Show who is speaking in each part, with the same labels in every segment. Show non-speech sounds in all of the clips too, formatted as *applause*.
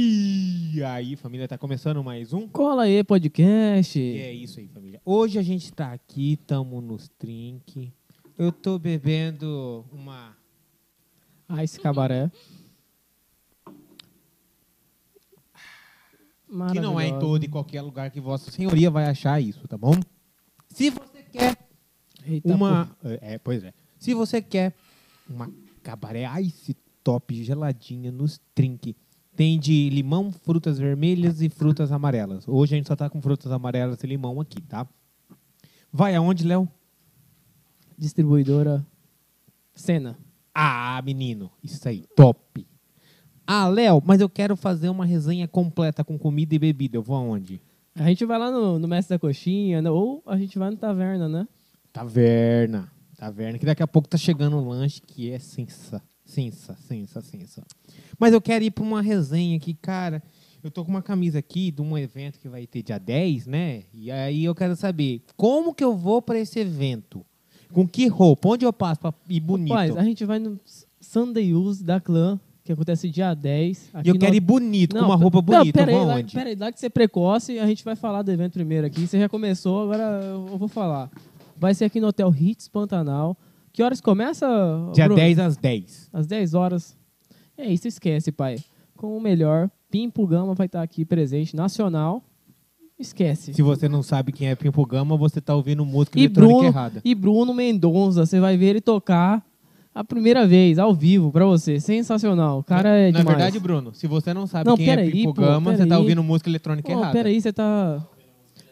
Speaker 1: E aí, família, tá começando mais um?
Speaker 2: Cola aí, podcast.
Speaker 1: E é isso aí, família. Hoje a gente tá aqui, tamo nos drink. Eu tô bebendo uma.
Speaker 2: Ah, esse cabaré.
Speaker 1: Que não é em
Speaker 2: Maravilhosa.
Speaker 1: todo e qualquer lugar que Vossa Senhoria vai achar isso, tá bom? Se você quer
Speaker 2: Eita,
Speaker 1: uma.
Speaker 2: pô.
Speaker 1: É, pois é. Se você quer uma cabaré ice top geladinha nos drink. Tem de limão, frutas vermelhas e frutas amarelas. Hoje a gente só tá com frutas amarelas e limão aqui, tá? Vai aonde, Léo?
Speaker 2: Distribuidora Cena.
Speaker 1: Ah, menino, isso aí, top. Ah, Léo, mas eu quero fazer uma resenha completa com comida e bebida. Eu vou aonde?
Speaker 2: A gente vai lá no, no Mestre da Coxinha, né? ou a gente vai no Taverna, né?
Speaker 1: Taverna. Taverna, que daqui a pouco tá chegando um lanche que é sensa, sensa, sensa, sensa. Mas eu quero ir pra uma resenha aqui, cara. Eu tô com uma camisa aqui de um evento que vai ter dia 10, né? E aí eu quero saber como que eu vou pra esse evento? Com que roupa? Onde eu passo pra ir bonito?
Speaker 2: Rapaz, a gente vai no S- Sunday Use da Clã, que acontece dia 10.
Speaker 1: e eu quero ir bonito, com uma roupa bonita.
Speaker 2: Peraí,
Speaker 1: eu vou
Speaker 2: lá,
Speaker 1: aonde?
Speaker 2: peraí, dá que você é precoce, a gente vai falar do evento primeiro aqui. Você já começou, agora eu vou falar. Vai ser aqui no Hotel Hits Pantanal. Que horas começa?
Speaker 1: Dia
Speaker 2: Bruno?
Speaker 1: 10 às 10.
Speaker 2: às 10 horas. É isso, esquece, pai. Com o melhor, Pimpo Gama vai estar aqui presente, nacional. Esquece.
Speaker 1: Se você não sabe quem é Pimpo Gama, você tá ouvindo música
Speaker 2: E
Speaker 1: eletrônica
Speaker 2: Bruno,
Speaker 1: errada.
Speaker 2: e Bruno Mendonça, você vai ver ele tocar a primeira vez, ao vivo, pra você. Sensacional. O cara é
Speaker 1: Na
Speaker 2: demais.
Speaker 1: verdade, Bruno, se você não sabe
Speaker 2: Não,
Speaker 1: quem é
Speaker 2: peraí,
Speaker 1: Pimpo
Speaker 2: pô,
Speaker 1: Gama, você tá
Speaker 2: peraí.
Speaker 1: ouvindo música eletrônica
Speaker 2: Ô,
Speaker 1: errada.
Speaker 2: peraí, você tá...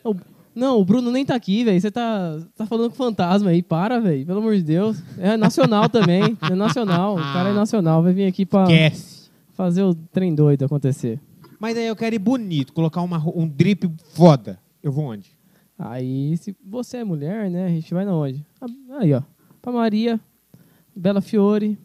Speaker 2: Ô, Não, o Bruno nem tá aqui, velho. Você tá, tá falando com fantasma aí. Para, velho. Pelo amor de Deus. É nacional também. É nacional. O cara é nacional. Vai vir aqui pra
Speaker 1: Esquece.
Speaker 2: fazer o trem doido acontecer.
Speaker 1: Mas aí eu quero ir bonito, colocar uma ro- um drip foda. Eu vou onde?
Speaker 2: Aí, se você é mulher, né? A gente vai na onde? Ah, Aí, ó. Pra Maria, Bela Fiore,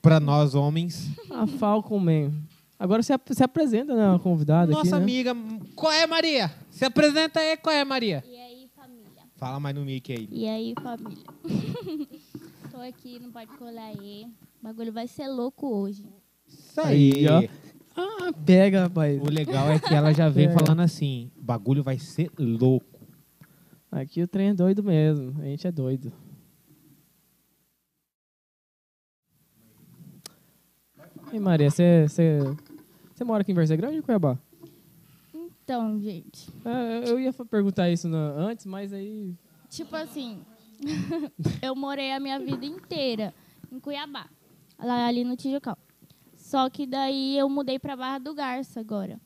Speaker 1: Pra nós homens.
Speaker 2: a Falcon Man. Agora você ap- se apresenta, né? A convidada
Speaker 1: Nossa
Speaker 2: aqui, né?
Speaker 1: amiga, qual é Maria? Se apresenta aí, qual é Maria?
Speaker 3: E aí, família?
Speaker 1: Fala mais no mic aí.
Speaker 3: E aí, família? *laughs* Tô aqui no Pode Colar aí. O bagulho vai ser louco hoje.
Speaker 1: Isso aí.
Speaker 2: Aí, ó. Ah, pega, rapaz.
Speaker 1: O legal é que ela já vem
Speaker 2: É.
Speaker 1: falando assim, bagulho vai ser louco.
Speaker 2: Aqui o trem é doido mesmo. A gente é doido. E Maria, você você- você mora aqui em Versa Grande ou em Cuiabá?
Speaker 3: Então, gente,
Speaker 2: É, eu ia fa- perguntar isso na- antes, mas aí... *laughs*
Speaker 3: tipo assim, *laughs* eu morei a minha vida inteira em Cuiabá, lá ali no Tijucal. Só que daí eu mudei pra Barra do Garça agora.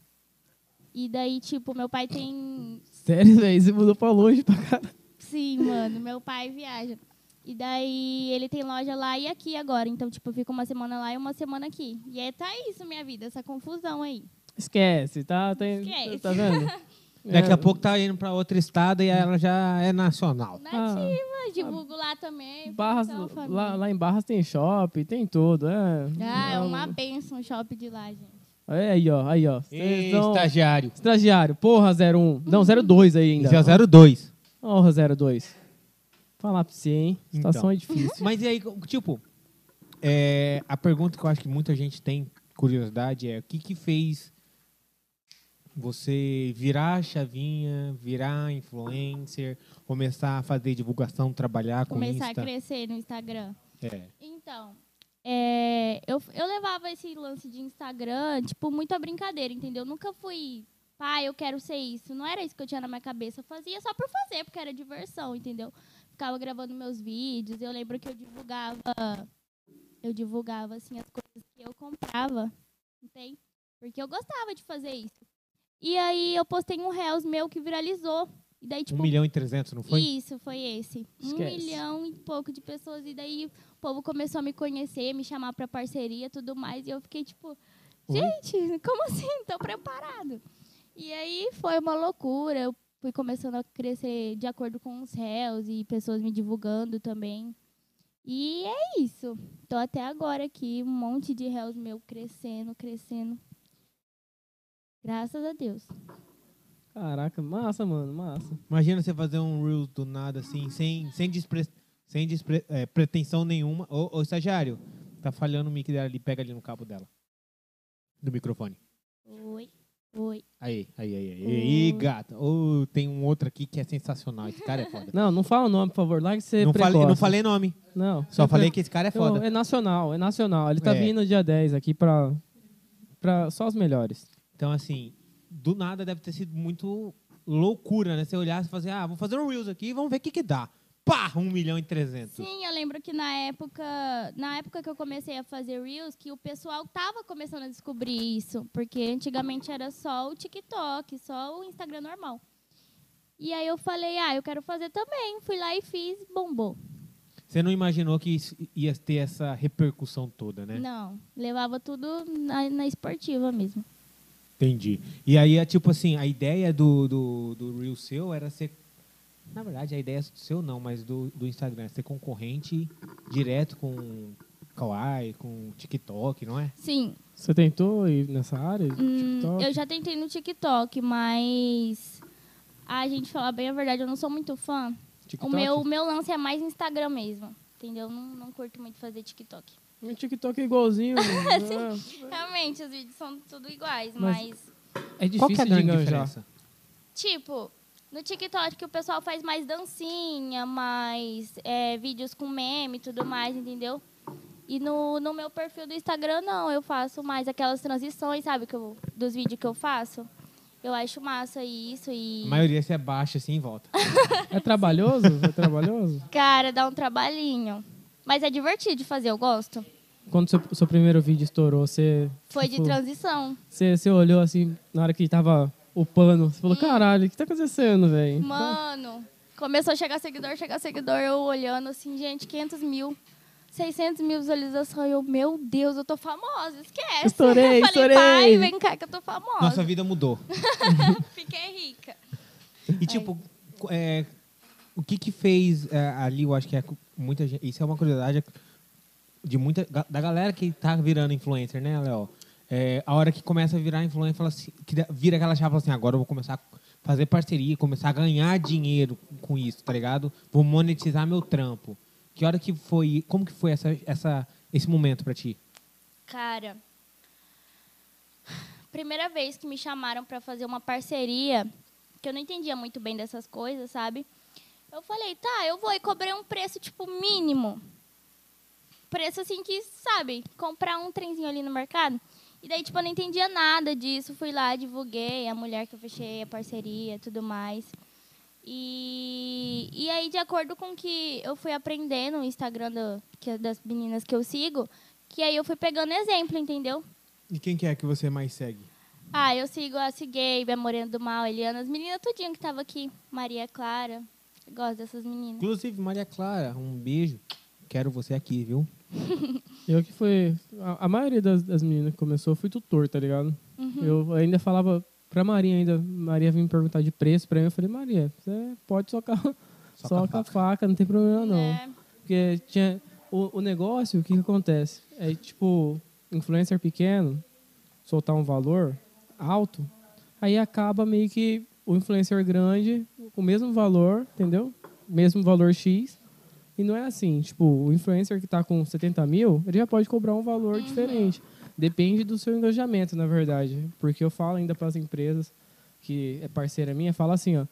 Speaker 3: E daí, tipo, meu pai tem
Speaker 2: Sério, velho? Você mudou pra longe pra cá.
Speaker 3: Sim, mano, meu pai viaja. E daí ele tem loja lá e aqui agora. Então, tipo, eu fico uma semana lá e uma semana aqui. E é tá isso, minha vida, essa confusão aí.
Speaker 2: Esquece, tá? Tem,
Speaker 3: Esquece.
Speaker 2: Tá vendo?
Speaker 1: Daqui
Speaker 2: É,
Speaker 1: a pouco tá indo pra outro estado e ela já é nacional.
Speaker 3: Nativa, divulgo lá também.
Speaker 2: Ah, Barras,
Speaker 3: *laughs* então, família.
Speaker 2: lá, lá em Barras tem shopping, tem tudo. É,
Speaker 3: Ah, é
Speaker 2: Não-
Speaker 3: uma benção o shopping de lá, gente.
Speaker 2: É, aí, ó, aí, ó. Vocês
Speaker 1: Ei,
Speaker 2: dão-
Speaker 1: estagiário.
Speaker 2: Estagiário, porra, 01. Não, 02 aí ainda.
Speaker 1: Esse é o 02.
Speaker 2: Porra, 02. Falar pra você, hein?
Speaker 1: Então.
Speaker 2: Situação é difícil.
Speaker 1: Mas e aí, tipo, é, a pergunta que eu acho que muita gente tem curiosidade é o que que fez você virar a chavinha, virar influencer, começar a fazer divulgação, trabalhar com
Speaker 3: Começar
Speaker 1: Insta?
Speaker 3: a crescer no Instagram.
Speaker 1: É.
Speaker 3: Então, é, eu, eu levava esse lance de Instagram, tipo, muito a brincadeira, entendeu? Nunca fui, pai, eu quero ser isso. Não era isso que eu tinha na minha cabeça. Eu fazia só pra fazer, porque era diversão, entendeu? Ficava gravando meus vídeos. Eu lembro que eu divulgava, eu divulgava, assim, as coisas que eu comprava, entende? Porque eu gostava de fazer isso. E aí eu postei um Reels meu que viralizou. E daí, tipo,
Speaker 1: 1 milhão e 300, não foi?
Speaker 3: isso, foi esse. Um
Speaker 2: Esquece.
Speaker 3: milhão e pouco de pessoas. E daí o povo começou a me conhecer, me chamar pra parceria e tudo mais. E eu fiquei tipo,
Speaker 1: Oi?
Speaker 3: gente, *laughs* como assim? Tô preparado. E aí foi uma loucura. Eu fui começando a crescer de acordo com os réus e pessoas me divulgando também. E é isso. Tô até agora aqui, um monte de réus meu crescendo, crescendo. Graças a Deus.
Speaker 2: Caraca, massa, mano, massa.
Speaker 1: Imagina você fazer um Reels do nada, assim, sem, sem, despre, sem despre, é, pretensão nenhuma. Ô, ô, estagiário, tá falhando o mic dela ali, pega ali no cabo dela. Do microfone.
Speaker 3: Oi.
Speaker 1: Aí, aí, aí, aí, aí,
Speaker 2: Oh.
Speaker 1: gata. Ô, tem um outro aqui que é sensacional. Esse cara é foda.
Speaker 2: Não, não fala o nome, por favor. Larga de ser
Speaker 1: Não
Speaker 2: precoce.
Speaker 1: falei, não falei nome.
Speaker 2: Não.
Speaker 1: Só falei que esse cara é
Speaker 2: Eu-
Speaker 1: foda.
Speaker 2: é nacional, é nacional. Ele tá
Speaker 1: É.
Speaker 2: vindo dia 10 aqui pra, pra só os melhores.
Speaker 1: Então, assim, do nada deve ter sido muito loucura, né? Você olhar e fazer, ah, vou fazer um Reels aqui e vamos ver o que que dá. Pá, 1 milhão e 300.
Speaker 3: Sim, eu lembro que na época, na época que eu comecei a fazer Reels, que o pessoal tava começando a descobrir isso, porque antigamente era só o TikTok, só o Instagram normal. E aí eu falei, ah, eu quero fazer também. Fui lá e fiz, bombou.
Speaker 1: Você não imaginou que isso ia ter essa repercussão toda, né?
Speaker 3: Não, levava tudo na, na esportiva mesmo.
Speaker 1: Entendi. E aí, é tipo assim, a ideia do, do, do Reels seu era ser... Na verdade, a ideia seu não, mas do, do Instagram, é ser concorrente direto com Kawaii, com TikTok, não é?
Speaker 3: Sim,
Speaker 2: Você tentou ir nessa área?
Speaker 3: Hum,
Speaker 2: TikTok?
Speaker 3: eu já tentei no TikTok, mas a gente falar bem a verdade, eu não sou muito fã. O
Speaker 2: TikTok?
Speaker 3: meu, o meu lance é mais Instagram mesmo. Entendeu? Não, não curto muito fazer TikTok.
Speaker 2: Meu TikTok é
Speaker 3: *laughs*
Speaker 2: igualzinho. é.
Speaker 3: Realmente, os vídeos são tudo iguais,
Speaker 2: Mas-
Speaker 3: mas,
Speaker 2: É
Speaker 1: Qual que é
Speaker 2: difícil
Speaker 1: a
Speaker 2: de
Speaker 1: grande
Speaker 2: enganjar.
Speaker 1: diferença?
Speaker 3: tipo, no TikTok que o pessoal faz mais dancinha, mais é, vídeos com meme e tudo mais, entendeu? E no, no meu perfil do Instagram, não, eu faço mais aquelas transições, sabe, que eu- dos vídeos que eu faço. Eu acho massa isso e.
Speaker 1: A maioria você é baixa assim e
Speaker 3: *laughs*
Speaker 1: volta.
Speaker 2: É trabalhoso? É trabalhoso?
Speaker 3: Cara, dá um trabalhinho. Mas é divertido de fazer, eu gosto.
Speaker 2: Quando seu, seu primeiro vídeo estourou, você.
Speaker 3: Foi de
Speaker 2: tipo,
Speaker 3: transição.
Speaker 2: Você, você olhou assim, na hora que tava upando, você
Speaker 3: Hum.
Speaker 2: falou: caralho, o que tá acontecendo, velho?
Speaker 3: Mano, começou a chegar seguidor, chegar seguidor, eu olhando assim, gente, 500 mil, 600 mil visualizações. Eu, meu Deus, eu tô famosa, esquece.
Speaker 2: Estourei,
Speaker 3: eu
Speaker 2: estourei.
Speaker 3: falei, pai, vem cá que eu tô famosa.
Speaker 1: Nossa vida mudou.
Speaker 3: Fiquei rica.
Speaker 1: E tipo, é, o que que fez é, ali, eu acho que é cu- muita gente, isso é uma curiosidade de muita ga- da galera que tá virando influencer, né, Léo? É, a hora que começa a virar influencer, fala assim, que da- vira aquela chave, fala assim, agora eu vou começar a fazer parceria, começar a ganhar dinheiro com isso, tá ligado? Vou monetizar meu trampo. Que hora que foi, como que foi essa, essa esse momento pra ti?
Speaker 3: Cara, primeira vez que me chamaram pra fazer uma parceria, que eu não entendia muito bem dessas coisas, sabe? Eu falei, tá, eu vou e cobrei um preço, tipo, mínimo. Preço assim que, sabe, comprar um trenzinho ali no mercado. E daí, tipo, eu não entendia nada disso. Fui lá, divulguei a mulher que eu fechei, a parceria, tudo mais. E, e aí, de acordo com o que eu fui aprendendo no Instagram do- que é das meninas que eu sigo, que aí eu fui pegando exemplo, entendeu?
Speaker 1: E quem que é que você mais segue?
Speaker 3: Ah, eu sigo a Cigabe, a Morena do Mal, a Eliana, as meninas tudinho que tava aqui. Maria Clara, eu gosto dessas meninas.
Speaker 1: Inclusive, Maria Clara, um beijo. Quero você aqui, viu?
Speaker 2: Eu que fui. A, a maioria das, das meninas que começou, eu fui tutor, tá ligado? Eu ainda falava pra Maria ainda. Maria vinha me perguntar de preço pra mim. Eu falei, Maria, você pode socar, *laughs* soca a faca. não tem problema não.
Speaker 3: É,
Speaker 2: Porque tinha. O, o negócio, o que, que acontece? É tipo, influencer pequeno, soltar um valor alto, aí acaba meio que o influencer grande, o mesmo valor, entendeu? Mesmo valor X. E não é assim, tipo, o influencer que tá com 70 mil, ele já pode cobrar um valor diferente. Depende do seu engajamento, na verdade. Porque eu falo ainda para as empresas que é parceira minha, fala assim, ó.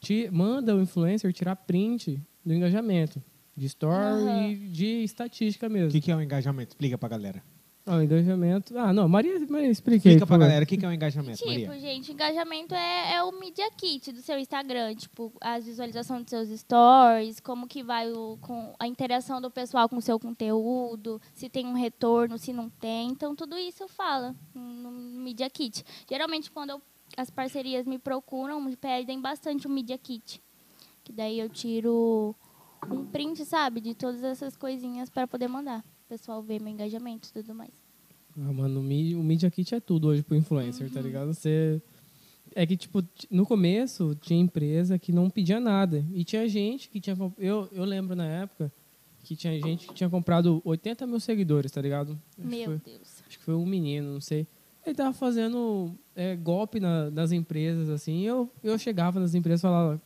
Speaker 2: Te, manda o influencer tirar print do engajamento. De story
Speaker 3: Aham.
Speaker 2: e de estatística mesmo.
Speaker 1: O que, que é o engajamento? Explica pra galera.
Speaker 2: Ah, o engajamento. Ah, não, Maria, Maria expliquei.
Speaker 1: Explica pra
Speaker 2: por favor.
Speaker 1: galera o que, que é o engajamento,
Speaker 3: tipo,
Speaker 1: Maria.
Speaker 3: gente, engajamento é, é o media kit do seu Instagram, tipo, as visualizações dos seus stories, como que vai o, com a interação do pessoal com o seu conteúdo, se tem um retorno, se não tem. Então, tudo isso eu falo no, no media kit. Geralmente, quando eu- as parcerias me procuram, me pedem bastante o media kit. Que daí eu tiro um print, sabe, de todas essas coisinhas para poder mandar. O pessoal ver meu engajamento e tudo mais.
Speaker 2: Ah, mano, o mídia, o media kit é tudo hoje pro influencer, tá ligado? Você. É que, tipo, t- no começo tinha empresa que não pedia nada. E tinha gente que tinha. comp- Eu, eu lembro na época que tinha gente que tinha comprado 80 mil seguidores, tá ligado? Acho que
Speaker 3: Meu
Speaker 2: foi-
Speaker 3: Deus.
Speaker 2: acho que foi um menino, não sei. Ele tava fazendo é, golpe na- nas empresas, assim. e Eu, eu chegava nas empresas e falava.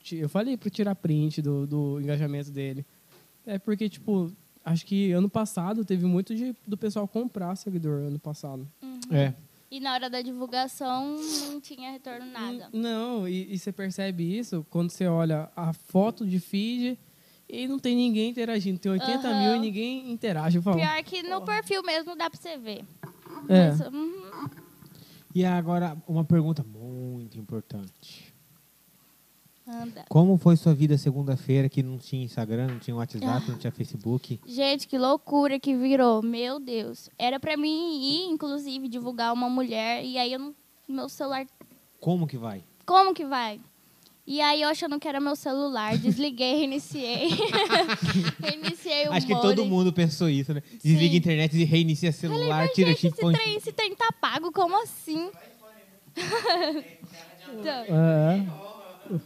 Speaker 2: ti- Eu falei para tirar print do, do engajamento dele. É porque, tipo, acho que ano passado teve muito de, do pessoal comprar seguidor ano passado.
Speaker 1: É.
Speaker 3: E na hora da divulgação não tinha retorno nada.
Speaker 2: N- Não, e, e você percebe isso quando você olha a foto de feed e não tem ninguém interagindo. Tem 80
Speaker 3: Aham.
Speaker 2: mil e ninguém interage. Eu falo,
Speaker 3: Pior que no perfil mesmo dá pra você ver.
Speaker 2: é,
Speaker 3: Mas, uhum.
Speaker 1: E agora, uma pergunta muito importante.
Speaker 3: Anda.
Speaker 1: Como foi sua vida segunda-feira que não tinha Instagram, não tinha WhatsApp,
Speaker 3: Ah.
Speaker 1: não tinha Facebook?
Speaker 3: Gente, que loucura que virou. Meu Deus. Era pra mim ir, inclusive, divulgar uma mulher. E aí eu não- meu celular.
Speaker 1: Como que vai?
Speaker 3: Como que vai? E aí eu achando que era meu celular. Desliguei, *laughs*
Speaker 1: *laughs*
Speaker 3: reiniciei. reiniciei o
Speaker 1: Acho que
Speaker 3: Mori.
Speaker 1: todo mundo pensou isso, né? Desliga a
Speaker 3: Sim.
Speaker 1: internet e reinicia
Speaker 3: Falei,
Speaker 1: celular,
Speaker 3: mas
Speaker 1: tira
Speaker 3: gente,
Speaker 1: chip,
Speaker 3: esse
Speaker 1: põe chip.
Speaker 3: trem, esse trem tá pago, como assim? *laughs* Então,
Speaker 2: é,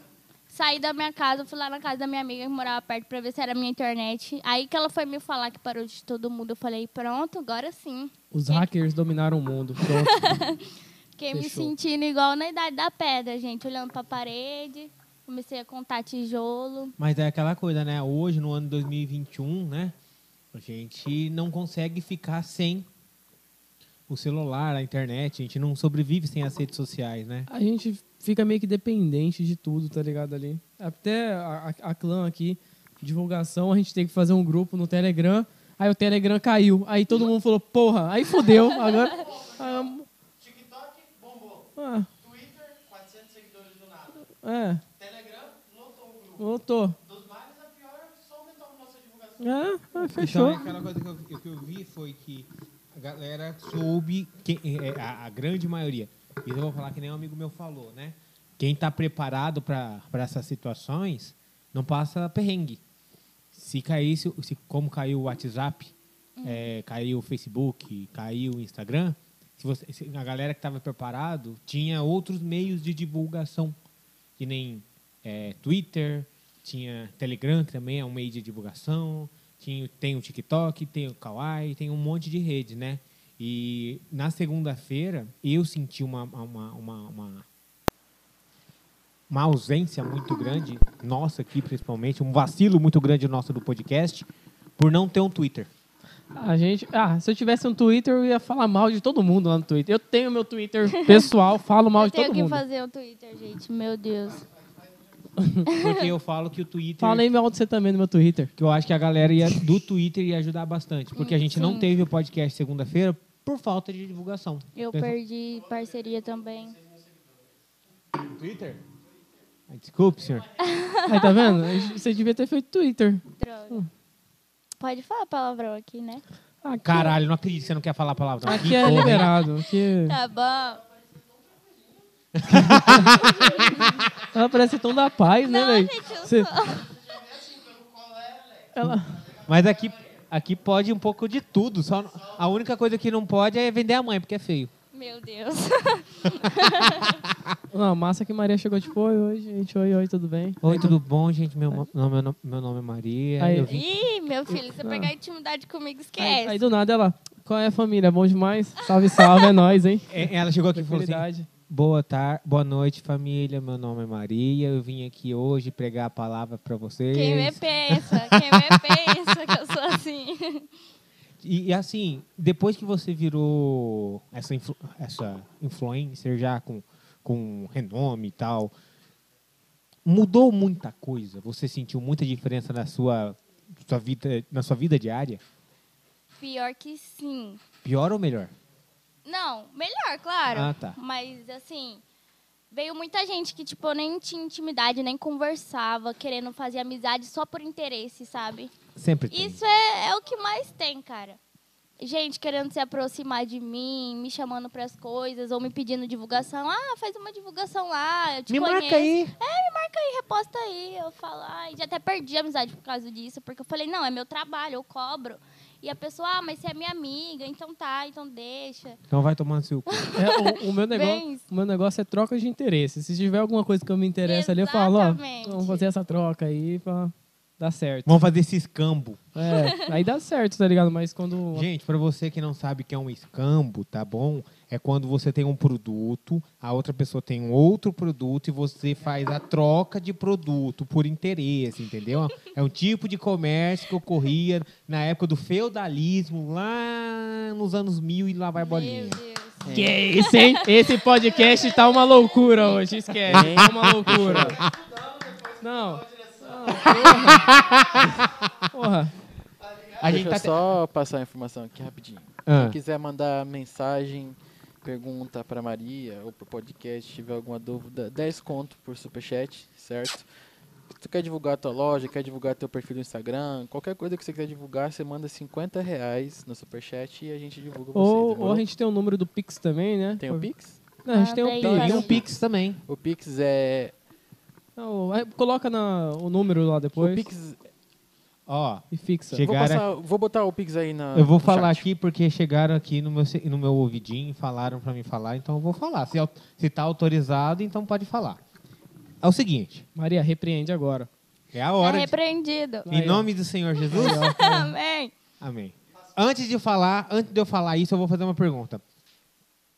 Speaker 3: saí da minha casa, fui lá na casa da minha amiga que morava perto pra ver se era a minha internet. Aí que ela foi me falar que parou de todo mundo, eu falei, pronto, agora sim.
Speaker 2: os hackers dominaram o mundo.
Speaker 3: *laughs*
Speaker 2: Pronto.
Speaker 3: Fiquei me
Speaker 2: Fechou.
Speaker 3: sentindo igual na idade da pedra, gente, olhando pra parede, comecei a contar tijolo.
Speaker 1: Mas é aquela coisa, né? Hoje, no ano 2021, né? A gente não consegue ficar sem o celular, a internet. A gente não sobrevive sem as redes sociais, né?
Speaker 2: a gente fica meio que dependente de tudo, tá ligado ali? Até a, a, a clã aqui, divulgação, a gente tem que fazer um grupo no Telegram. Aí o Telegram caiu. Aí todo mundo falou, porra, aí fodeu.
Speaker 3: *laughs*
Speaker 2: Agora. ah,
Speaker 4: TikTok bombou.
Speaker 2: ah,
Speaker 4: Twitter, 400 seguidores do nada.
Speaker 2: é,
Speaker 4: Telegram, lotou o grupo.
Speaker 2: voltou.
Speaker 4: Dos males, a pior, só aumentou a nossa divulgação.
Speaker 2: É, é,
Speaker 1: Então,
Speaker 2: fechou.
Speaker 1: aquela coisa que eu, que eu vi foi que a galera soube, que, é, a, a grande maioria, isso eu vou falar que nem um amigo meu falou, né? Quem está preparado para essas situações não passa perrengue. Se caísse, se, como caiu o WhatsApp, é, caiu o Facebook, caiu o Instagram, se você, se a galera que estava preparado tinha outros meios de divulgação, que nem é, Twitter, tinha Telegram, que também é um meio de divulgação, tinha, tem o TikTok, tem o Kawaii, tem um monte de rede, né? E na segunda-feira eu senti uma, uma, uma, uma, uma ausência muito grande, nossa aqui principalmente, um vacilo muito grande nosso do podcast, por não ter um Twitter.
Speaker 2: A gente. Ah, se eu tivesse um Twitter, eu ia falar mal de todo mundo lá no Twitter. Eu tenho meu *laughs* Twitter pessoal, falo mal
Speaker 3: eu
Speaker 2: de todo
Speaker 3: tenho que
Speaker 2: mundo.
Speaker 3: fazer o Twitter, gente, meu Deus.
Speaker 1: Porque eu falo que o Twitter.
Speaker 2: Fala aí mal de você também no meu Twitter.
Speaker 1: Que eu acho que a galera ia- do Twitter ia ajudar bastante. Porque a gente não
Speaker 3: Sim.
Speaker 1: teve o podcast segunda-feira por falta de divulgação.
Speaker 3: Eu
Speaker 1: Pessoal-
Speaker 3: perdi parceria também.
Speaker 1: Twitter? Ah, Desculpe, senhor.
Speaker 2: Aí tá vendo? A gente- Você devia ter feito Twitter.
Speaker 3: Droga. Pode falar palavrão aqui, né?
Speaker 2: Ah, que-
Speaker 1: Caralho, não acredito que você não quer falar a palavra.
Speaker 2: Aqui é liberado. Aqui... é-
Speaker 3: Tá bom.
Speaker 2: Ela parece tão da paz, né,
Speaker 3: Não,
Speaker 2: velho?
Speaker 3: gente, eu
Speaker 2: Cê-
Speaker 3: sou-
Speaker 2: Ela...
Speaker 1: Mas aqui, aqui pode um pouco de tudo. Só, a única coisa que não pode é vender a mãe, porque é feio.
Speaker 3: Meu Deus.
Speaker 2: Não, massa que Maria chegou tipo, oi, oi, gente, oi, oi, tudo bem?
Speaker 1: Oi, tudo bom, gente? Meu, mo- não, meu, no- meu nome é Maria.
Speaker 2: Aí.
Speaker 1: eu vim-
Speaker 3: Ih, meu filho, você pegar intimidade comigo,
Speaker 2: tá. Aí,
Speaker 3: esquece.
Speaker 2: aí do nada ela, qual é família? Bom demais? Salve, salve, é nóis, *laughs* hein?
Speaker 1: É, Ela chegou aqui e falou assim,
Speaker 2: Tranquilidade.
Speaker 1: boa tarde, boa noite, família. Meu nome é Maria. Eu vim aqui hoje pregar a palavra pra vocês.
Speaker 3: Quem é? me pensa,
Speaker 1: *laughs*
Speaker 3: quem me pensa que eu sou assim.
Speaker 1: E, e, assim, depois que você virou essa, influ- essa influencer já com, com renome e tal, mudou muita coisa? Você sentiu muita diferença na sua, sua, vida, na sua vida diária?
Speaker 3: Pior que sim.
Speaker 1: Pior ou melhor?
Speaker 3: Não, melhor, claro.
Speaker 1: Ah, tá.
Speaker 3: Mas assim, veio muita gente que, tipo, eu nem tinha intimidade, nem conversava, querendo fazer amizade só por interesse, sabe?
Speaker 1: Sempre tem.
Speaker 3: Isso é, é o que mais tem, cara. Gente querendo se aproximar de mim, me chamando para as coisas, ou me pedindo divulgação. Ah, faz uma divulgação lá, eu te
Speaker 1: Me
Speaker 3: conheço.
Speaker 1: marca aí.
Speaker 3: É, me marca aí, reposta aí. Eu falo, ai, já até perdi a amizade por causa disso, porque eu falei, não, é meu trabalho, eu cobro. E a pessoa, ah, mas você é minha amiga, então tá, então deixa.
Speaker 1: Então vai tomando seu cu.
Speaker 2: É, o, o meu negócio,
Speaker 3: Vem.
Speaker 2: o meu negócio é troca de interesse. Se tiver alguma coisa que eu me interessa ali, eu falo, ó,
Speaker 3: Exatamente.
Speaker 2: vamos fazer essa troca aí pra dar certo.
Speaker 1: Vamos fazer esse escambo.
Speaker 2: É, aí dá certo, tá ligado? Mas quando...
Speaker 1: Gente, pra você que não sabe o que é um escambo, tá bom? É quando você tem um produto, a outra pessoa tem um outro produto e você faz a troca de produto por interesse,
Speaker 3: *laughs*
Speaker 1: entendeu? É um tipo de comércio que ocorria na época do feudalismo, lá nos anos mil e lá vai bolinha.
Speaker 3: Meu Deus.
Speaker 2: Que isso, hein? Esse podcast tá uma loucura hoje, esquece.
Speaker 5: Hein?
Speaker 2: Tá uma loucura. Não. Não, porra. Porra.
Speaker 1: A
Speaker 5: Deixa
Speaker 1: gente tá...
Speaker 5: eu só passar a informação aqui rapidinho.
Speaker 1: Ah,
Speaker 5: Quem quiser mandar mensagem, pergunta pra Maria ou pro podcast, tiver alguma dúvida, 10 conto por superchat, certo? Se tu quer divulgar tua loja, quer divulgar teu perfil do Instagram, qualquer coisa que você quiser divulgar, você manda 50 reais no superchat e a gente divulga você.
Speaker 2: Ou,
Speaker 5: demorou?
Speaker 2: ou a gente tem o número do Pix também, né?
Speaker 5: Tem o Pix?
Speaker 2: Não, a gente tem o
Speaker 6: Ah,
Speaker 2: Pix. né?
Speaker 6: tem,
Speaker 1: e um
Speaker 6: Maravilha.
Speaker 1: Pix também.
Speaker 5: O Pix é.
Speaker 2: Não, aí coloca na- o número lá depois
Speaker 5: O Pix.
Speaker 1: Ó,
Speaker 2: e fixa.
Speaker 1: Chega.
Speaker 5: Vou,
Speaker 1: Chegaram-
Speaker 5: passar- vou botar o Pix aí na.
Speaker 1: eu vou
Speaker 5: Ah, no
Speaker 1: falar
Speaker 5: chat.
Speaker 1: aqui porque chegaram aqui no meu, ce- no meu ouvidinho e falaram pra mim falar, então eu vou falar. Se, au- se tá autorizado, então pode falar. É o seguinte,
Speaker 2: Maria, repreende agora.
Speaker 1: é a
Speaker 6: Tá
Speaker 1: hora. de-
Speaker 6: repreendido.
Speaker 1: Em nome do Senhor Jesus.
Speaker 6: Amém.
Speaker 1: Amém. Antes de falar, antes de eu falar isso, eu vou fazer uma pergunta.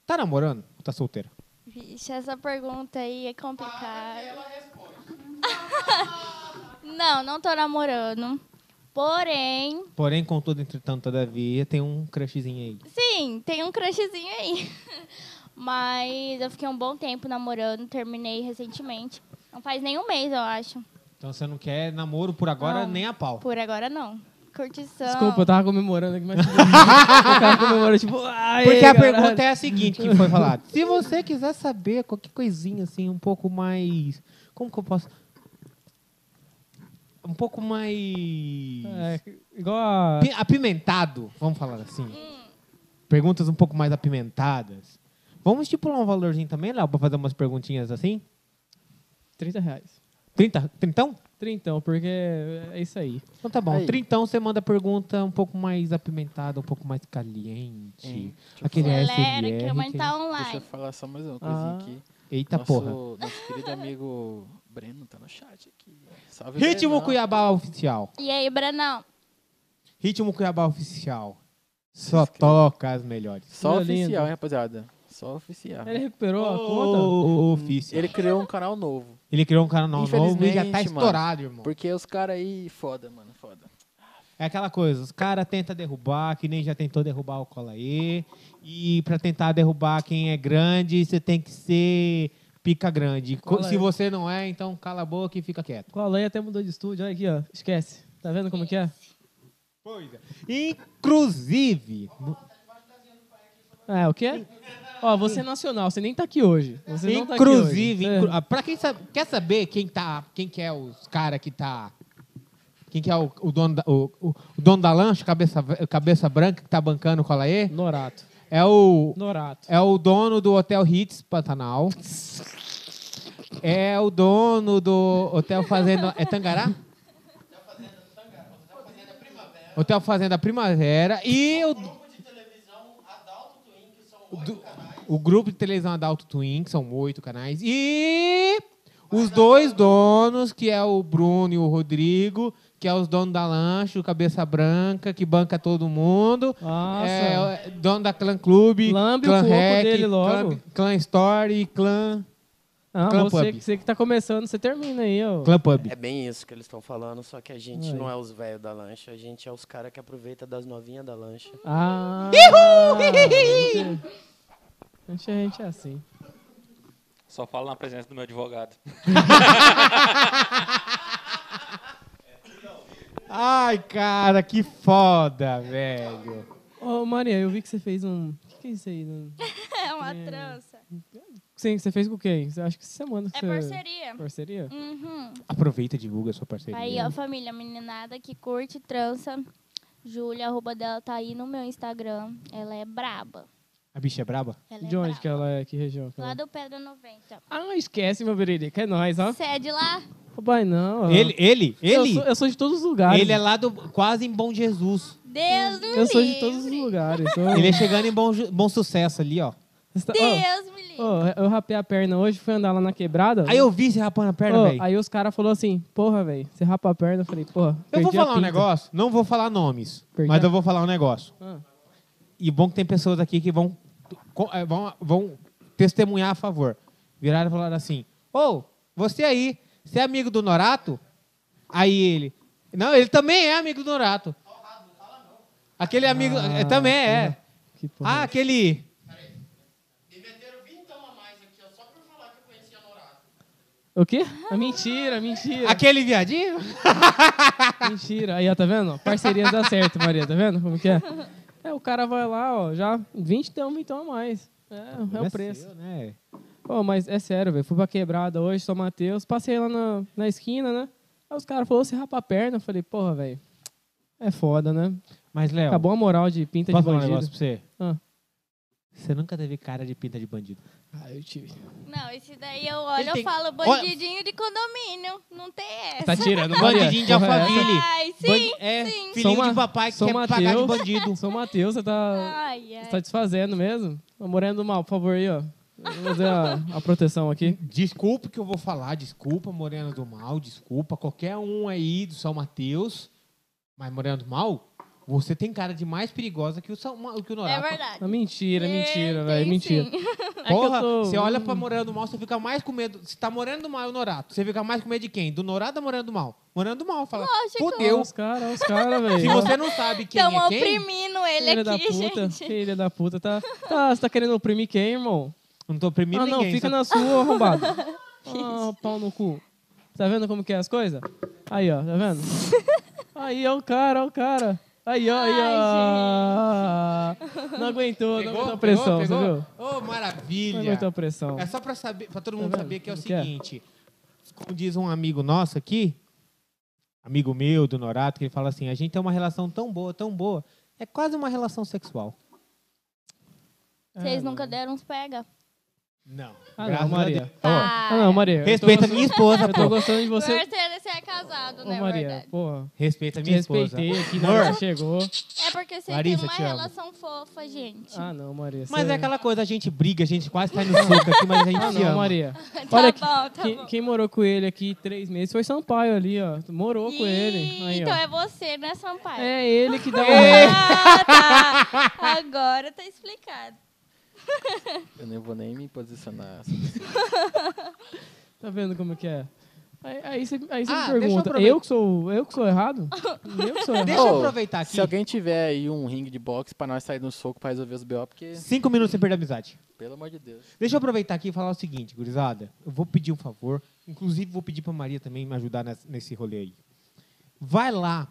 Speaker 1: Tá namorando ou tá solteira?
Speaker 3: Vixe, essa pergunta aí é complicada.
Speaker 6: *laughs* Não, não tô namorando. Porém,
Speaker 1: Porém, contudo, entretanto, todavia, tem um crushzinho aí.
Speaker 6: sim, tem um crushzinho aí. *laughs* Mas eu fiquei um bom tempo namorando, terminei recentemente. Não faz nem um mês, eu acho.
Speaker 1: Então você não quer namoro por agora
Speaker 6: Não.
Speaker 1: nem a pau.
Speaker 6: Por agora, não. Curtição.
Speaker 3: Então.
Speaker 2: Desculpa, eu tava comemorando aqui, mas.
Speaker 1: *laughs*
Speaker 2: eu tava comemorando, tipo, ai.
Speaker 1: Porque a pergunta é a seguinte que
Speaker 6: *laughs*
Speaker 1: foi falada. Se você quiser saber qualquer coisinha assim, um pouco mais. Como que eu posso. Um pouco mais.
Speaker 2: É, igual a.
Speaker 1: pi- Apimentado, vamos falar assim. Perguntas um pouco mais apimentadas. Vamos estipular um valorzinho também, Léo, pra fazer umas perguntinhas assim?
Speaker 2: 30 reais.
Speaker 1: 30? Trintão?
Speaker 2: Trintão, porque é isso aí.
Speaker 1: Então tá bom.
Speaker 5: Aí.
Speaker 1: Trintão você manda a pergunta um pouco mais apimentada, um pouco mais caliente.
Speaker 5: Hein?
Speaker 1: Aquele
Speaker 6: Galera,
Speaker 1: SMR,
Speaker 6: que a mãe
Speaker 1: que-
Speaker 6: tá
Speaker 5: Deixa eu
Speaker 6: online.
Speaker 5: falar só mais uma coisinha
Speaker 2: Ah.
Speaker 5: aqui.
Speaker 1: Eita
Speaker 5: nosso,
Speaker 1: porra.
Speaker 5: nosso querido amigo Breno tá no chat aqui. Salve,
Speaker 1: Ritmo
Speaker 5: Brenão.
Speaker 1: Cuiabá Oficial.
Speaker 6: E aí, Branão?
Speaker 1: Ritmo Cuiabá Oficial. Só toca as melhores.
Speaker 5: Só
Speaker 2: Meu
Speaker 5: oficial,
Speaker 2: lindo.
Speaker 5: hein, rapaziada? Só oficial.
Speaker 2: Ele recuperou a conta?
Speaker 1: Ô, é Oficial.
Speaker 5: Ele criou um canal novo.
Speaker 1: Hum. Ele criou um canal novo e já tá
Speaker 5: Infelizmente,
Speaker 1: estourado, irmão.
Speaker 5: Porque os caras aí, foda, mano, foda.
Speaker 1: É aquela coisa, os caras tentam derrubar, que nem já tentou derrubar o Cola E. E pra tentar derrubar quem é grande, você tem que ser pica grande. Co-
Speaker 2: Cola
Speaker 1: Se
Speaker 2: E.
Speaker 1: você não é, então cala a boca e fica quieto.
Speaker 2: Qual lei até mudou de estúdio? Olha aqui, ó. Esquece. Tá vendo como que é?
Speaker 1: Pois é. Inclusive, no-
Speaker 2: É, o quê? Ó, você é nacional, você nem tá aqui hoje. Você não tá aqui hoje.
Speaker 1: inclusive,
Speaker 2: É.
Speaker 1: inclu- ah, pra quem sabe, quer saber quem tá, quem que é os cara que tá quem que é o, o dono da, o, o- o dono da lanche, cabeça, v- cabeça branca que tá bancando o Colaê?
Speaker 2: Norato.
Speaker 1: É o
Speaker 2: Norato.
Speaker 1: é o dono do Hotel Hits Pantanal. É o dono do Hotel Fazenda é Tangará? Hotel Fazenda Primavera e o
Speaker 7: De televisão, Adalto Twin, que são
Speaker 1: do- o grupo de televisão Adalto Twin, que são oito canais, e os dois donos, que é o Bruno e o Rodrigo, que é os donos da lanche, o Cabeça Branca, que banca todo mundo.
Speaker 2: Nossa.
Speaker 1: É, é dono da Clã Clube,
Speaker 2: Lambe o
Speaker 1: Clã
Speaker 2: coco
Speaker 1: Rec,
Speaker 2: dele
Speaker 1: Clã,
Speaker 2: logo.
Speaker 1: Clã Story, Clã,
Speaker 2: Ah,
Speaker 1: Clã
Speaker 2: você,
Speaker 1: Pub.
Speaker 2: você que tá começando, você termina aí, ó.
Speaker 1: Clã Pub.
Speaker 8: É bem isso que eles estão falando, só que a gente
Speaker 2: Aí.
Speaker 8: não é os velhos da lancha, a gente é os caras que aproveita das novinhas da lancha.
Speaker 2: Ah! A gente, a gente é assim.
Speaker 9: Só falo na presença do meu advogado.
Speaker 1: Ai, cara, que foda, velho.
Speaker 2: Ô, Maria, eu vi que você fez um... O que que é isso aí? né?
Speaker 6: *laughs* É uma trança.
Speaker 2: Sim, você fez com quem? Você- Acho que essa semana que
Speaker 6: É
Speaker 2: você...
Speaker 6: parceria.
Speaker 2: Parceria?
Speaker 6: Uhum.
Speaker 1: Aproveita e divulga a sua parceria.
Speaker 6: Aí, ó, família, meninada que curte trança. Júlia, a arroba dela tá aí no meu Instagram. Ela é braba.
Speaker 1: A bicha é braba?
Speaker 6: Ela é
Speaker 2: De onde
Speaker 6: braba.
Speaker 2: que ela é? Que região? que ela
Speaker 6: Lá
Speaker 2: é?
Speaker 6: do Pedra 90.
Speaker 2: Ah, esquece, meu beririca. É nóis, ó.
Speaker 6: Sede lá?
Speaker 2: Ô, pai, não. ó.
Speaker 1: Ele, ele,
Speaker 2: Eu
Speaker 1: ele,
Speaker 2: sou, eu sou de todos os lugares.
Speaker 1: ele é lá do, quase em Bom Jesus.
Speaker 6: Deus me
Speaker 2: Eu sou de
Speaker 6: livre.
Speaker 2: todos os lugares. Ô,
Speaker 1: Ele é chegando em bom, Ju- bom sucesso ali, ó.
Speaker 2: você tá- ô,
Speaker 6: Deus me livre.
Speaker 2: ô, eu rapei a perna hoje, fui andar lá na quebrada.
Speaker 1: Aí eu vi você rapando a perna,
Speaker 2: Ô,
Speaker 1: velho.
Speaker 2: aí os caras falaram assim, porra, velho, você rapa a perna. Eu falei, porra,
Speaker 1: Eu vou
Speaker 2: perdi a
Speaker 1: falar um
Speaker 2: pinta.
Speaker 1: negócio, não vou falar nomes,
Speaker 2: Perdi
Speaker 1: mas
Speaker 2: a-
Speaker 1: eu vou falar um negócio.
Speaker 2: Ah.
Speaker 1: E bom que tem pessoas aqui que vão, co- eh, vão, vão testemunhar a favor. Viraram e falaram assim: Ô, você aí, você é amigo do Norato? Aí ele. Não, ele também é amigo do Norato. Aquele amigo. eh, também é.
Speaker 2: Que Ah, porra.
Speaker 1: Ah, aquele.
Speaker 2: O quê? Ah, mentira, mentira.
Speaker 1: Aquele viadinho?
Speaker 2: Mentira. Aí, ó, tá vendo? Parceria dá certo, Maria, tá vendo? Como que é? É, o cara vai lá, ó, já 20 tem um então a mais. É, é o preço.
Speaker 1: seu, né?
Speaker 2: Pô, mas é sério, velho. Fui pra quebrada hoje, São Mateus. Passei lá na, na esquina, né? Aí os caras falaram, você rapa a perna. Eu falei, porra, velho. É foda, né?
Speaker 1: Mas, Léo,
Speaker 2: Acabou a moral de pinta
Speaker 1: É, posso
Speaker 2: de
Speaker 1: falar um
Speaker 2: bandido.
Speaker 1: negócio pra você?
Speaker 2: Ah.
Speaker 1: Você nunca teve cara de pinta de bandido.
Speaker 2: Ah, eu tive.
Speaker 3: Não, esse daí eu olho
Speaker 1: tem-
Speaker 3: e falo bandidinho de condomínio. Não tem essa.
Speaker 2: Tá tirando, Maria.
Speaker 1: Bandidinho de
Speaker 2: Porra, é.
Speaker 1: alfaville.
Speaker 3: Ai, sim.
Speaker 1: Bandi- é, filhinho
Speaker 2: São Ma-
Speaker 1: de papai que
Speaker 2: São
Speaker 1: quer pagar de *laughs*
Speaker 2: Mateus.
Speaker 1: bandido.
Speaker 2: São Mateus, você tá...
Speaker 3: Ai, ai.
Speaker 2: Você tá desfazendo mesmo? Ô, Moreno do Mal, por favor, aí, ó. Eu Vou fazer a, a proteção aqui.
Speaker 1: Desculpa que eu vou falar, desculpa, Morena do Mal, desculpa, qualquer um aí do São Mateus. Mas, Morena do Mal, você tem cara de mais perigosa que o, São, Ma- que o
Speaker 3: É
Speaker 1: Norapa.
Speaker 3: verdade.
Speaker 2: Ah, mentira, mentira,
Speaker 3: Tem,
Speaker 2: velho,
Speaker 3: tem
Speaker 2: mentira.
Speaker 3: sim.
Speaker 2: É que eu
Speaker 1: Porra,
Speaker 2: tô-
Speaker 1: você olha pra Morena do Mal, você fica mais com medo. Se tá Morena do Mal e o Norato, você fica mais com medo de quem? Do Norato ou Morena do Mal? Morena do Mal, fala,
Speaker 3: Lógico.
Speaker 2: Olha
Speaker 1: fudeu.
Speaker 2: os caras, olha os caras, velho.
Speaker 1: Se você não sabe quem
Speaker 3: Estão
Speaker 1: é quem,
Speaker 3: oprimindo ele
Speaker 2: Filha da
Speaker 3: aqui,
Speaker 2: puta,
Speaker 3: gente.
Speaker 2: filha da puta, tá, tá, você tá querendo oprimir quem, irmão?
Speaker 1: não tô oprimindo
Speaker 2: ah, não,
Speaker 1: ninguém.
Speaker 2: fica
Speaker 1: só-
Speaker 2: na sua,
Speaker 3: *laughs*
Speaker 2: arrombado. ah, pau no cu. Tá vendo como que é as coisas? Aí, ó, tá vendo? aí, ó o cara, ó o cara. Aí, ó, aí, ó. Não aguentou, não aguentou a pressão,
Speaker 1: pegou,
Speaker 2: você
Speaker 1: pegou?
Speaker 2: viu?
Speaker 1: Ô,
Speaker 2: Não
Speaker 1: maravilha.
Speaker 2: aguentou a pressão.
Speaker 1: É só pra, saber, pra todo
Speaker 2: Tá
Speaker 1: mundo
Speaker 2: vendo
Speaker 1: saber que é o
Speaker 2: como que é?
Speaker 1: seguinte. Como diz um amigo nosso aqui, amigo meu, do Norato, que ele fala assim, a gente tem uma relação tão boa, tão boa, é quase uma relação sexual.
Speaker 3: Vocês
Speaker 2: Ah,
Speaker 3: nunca deram uns pega. Tá.
Speaker 1: Não.
Speaker 2: Ah,
Speaker 1: Graças a
Speaker 2: não, Maria.
Speaker 1: Deus.
Speaker 2: Ah, não, Maria. eu tô
Speaker 1: Respeita a
Speaker 2: gostando-
Speaker 1: minha esposa,
Speaker 2: *laughs* Eu tô
Speaker 1: pô.
Speaker 2: gostando de você.
Speaker 3: Certeza você é casado,
Speaker 2: Ô,
Speaker 3: né?
Speaker 2: Maria,
Speaker 3: verdade.
Speaker 2: porra.
Speaker 1: Respeita a
Speaker 2: Te
Speaker 1: minha esposa.
Speaker 2: respeitei aqui, na
Speaker 1: Amor.
Speaker 2: hora que chegou.
Speaker 3: É porque vocês
Speaker 1: Larissa,
Speaker 3: têm uma
Speaker 1: te amo.
Speaker 3: relação fofa, gente.
Speaker 2: Ah, não, Maria.
Speaker 1: Mas
Speaker 2: você-
Speaker 1: é aquela coisa, a gente briga, a gente quase cai no soco aqui, mas a gente
Speaker 2: Ah,
Speaker 1: se
Speaker 2: não,
Speaker 1: ama.
Speaker 2: Maria.
Speaker 3: tá
Speaker 2: Olha que-
Speaker 3: bom, tá
Speaker 2: Quem,
Speaker 3: bom.
Speaker 2: quem morou com ele aqui três meses foi Sampaio ali, ó. Morou com
Speaker 3: Ih,
Speaker 2: ele. Aí,
Speaker 3: então
Speaker 2: ó.
Speaker 3: é você, né, Sampaio?
Speaker 2: É ele que dá o.
Speaker 3: Ah, tá. Agora tá explicado.
Speaker 5: Eu nem vou nem me posicionar.
Speaker 2: Tá vendo como que é? Aí- Aí você aí você
Speaker 1: Ah, deixa
Speaker 2: me
Speaker 1: eu
Speaker 2: pergunta, eu,
Speaker 1: aproveitar-
Speaker 2: que sou, eu que sou errado? Eu que sou errado?
Speaker 1: Deixa eu
Speaker 5: Ô,
Speaker 1: aproveitar aqui.
Speaker 5: Se alguém tiver aí um ringue de boxe pra nós sair no soco pra resolver os BO, porque,
Speaker 1: Cinco minutos sem perder a amizade.
Speaker 5: pelo amor de Deus.
Speaker 1: Deixa eu aproveitar aqui e falar o seguinte, gurizada. Eu vou pedir um favor. Inclusive, vou pedir pra Maria também me ajudar nes- nesse rolê aí. Vai lá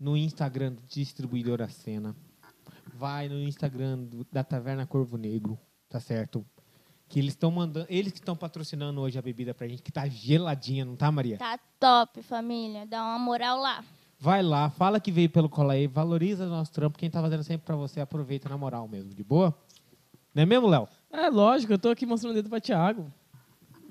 Speaker 1: no Instagram do Distribuidora Cena. Vai no Instagram do- da Taverna Corvo Negro, tá certo? Que eles estão mandando. Eles que estão patrocinando hoje a bebida pra gente, que tá geladinha, não tá, Maria?
Speaker 3: Tá top, família. Dá uma moral lá.
Speaker 1: Vai lá, fala que veio pelo Colaê, valoriza o nosso trampo. Quem tá fazendo sempre pra você, aproveita na moral mesmo, de boa? Não é mesmo, Léo?
Speaker 2: É lógico, eu tô aqui mostrando o dedo pra Thiago.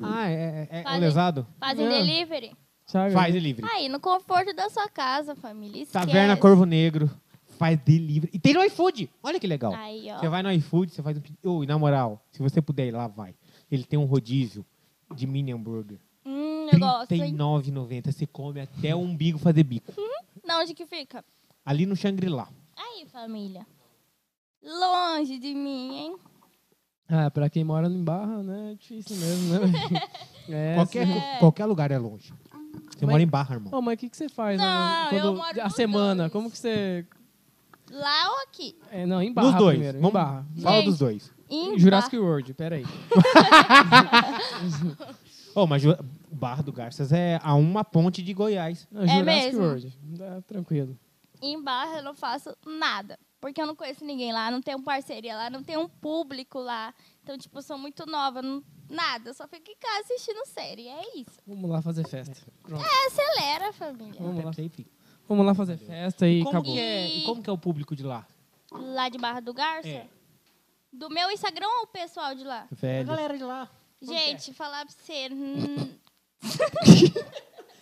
Speaker 1: Ah, é, é, é
Speaker 3: Fala aí.
Speaker 1: lesado?
Speaker 3: Fazem
Speaker 2: É.
Speaker 3: delivery.
Speaker 2: Thiago.
Speaker 1: Faz é livre.
Speaker 3: Aí, no conforto da sua casa, família. Esquece.
Speaker 1: Taverna Corvo Negro faz delivery. E tem no iFood. Olha que legal.
Speaker 3: Aí, ó.
Speaker 1: Você vai no iFood, você faz um pedido. Ô, e na moral, se você puder ir lá, vai. Ele tem um rodízio de mini hambúrguer.
Speaker 3: Hum, eu gosto, hein?
Speaker 1: R$39,90. Você come até o umbigo fazer bico.
Speaker 3: Não, onde que fica?
Speaker 1: Ali no Shangri-La.
Speaker 3: Aí, família. Longe de mim, hein?
Speaker 2: Ah, pra quem mora em Barra, né? É difícil mesmo, né? velho? é,
Speaker 1: Qualquer,
Speaker 2: assim.
Speaker 1: lu- qualquer lugar é longe. Você
Speaker 2: Mas-
Speaker 1: mora em Barra, irmão.
Speaker 2: Ô, mas o que, que você faz?
Speaker 3: Não,
Speaker 2: né?
Speaker 3: eu moro
Speaker 2: a
Speaker 3: nos
Speaker 2: semana,
Speaker 3: dois.
Speaker 2: como que você.
Speaker 3: Lá ou aqui?
Speaker 2: É, não, em Barra
Speaker 1: Nos dois.
Speaker 2: primeiro. Em
Speaker 1: Vamos,
Speaker 2: Barra.
Speaker 1: Fala
Speaker 3: Gente.
Speaker 1: dos dois.
Speaker 3: Em
Speaker 2: Jurassic World, peraí.
Speaker 1: Ô, mas Ju- Barra do Garças é a uma ponte de Goiás.
Speaker 2: Não, Jurassic
Speaker 3: mesmo?
Speaker 2: World. Dá tranquilo.
Speaker 3: em Barra eu não faço nada. Porque eu não conheço ninguém lá, não tenho parceria lá, não tenho um público lá. Então, tipo, eu sou muito nova, não- nada. Eu só fico em casa assistindo série. É isso.
Speaker 2: Vamos lá fazer festa. Pronto.
Speaker 3: É, acelera, família.
Speaker 2: Vamos lá.
Speaker 1: Aí fica.
Speaker 2: Vamos lá fazer festa e
Speaker 1: Como
Speaker 2: acabou.
Speaker 1: que, é, e como que é o público de lá?
Speaker 3: Lá de Barra do Garça?
Speaker 1: É.
Speaker 3: Do meu Instagram ou o pessoal de lá?
Speaker 2: Velho.
Speaker 1: Galera de lá.
Speaker 3: Gente, falar pra você. hum,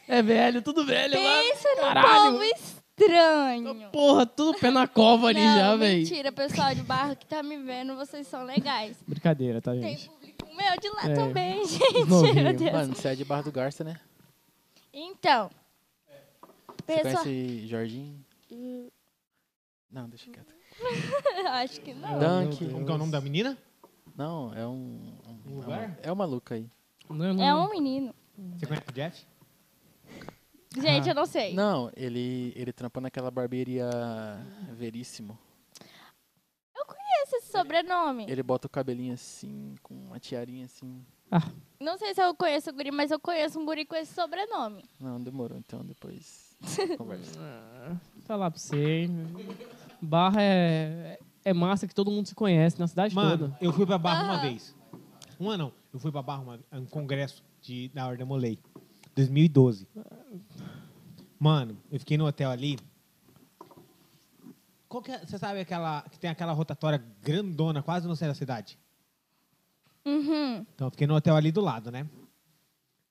Speaker 2: É velho, tudo velho lá.
Speaker 3: pensa no
Speaker 2: Caralho.
Speaker 3: povo estranho.
Speaker 2: Porra, tudo pé na cova ali
Speaker 3: não,
Speaker 2: já, velho.
Speaker 3: mentira, pessoal de Barra que tá me vendo, vocês são legais.
Speaker 2: Brincadeira, tá,
Speaker 3: Tem
Speaker 2: gente?
Speaker 3: público meu de lá
Speaker 2: É.
Speaker 3: também, gente.
Speaker 2: Novinho.
Speaker 3: Meu Deus.
Speaker 5: Mano, você é de Barra do Garça, né?
Speaker 3: Então.
Speaker 5: Você
Speaker 3: Pessoal,
Speaker 5: conhece Jorginho? Não, deixa quieto.
Speaker 3: *laughs* acho que não.
Speaker 5: Dunk.
Speaker 1: Como que é o nome da menina?
Speaker 5: Não, é um...
Speaker 1: Um
Speaker 5: é uma-
Speaker 1: lugar?
Speaker 5: É uma maluca aí.
Speaker 2: Não, não,
Speaker 3: É
Speaker 2: não.
Speaker 3: um menino.
Speaker 1: Você conhece o Jeff?
Speaker 3: Gente, eu não sei.
Speaker 5: Não, ele, ele trampou naquela barbearia Veríssimo.
Speaker 3: Eu conheço esse sobrenome.
Speaker 5: Ele bota o cabelinho assim, com uma tiarinha assim.
Speaker 2: Ah,
Speaker 3: Não sei se eu conheço o guri, mas eu conheço um guri com esse sobrenome.
Speaker 5: Não, demorou, então depois conversa.
Speaker 2: Tá lá pra você, hein? Barra é, é massa que todo mundo se conhece na cidade
Speaker 1: Mano,
Speaker 2: toda.
Speaker 1: eu fui pra Barra uma vez. Uma não. Eu fui pra Barra uma, um congresso de, da Ordem Molei. 2012. Mano, eu fiquei no hotel ali. Qual que é, você sabe aquela que tem aquela rotatória grandona, quase no centro da cidade?
Speaker 3: Uhum.
Speaker 1: Então eu fiquei no hotel ali do lado, né?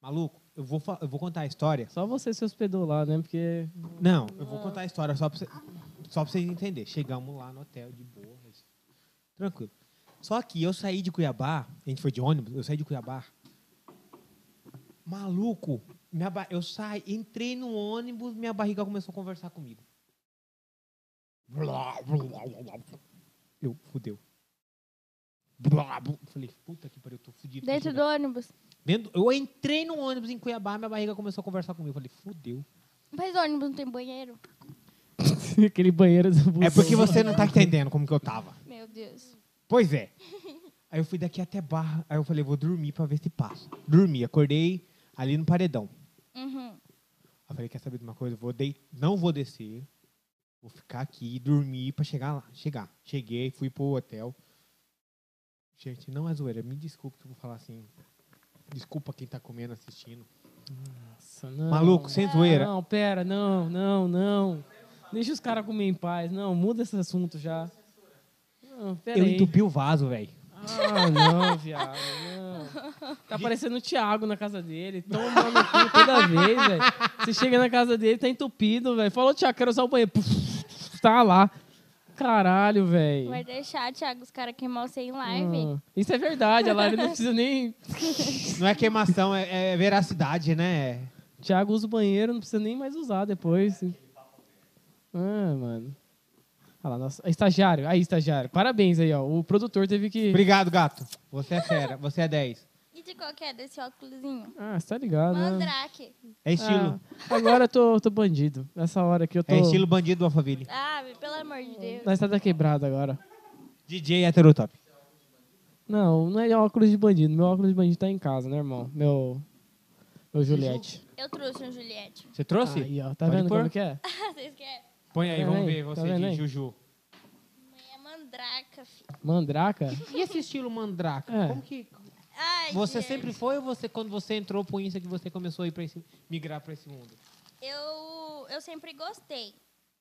Speaker 1: Maluco, eu vou, fa- eu vou contar a história.
Speaker 2: Só você se hospedou lá, né? Porque *laughs*
Speaker 1: Não, eu
Speaker 3: Ah.
Speaker 1: vou contar a história só pra, cê- só pra vocês entenderem. Chegamos lá no hotel de boa, mas tranquilo. Só que eu saí de Cuiabá, a gente foi de ônibus, eu saí de Cuiabá. Maluco, minha ba- eu saí, entrei no ônibus, minha barriga começou a conversar comigo. Blá, blá, blá, blá, blá. Eu, fudeu. Blá, blá. Falei, puta que pariu, eu tô fudido. tô
Speaker 3: Dentro
Speaker 1: fudido.
Speaker 3: do ônibus.
Speaker 1: Dentro- eu entrei no ônibus em Cuiabá, minha barriga começou a conversar comigo. Falei, fudeu.
Speaker 3: Mas ônibus não tem banheiro?
Speaker 2: aquele banheiro
Speaker 1: É porque você não tá entendendo como que eu tava.
Speaker 3: Meu Deus.
Speaker 1: Pois é. Aí eu fui daqui até Barra. Aí eu falei, vou dormir pra ver se passa. Dormi, acordei ali no paredão.
Speaker 3: Uhum.
Speaker 1: Aí eu falei, quer saber de uma coisa? Vou dei... Não vou descer. Vou ficar aqui e dormir pra chegar lá. Chegar. Cheguei, fui pro hotel. Gente, não é zoeira. Me desculpa que eu vou falar assim. Desculpa quem tá comendo, assistindo.
Speaker 2: Nossa, não.
Speaker 1: Maluco, sem zoeira.
Speaker 2: Não, pera, não, não, não. Deixa os caras comer em paz. Não, muda esse assunto já. Não, pera
Speaker 1: Eu
Speaker 2: aí.
Speaker 1: entupi o vaso, velho.
Speaker 2: Ah, não, viado, não. Tá parecendo o Thiago na casa dele. Toma no cu toda vez, velho. Você chega na casa dele, tá entupido, velho. Falou, Thiago, quero usar o banheiro. Puf, tá lá. Caralho, velho.
Speaker 3: Vai deixar, Thiago, os caras queimar você em live.
Speaker 2: Ah, isso é verdade, a live não precisa nem.
Speaker 1: Não é queimação, é, é veracidade, né?
Speaker 2: Thiago usa o banheiro, não precisa nem mais usar depois. Ah, mano. Olha lá, nossa. Estagiário, aí, estagiário. Parabéns aí, ó. O produtor teve que.
Speaker 1: Obrigado, gato. Você é fera. Você é 10.
Speaker 3: E de qual que é desse óculosinho?
Speaker 2: Ah, você tá ligado, né?
Speaker 3: Mandrake.
Speaker 1: É estilo.
Speaker 2: Ah, agora eu tô, tô bandido. Nessa hora aqui eu tô.
Speaker 1: É estilo bandido do Alphaville.
Speaker 3: Ah, pelo amor de Deus.
Speaker 2: Na estrada quebrada tá agora.
Speaker 1: DJ heterotop.
Speaker 2: Não, não é óculos de bandido. Meu óculos de bandido tá em casa, né, irmão? Meu. Meu Juliette.
Speaker 3: Eu trouxe um Juliette.
Speaker 1: Você trouxe?
Speaker 2: Aí, ó. Tá
Speaker 1: Pode
Speaker 2: vendo
Speaker 1: pôr.
Speaker 2: como que é?
Speaker 3: Ah, Vocês querem?
Speaker 1: Põe aí,
Speaker 2: Tá
Speaker 1: vamos
Speaker 2: vendo aí?
Speaker 1: ver
Speaker 2: Tá
Speaker 1: você
Speaker 2: vendo
Speaker 1: de
Speaker 2: aí?
Speaker 1: Juju.
Speaker 3: Mãe é mandraca, filho.
Speaker 2: Mandraca?
Speaker 1: E esse estilo mandraca?
Speaker 2: É.
Speaker 1: Como que. é
Speaker 3: Ai,
Speaker 1: Você
Speaker 3: gente.
Speaker 1: sempre foi ou você, quando você entrou pro Insta, que você começou a ir pra esse, migrar pra esse mundo?
Speaker 3: Eu, eu sempre gostei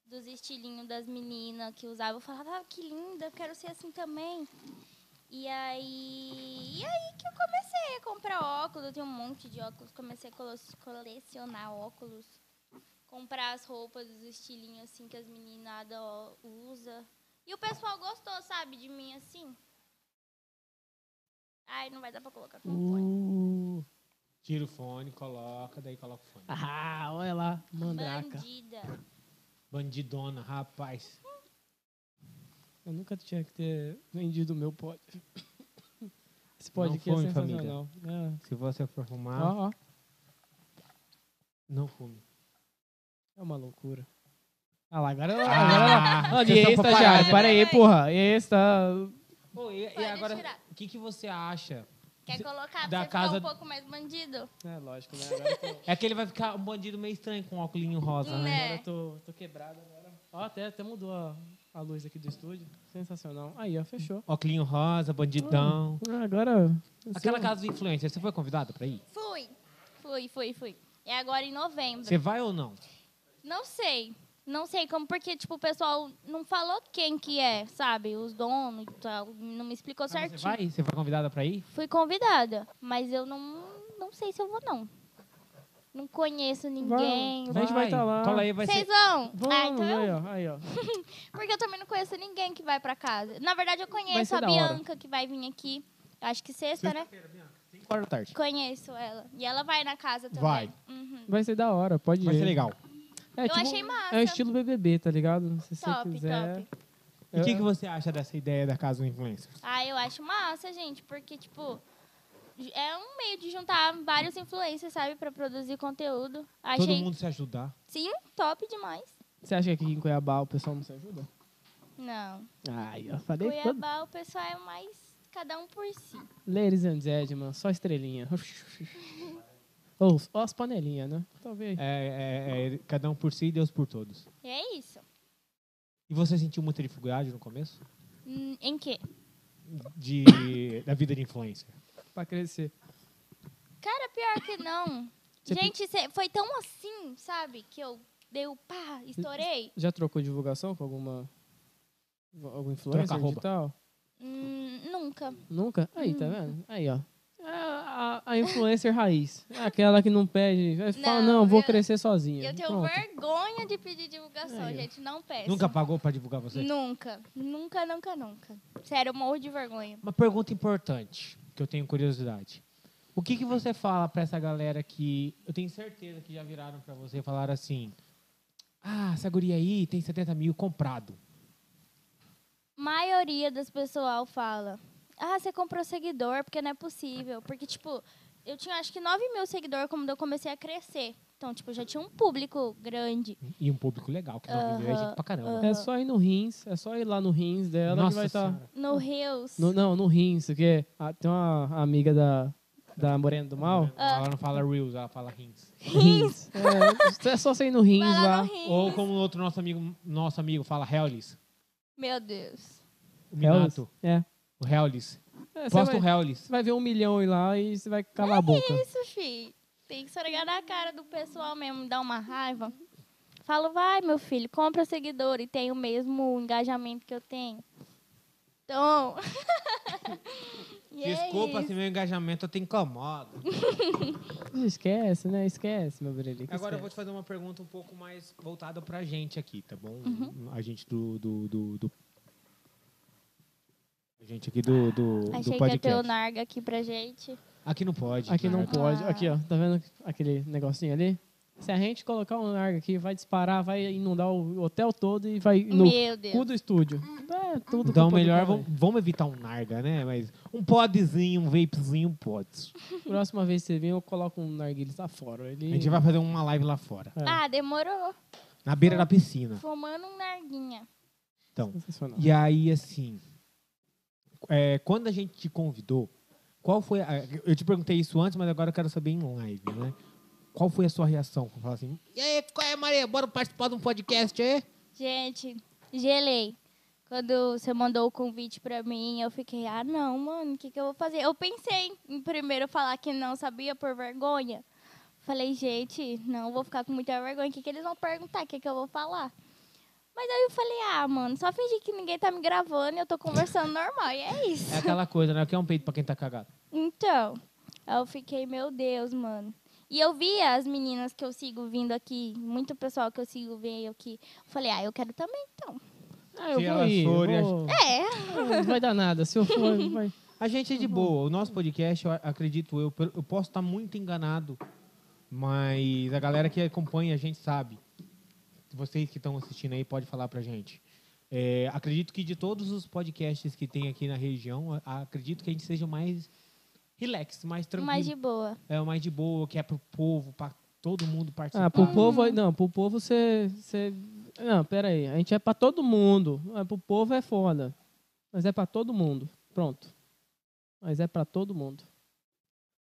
Speaker 3: dos estilinhos das meninas que usavam. Eu falava, ah, que linda, eu quero ser assim também. E aí, e aí que eu comecei a comprar óculos. Eu tenho um monte de óculos. Comecei a colo- colecionar óculos. Comprar as roupas dos estilinhos assim que as meninadas usam. E o pessoal gostou, sabe, de mim assim. Ai, não vai dar pra colocar com fone.
Speaker 2: Uh.
Speaker 1: Tira o fone, coloca, daí coloca o fone.
Speaker 2: Ah, olha lá. Mandraca.
Speaker 3: Bandida.
Speaker 1: Bandidona, rapaz.
Speaker 2: Eu nunca tinha que ter vendido o meu pod. Esse pod
Speaker 1: Não
Speaker 2: aqui é
Speaker 1: foi, Ah.
Speaker 2: sensacional. É.
Speaker 1: Se você for fumar,
Speaker 2: Ó, ó.
Speaker 1: não fume.
Speaker 2: É uma loucura. Ah lá, agora... agora ah, e aí,
Speaker 1: são
Speaker 2: estagiário?
Speaker 1: paparazzi.
Speaker 2: Para aí, porra. E aí, tá- está...
Speaker 1: Ô, e, e
Speaker 3: Pode
Speaker 1: agora,
Speaker 3: tirar.
Speaker 1: o que, que você acha?
Speaker 3: Quer colocar
Speaker 1: da
Speaker 3: pra você
Speaker 1: casa-
Speaker 3: ficar um pouco mais bandido?
Speaker 2: É, lógico, né? Agora eu tô...
Speaker 1: É que ele vai ficar um bandido meio estranho com um óculinho rosa, né?
Speaker 3: Né?
Speaker 2: Agora eu tô, tô quebrado agora. Ó, até, até mudou a, a luz aqui do estúdio. Sensacional. Aí, ó, fechou.
Speaker 1: Óculinho rosa, bandidão.
Speaker 2: Ah, agora. eu
Speaker 1: Aquela
Speaker 2: sou-
Speaker 1: casa do influencer, você foi convidada pra ir?
Speaker 3: Fui. Fui, fui, fui. É agora em novembro.
Speaker 1: Você vai ou não?
Speaker 3: Não sei. Não sei como, porque, tipo, o pessoal não falou quem que é, sabe? Os donos e tal. Não me explicou
Speaker 1: Ah, Você
Speaker 3: certinho.
Speaker 1: vai? Você foi convidada pra ir?
Speaker 3: Fui convidada, mas eu não, não sei se eu vou, não. Não conheço ninguém.
Speaker 2: A gente vai tá lá.
Speaker 1: Cola aí, vai
Speaker 3: Vocês
Speaker 1: ser.
Speaker 3: vão?
Speaker 2: Vamos,
Speaker 3: Ah, então eu-
Speaker 2: aí, ó. Aí, ó.
Speaker 3: Porque eu também não conheço ninguém que vai pra casa. Na verdade, eu conheço
Speaker 2: ser
Speaker 3: a
Speaker 2: da hora.
Speaker 3: Bianca, que vai vir aqui. Acho que sexta, né?
Speaker 1: 5 horas da tarde.
Speaker 3: Conheço ela. E ela vai na casa também.
Speaker 1: Vai.
Speaker 3: Uhum.
Speaker 2: Vai ser da hora, pode
Speaker 1: Vai
Speaker 2: ir.
Speaker 1: ser legal.
Speaker 2: É,
Speaker 3: Eu
Speaker 2: tipo,
Speaker 3: achei massa.
Speaker 2: É o estilo BBB, tá ligado? Se você
Speaker 3: Top,
Speaker 2: quiser.
Speaker 3: top.
Speaker 1: E
Speaker 2: É.
Speaker 1: o que, que você acha dessa ideia da casa do influencer?
Speaker 3: Ah, eu acho massa, gente, porque, tipo, ju- é um meio de juntar vários influencers, sabe, pra produzir conteúdo. Achei,
Speaker 1: Todo mundo se ajudar.
Speaker 3: sim, top demais.
Speaker 2: Você acha que aqui em Cuiabá o pessoal não se ajuda?
Speaker 3: Não.
Speaker 2: Ai, eu falei tudo.
Speaker 3: Cuiabá, o pessoal é mais cada um por si.
Speaker 2: Ladies and gentlemen, só estrelinha. *laughs* Ou ou as panelinhas, né? Talvez.
Speaker 1: É, é, é, cada um por si e Deus por todos.
Speaker 3: É isso.
Speaker 1: E você sentiu muita dificuldade no começo?
Speaker 3: Hum, Em quê?
Speaker 1: De, da vida de influencer?
Speaker 2: Pra crescer.
Speaker 3: Cara, pior que não.
Speaker 2: Você
Speaker 3: Gente, cê- foi tão assim, sabe? Que eu dei o pá, estourei.
Speaker 2: Já trocou divulgação com alguma. Algum influencer
Speaker 1: arroba.
Speaker 2: digital?
Speaker 3: Hum, nunca.
Speaker 2: Nunca? Aí,
Speaker 3: Hum.
Speaker 2: tá vendo? Aí, ó. É a, a influencer raiz. É Aquela que não pede. Fala, não,
Speaker 3: Não,
Speaker 2: vou
Speaker 3: eu-
Speaker 2: crescer sozinha.
Speaker 3: Eu tenho
Speaker 2: Pronto.
Speaker 3: vergonha de pedir divulgação,
Speaker 2: Aí, ó.
Speaker 3: gente. Não peço.
Speaker 1: Nunca pagou pra divulgar você?
Speaker 3: Nunca. Nunca, nunca, nunca. Sério, eu morro de vergonha.
Speaker 1: Uma pergunta importante, que eu tenho curiosidade. O que, que você fala pra essa galera que eu tenho certeza que já viraram pra você e falaram assim: Ah, essa guria aí tem 70 mil comprado.
Speaker 3: maioria das pessoal fala: Ah, você comprou seguidor, porque não é possível. Porque, tipo, eu tinha acho que 9 mil seguidores quando eu comecei a crescer. Então, tipo, já tinha um público grande.
Speaker 1: E um público legal, que não mil é gente pra caramba.
Speaker 2: É só ir no rins, é só ir lá no rins dela que
Speaker 1: Nossa
Speaker 2: vai estar.
Speaker 1: Senhora.
Speaker 3: No Reels.
Speaker 2: não, no rins, porque ah, tem uma amiga da, da Morena do Mal.
Speaker 1: Ela não fala Reels, ela fala Rins.
Speaker 2: Rins. É, é só você ir no rins
Speaker 3: Vai lá
Speaker 2: lá.
Speaker 3: no Reels.
Speaker 1: Ou como outro nosso amigo, nosso amigo fala Hellis.
Speaker 3: Meu Deus.
Speaker 1: O Minato.
Speaker 2: É.
Speaker 1: O Hellis.
Speaker 2: é você,
Speaker 1: Posta o
Speaker 2: vai,
Speaker 1: Hellis.
Speaker 2: você vai ver um milhão aí lá e você vai calar a boca.
Speaker 3: é Isso, fi. Tem que esfregar na cara do pessoal mesmo, dá uma raiva. Falo, vai, meu filho, compra seguidor e tem o mesmo engajamento que eu tenho. Então. *laughs* E é
Speaker 1: Desculpa
Speaker 3: isso.
Speaker 1: se meu engajamento te incomoda.
Speaker 2: Esquece, né? Esquece, meu brilho.
Speaker 1: Agora eu vou te fazer uma pergunta um pouco mais voltada pra gente aqui, tá bom?
Speaker 3: Uhum.
Speaker 1: A gente do. do, do, do- A gente aqui do, assim, do, do
Speaker 3: Achei que ia
Speaker 1: podcast.
Speaker 3: ter o Narga aqui pra gente.
Speaker 1: Aqui não pode.
Speaker 2: Aqui não
Speaker 1: Nardo.
Speaker 2: pode. Aqui, ó. Tá vendo aquele negocinho ali? Se a gente colocar um larga aqui, vai disparar, vai inundar o hotel todo e vai no
Speaker 3: Meu Deus.
Speaker 2: cu do estúdio. É, tudo
Speaker 1: Então,
Speaker 2: culpa do
Speaker 1: melhor,
Speaker 2: cara.
Speaker 1: vamos, vamos evitar um narga, né? Mas um podzinho, um vapezinho, pode.
Speaker 2: Próxima vez que você vir, eu coloco um narguilho lá fora.
Speaker 1: A
Speaker 2: Ele...
Speaker 1: gente vai fazer uma live lá fora,
Speaker 2: É.
Speaker 3: Ah, demorou.
Speaker 1: na beira da piscina.
Speaker 3: Fumando um narguinha.
Speaker 1: Então,
Speaker 2: Sensacional.
Speaker 1: E aí, assim, é, quando a gente te convidou, qual foi. A, eu te perguntei isso antes, mas agora eu quero saber em live, né? Qual foi a sua reação? Falar assim, e aí, qual é, Maria? Bora participar de um podcast aí?
Speaker 3: Gente, gelei. Quando você mandou o convite pra mim, eu fiquei, ah, não, mano, o que, que eu vou fazer? Eu pensei em primeiro falar que não sabia por vergonha. Falei, gente, não vou ficar com muita vergonha. O que, que eles vão perguntar? O que, que eu vou falar? Mas aí eu falei, ah, mano, só fingir que ninguém tá me gravando e eu tô conversando normal. E é isso.
Speaker 1: É aquela coisa, né? Que é um peito pra quem tá cagado.
Speaker 3: Então, aí eu fiquei, meu Deus, mano. E eu via as meninas que eu sigo vindo aqui, muito pessoal que eu sigo veio aqui. Eu falei, ah, eu quero também, então.
Speaker 2: Ah, eu
Speaker 1: Se
Speaker 2: vou
Speaker 1: elas
Speaker 2: ir. eu
Speaker 1: forem,
Speaker 2: vou-
Speaker 3: É.
Speaker 2: Não vai dar nada. Se eu for, vai...
Speaker 1: A gente é
Speaker 2: Uhum.
Speaker 1: de boa. O nosso podcast, eu acredito eu, pelo- eu posso estar muito enganado, mas a galera que acompanha a gente sabe. Vocês que estão assistindo aí pode falar pra gente. É, acredito que de todos os podcasts que tem aqui na região, a- acredito que a gente seja mais relax, mais tranquilo,
Speaker 3: Mas de boa.
Speaker 1: é o mais de boa, que é pro povo, pra todo mundo participar.
Speaker 2: Ah, pro povo... Não, pro povo você... você... Não, pera aí. A gente é pra todo mundo. Ah, Pro povo é foda. Mas é pra todo mundo. Pronto. Mas é pra todo mundo.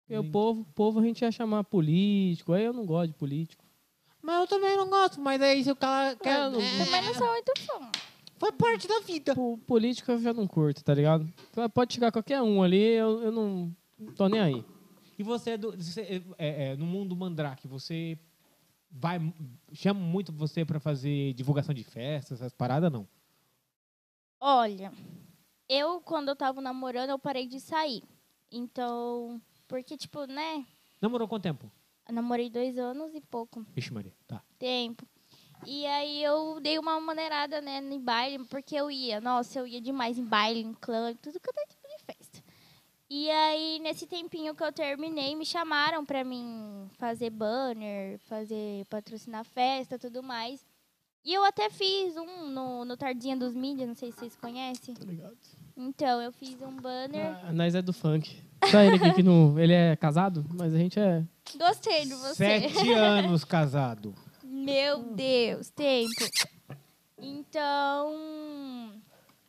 Speaker 2: Porque o
Speaker 1: Gente.
Speaker 2: povo, povo a gente ia chamar político. Aí eu não gosto de político.
Speaker 1: Mas eu também não gosto, mas aí se o cara é,
Speaker 2: quer- É, não-
Speaker 3: Também não sou muito fã.
Speaker 1: foi parte da vida.
Speaker 2: Po- político eu já não curto, tá ligado? Pode chegar qualquer um ali, eu, eu não tô nem aí.
Speaker 1: E você, é do- você é- é, no mundo mandrake, você vai chama muito você pra fazer divulgação de festas, essas paradas não?
Speaker 3: Olha, eu, quando eu tava namorando, eu parei de sair. Então, porque, tipo, né?
Speaker 1: Namorou quanto tempo?
Speaker 3: Eu namorei dois anos e pouco.
Speaker 1: Vixe Maria, tá.
Speaker 3: tempo. E aí eu dei uma maneirada, né, em baile, porque eu ia, nossa, eu ia demais em baile, em clube, tudo quanto é tipo de festa. E aí, nesse tempinho que eu terminei, me chamaram pra mim fazer banner, fazer patrocinar festa, tudo mais. E eu até fiz um no, no Tardinha dos Mídias, não sei se vocês conhecem.
Speaker 2: tá ligado.
Speaker 3: Então, eu fiz um banner.
Speaker 2: Ah, nós é do funk. Só ele aqui que não. Ele é casado, mas a gente é.
Speaker 3: Gostei *laughs* de você.
Speaker 1: Sete anos casado.
Speaker 3: Meu Deus, tempo. Então.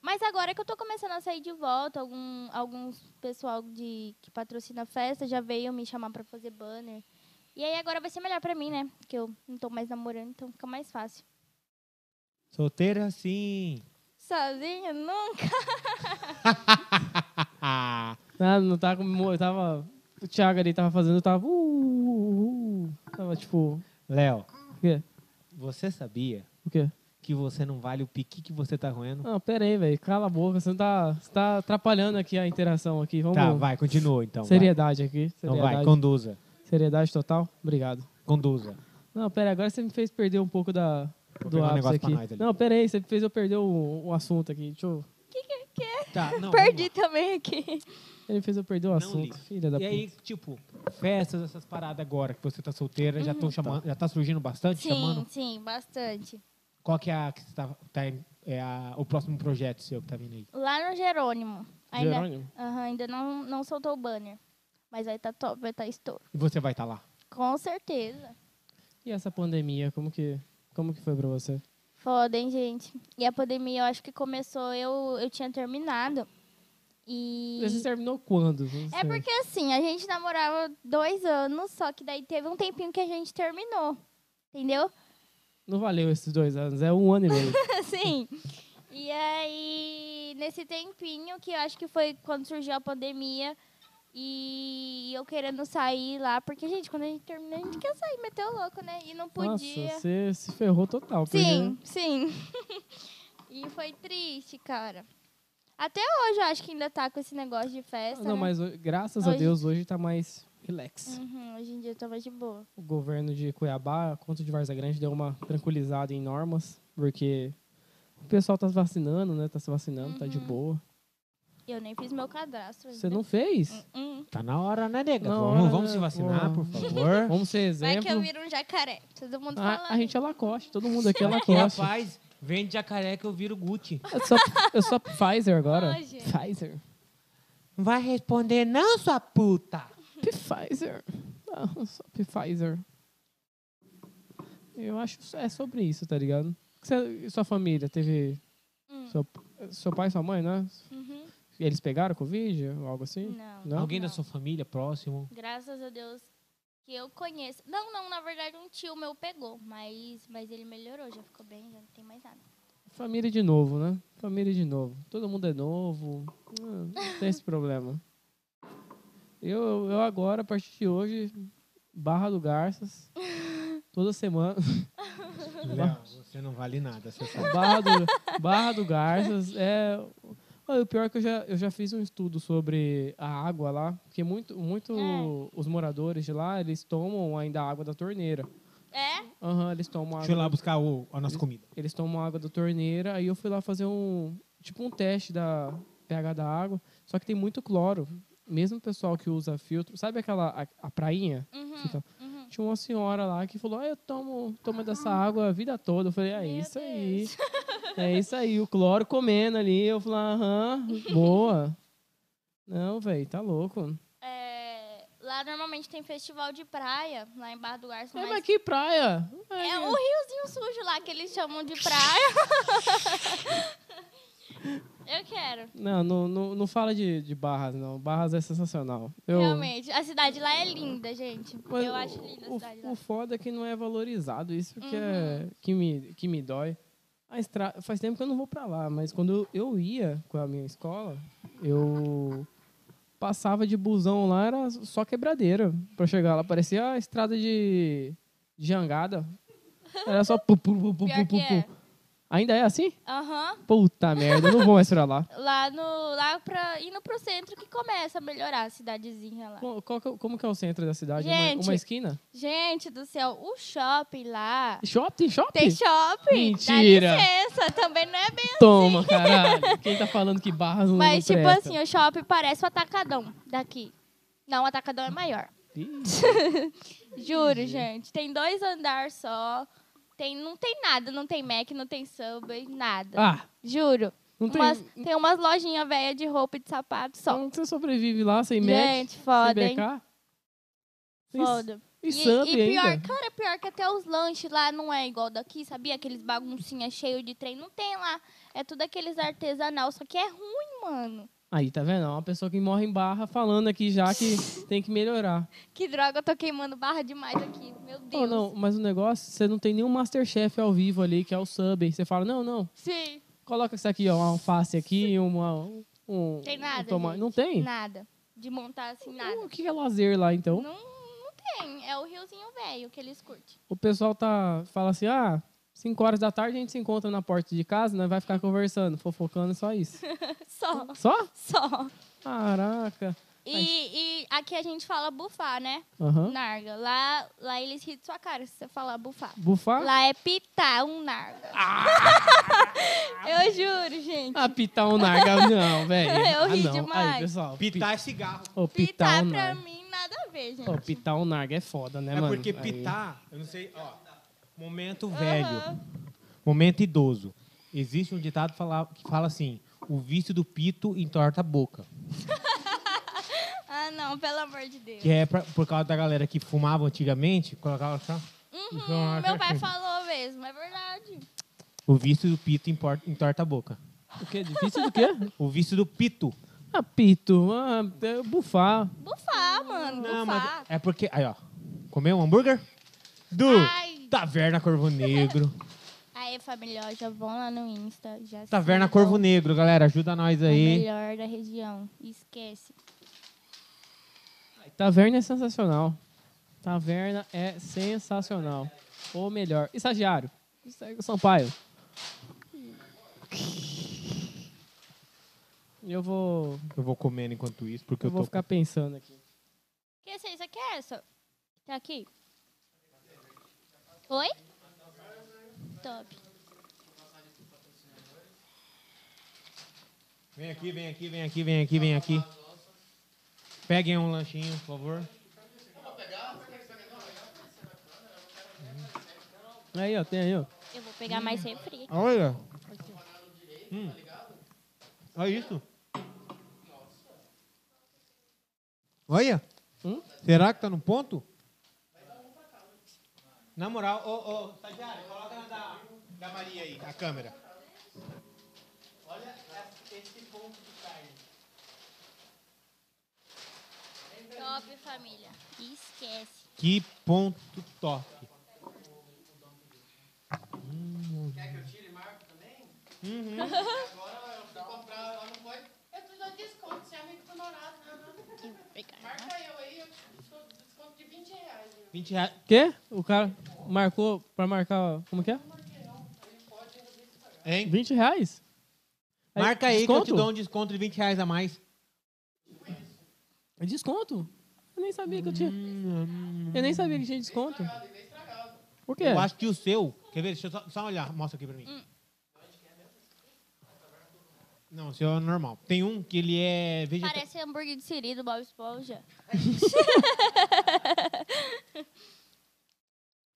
Speaker 3: Mas agora é que eu tô começando a sair de volta, algum, alguns pessoal de, que patrocina a festa já veio me chamar pra fazer banner. E aí agora vai ser melhor pra mim, né? Porque eu não tô mais namorando, então fica mais fácil.
Speaker 1: Solteira sim.
Speaker 3: Sozinha nunca.
Speaker 1: Ah,
Speaker 2: Não, né? não tava com. Eu tava. O Thiago ali tava fazendo, eu tava. uh, uh, uh, uh. tava tipo.
Speaker 1: Léo,
Speaker 2: O quê?
Speaker 1: você sabia
Speaker 2: O quê?
Speaker 1: que você não vale o pique que você tá roendo?
Speaker 2: Não, pera aí, velho. Cala a boca. Você não tá, você tá atrapalhando aqui a interação aqui. Vamos.
Speaker 1: Tá, vai, continua então. vai.
Speaker 2: seriedade aqui.
Speaker 1: Então
Speaker 2: Seriedade,
Speaker 1: vai, conduza.
Speaker 2: seriedade total. Obrigado.
Speaker 1: Conduza.
Speaker 2: Não, pera, agora você me fez perder um pouco da,
Speaker 1: Vou
Speaker 2: do
Speaker 1: pegar um
Speaker 2: ápice
Speaker 1: negócio pra nós
Speaker 2: aqui.
Speaker 1: ali.
Speaker 2: Não, pera aí, você fez eu perder o, o assunto aqui. Deixa eu...
Speaker 1: Tá, não, vamos
Speaker 3: Perdi também aqui.
Speaker 2: Ele fez eu perder o assunto.
Speaker 1: Liz.
Speaker 2: Filha da
Speaker 1: E
Speaker 2: puta.
Speaker 1: aí, tipo, festas, essas paradas agora que você tá solteira, já estão chamando, já tá surgindo bastante,
Speaker 3: Uhum. Sim,
Speaker 1: chamando.
Speaker 3: sim, bastante.
Speaker 1: Qual que é a que você tá, tá em- é a- o próximo projeto seu que tá vindo aí?
Speaker 3: Lá no Jerônimo. Ainda,
Speaker 2: Jerônimo?
Speaker 3: Aham, ainda não, não soltou o banner. Mas vai estar top, vai estar estouro.
Speaker 1: E você vai estar lá?
Speaker 3: Com certeza.
Speaker 2: E essa pandemia, como que, como que foi pra você?
Speaker 3: Foda, hein, gente? E a pandemia, eu acho que começou, eu, eu tinha terminado. E.
Speaker 2: Você terminou quando? Não
Speaker 3: É
Speaker 2: sei.
Speaker 3: porque assim, a gente namorava dois anos, só que daí teve um tempinho que a gente terminou. Entendeu? *laughs*
Speaker 2: Não valeu esses dois anos, é um ano e meio.
Speaker 3: Assim. E aí, nesse tempinho, que eu acho que foi quando surgiu a pandemia, e eu querendo sair lá, porque, gente, quando a gente terminou, a gente quer sair, meteu louco, né? E não *laughs* podia.
Speaker 2: Nossa, você se ferrou total. porque-
Speaker 3: Sim, sim. *laughs* e foi triste, cara. Até hoje eu acho que ainda tá com esse negócio de festa.
Speaker 2: Não,
Speaker 3: né?
Speaker 2: mas ho- graças a
Speaker 3: Hoje-
Speaker 2: Deus hoje tá mais relax.
Speaker 3: Uhum, hoje em dia eu tava de boa.
Speaker 2: O governo de Cuiabá, quanto de Varza Grande, deu uma tranquilizada em normas, porque o pessoal tá se vacinando, né? Tá se vacinando, tá
Speaker 3: Uhum.
Speaker 2: de boa.
Speaker 3: Eu nem fiz meu cadastro.
Speaker 2: Você
Speaker 3: ainda.
Speaker 2: não fez?
Speaker 3: Hum.
Speaker 1: Tá na hora, né, nega?
Speaker 2: Na
Speaker 1: vamos,
Speaker 2: hora,
Speaker 1: vamos se
Speaker 2: né,
Speaker 1: vacinar,
Speaker 2: porra.
Speaker 1: por *laughs* favor.
Speaker 2: Vamos ser
Speaker 3: Vai que eu
Speaker 2: exemplo.
Speaker 3: viro um jacaré. Todo mundo falando.
Speaker 2: A, a gente é Lacoste, todo mundo
Speaker 3: *laughs*
Speaker 2: aqui é
Speaker 1: Aqui,
Speaker 2: Lacoste. É
Speaker 1: rapaz, vende jacaré que eu viro Gucci.
Speaker 2: Eu sou, eu sou Pfizer agora.
Speaker 3: Ah, gente.
Speaker 2: Pfizer.
Speaker 1: Não vai responder não, sua puta.
Speaker 2: Pfizer. Ah, eu sou Pfizer. Eu acho que é sobre isso, tá ligado? Você, sua família teve.
Speaker 3: Hum.
Speaker 2: Seu, seu pai e sua mãe, né?
Speaker 3: Uhum.
Speaker 2: Eles pegaram Covid ou algo assim?
Speaker 3: Não.
Speaker 2: Não?
Speaker 1: Alguém da
Speaker 3: Não.
Speaker 1: sua família próximo?
Speaker 3: Graças a Deus que eu conheço. Não, não, na verdade um tio meu pegou, mas, mas ele melhorou, já ficou bem, já não tem mais nada.
Speaker 2: Família de novo, né? Família de novo. Todo mundo é novo. Ah, Não tem esse problema. Eu, eu agora, a partir de hoje, Barra do Garças. Toda semana.
Speaker 1: Léo, você não vale nada, você sabe.
Speaker 2: Barra do, Barra do Garças é. Olha, o pior é que eu já, eu já fiz um estudo sobre a água lá, porque muito, muito
Speaker 3: É.
Speaker 2: os moradores de lá, eles tomam ainda a água da torneira.
Speaker 3: É?
Speaker 2: Aham, eles tomam
Speaker 1: *laughs* Deixa eu ir
Speaker 2: água.
Speaker 1: lá buscar o- a nossa comida.
Speaker 2: Eles tomam água da torneira, aí eu fui lá fazer um tipo um teste da pH da água, só que tem muito cloro. Mesmo o pessoal que usa filtro, sabe aquela a, a prainha?
Speaker 3: Uhum,
Speaker 2: Então,
Speaker 3: uhum.
Speaker 2: Tinha uma senhora lá que falou: ah, "Eu tomo, tomo dessa água a vida toda". Eu falei: "É
Speaker 3: Ah. Meu
Speaker 2: isso aí". *laughs* É isso aí, o cloro comendo ali. Eu falei: "Aham, boa". Não, velho, tá louco.
Speaker 3: É, lá normalmente tem festival de praia, lá em Barra do Garças,
Speaker 2: É,
Speaker 3: mas
Speaker 2: mas que praia.
Speaker 3: é um riozinho sujo lá que eles chamam de
Speaker 2: *laughs*
Speaker 3: praia. eu quero,
Speaker 2: Não, não, não, não fala de, de Barras, não. Barras é sensacional. Eu,
Speaker 3: realmente. A cidade lá é linda, gente.
Speaker 2: Mas
Speaker 3: eu
Speaker 2: o-
Speaker 3: acho linda a
Speaker 2: o,
Speaker 3: cidade lá. Uhum.
Speaker 2: o foda é que não é valorizado, isso que, é, que, me, que me dói. A estra... Faz tempo que eu não vou pra lá, mas quando eu ia com a minha escola, eu passava de busão lá, era só quebradeira pra chegar lá. Parecia a estrada de, de jangada. Era só. Pu, pu, pu, pu,
Speaker 3: Pior
Speaker 2: pu,
Speaker 3: que é.
Speaker 2: pu. Ainda é assim?
Speaker 3: Aham.
Speaker 2: Puta merda, eu não vou mais pra lá.
Speaker 3: Lá no. Lá pra. Indo pro centro que começa a melhorar a cidadezinha lá.
Speaker 2: Co- qual que é- como que é o centro da cidade? Uma-
Speaker 3: Gente.
Speaker 2: uma, esquina?
Speaker 3: Gente do céu, o shopping lá.
Speaker 2: Shopping? Shopping?
Speaker 3: Tem shopping?
Speaker 2: Mentira.
Speaker 3: Dá licença, também não é bem.
Speaker 2: Toma, caralho. Quem tá falando que barras não
Speaker 3: Mas,
Speaker 2: não
Speaker 3: tipo
Speaker 2: presta?
Speaker 3: assim, o shopping parece o atacadão daqui. Não, o atacadão é maior.
Speaker 2: Ih, Uhum.
Speaker 3: Juro, gente. Tem dois andares só. Tem, não tem nada, não tem Mac, não tem Subway, nada.
Speaker 2: Ah,
Speaker 3: Juro.
Speaker 2: não tem. um,
Speaker 3: Umas- tem umas lojinhas velhas de roupa e de sapato só.
Speaker 2: Então você sobrevive lá sem Mac,
Speaker 3: Gente, foda,
Speaker 2: sem
Speaker 3: hein?
Speaker 2: BK? Isso-
Speaker 3: Foda.
Speaker 2: E, sub
Speaker 3: e pior,
Speaker 2: ainda.
Speaker 3: cara, pior que até os lanches lá não é igual daqui, sabia? Aqueles baguncinha cheio de trem, não tem lá. É tudo aqueles artesanal, só que é ruim, mano.
Speaker 2: Aí, tá vendo? É Uma pessoa que morre em barra falando aqui já
Speaker 3: *laughs*
Speaker 2: que tem que melhorar.
Speaker 3: Que droga, eu tô queimando barra demais aqui. Meu Deus.
Speaker 2: Ah, Não, não, mas o negócio, você não tem nenhum Masterchef ao vivo ali, que é o sub. Você fala, não, não,
Speaker 3: Sim,
Speaker 2: coloca isso aqui, ó, uma alface aqui, uma... Um,
Speaker 3: Tem
Speaker 2: um
Speaker 3: nada,
Speaker 2: toma-
Speaker 3: gente.
Speaker 2: Não tem?
Speaker 3: nada. De montar assim, nada.
Speaker 2: O que é lazer lá, então?
Speaker 3: Não, não tem. É o riozinho velho que eles curtem. *laughs*
Speaker 2: O pessoal tá, fala assim, ah, 5 horas da tarde a gente se encontra na porta de casa, nós vai ficar conversando, fofocando, só
Speaker 3: *laughs*
Speaker 2: isso.
Speaker 3: Só,
Speaker 2: Só?
Speaker 3: só.
Speaker 2: Caraca.
Speaker 3: E, e aqui a gente fala bufar, né?
Speaker 2: Aham.
Speaker 3: Narga. Lá, lá eles ri de sua cara se você falar bufar.
Speaker 2: Bufar?
Speaker 3: Lá é pitar um narga.
Speaker 1: Ah!
Speaker 3: *laughs* eu juro, gente.
Speaker 2: Ah, pitar um
Speaker 3: *laughs*
Speaker 2: narga. Não, velho.
Speaker 3: Eu
Speaker 2: ah,
Speaker 3: ri
Speaker 2: não. Aí,
Speaker 3: É demais.
Speaker 2: pessoal.
Speaker 1: Pitar é cigarro.
Speaker 2: Ô,
Speaker 3: Pitar,
Speaker 2: pitar um
Speaker 3: pra
Speaker 2: narga.
Speaker 3: mim nada a ver, gente.
Speaker 2: Ô, pitar um narga é foda, né,
Speaker 1: É
Speaker 2: mano?
Speaker 1: porque
Speaker 2: Aí.
Speaker 1: pitar, eu não sei, ó. Momento velho. Momento idoso. Existe um ditado fala- que fala assim: o vício do pito entorta a boca.
Speaker 3: Ah, não, pelo amor de Deus.
Speaker 1: Que é pra- por causa da galera que fumava antigamente, colocava assim, só. então,
Speaker 3: Uhum, meu pai falou mesmo, é verdade.
Speaker 1: O vício do pito impor- entorta a boca.
Speaker 2: O quê? Difícil do quê?
Speaker 1: O vício do pito.
Speaker 2: Ah, pito. Ah, é bufar.
Speaker 3: Bufar, mano,
Speaker 1: Não,
Speaker 3: bufar.
Speaker 1: mas é porque. Aí, ó. Comeu um hambúrguer? Do
Speaker 3: Ai.
Speaker 1: Taverna Corvo Negro.
Speaker 3: Aí, família, ó, já vão lá no Insta. Já
Speaker 1: Taverna
Speaker 3: sigam.
Speaker 1: Corvo Negro, galera. Ajuda nós
Speaker 3: A
Speaker 1: aí.
Speaker 3: melhor da região. Esquece.
Speaker 2: Taverna é sensacional. Taverna é sensacional. Ou melhor, estagiário. Sampaio. Eu vou,
Speaker 1: Eu vou comendo enquanto isso, porque
Speaker 2: eu
Speaker 1: eu,
Speaker 2: vou
Speaker 1: tô.
Speaker 2: ficar pensando aqui.
Speaker 3: Que essa isso aqui é essa? Tá aqui. Oi? Top.
Speaker 1: Vem aqui, vem aqui, vem aqui, vem aqui, vem aqui. Peguem um lanchinho, por favor.
Speaker 2: Aí, ó, tem aí, ó.
Speaker 3: Eu vou pegar mais refri.
Speaker 1: Olha. Hum. Olha isso. Olha.
Speaker 2: Hum?
Speaker 1: Será que tá no ponto? Na moral, ô, ô, estagiário, coloca na da, da Maria aí, a câmera.
Speaker 3: Top, família. Esquece.
Speaker 1: Que ponto top.
Speaker 10: Agora eu fui comprar lá no Boi. Eu te dou desconto, você é amigo do Norato. né?
Speaker 3: Eu vou pegar.
Speaker 10: Marca eu aí, eu te dou desconto de 20 reais. viu?
Speaker 1: 20 reais.
Speaker 2: Quê? O cara marcou pra marcar. Como que é?
Speaker 1: Hein?
Speaker 2: 20 reais?
Speaker 1: Marca aí que eu te
Speaker 2: desconto?
Speaker 1: dou um desconto de 20 reais a mais.
Speaker 2: É desconto? Eu nem sabia que eu tinha.
Speaker 1: Hum,
Speaker 2: Eu nem sabia que tinha desconto. Por quê?
Speaker 1: Eu acho que o seu. Quer ver? Deixa eu só, só olhar. Mostra aqui pra mim. Não, o seu é normal. Tem um que ele é vegetariano.
Speaker 3: Parece hambúrguer de siri do Bob Esponja.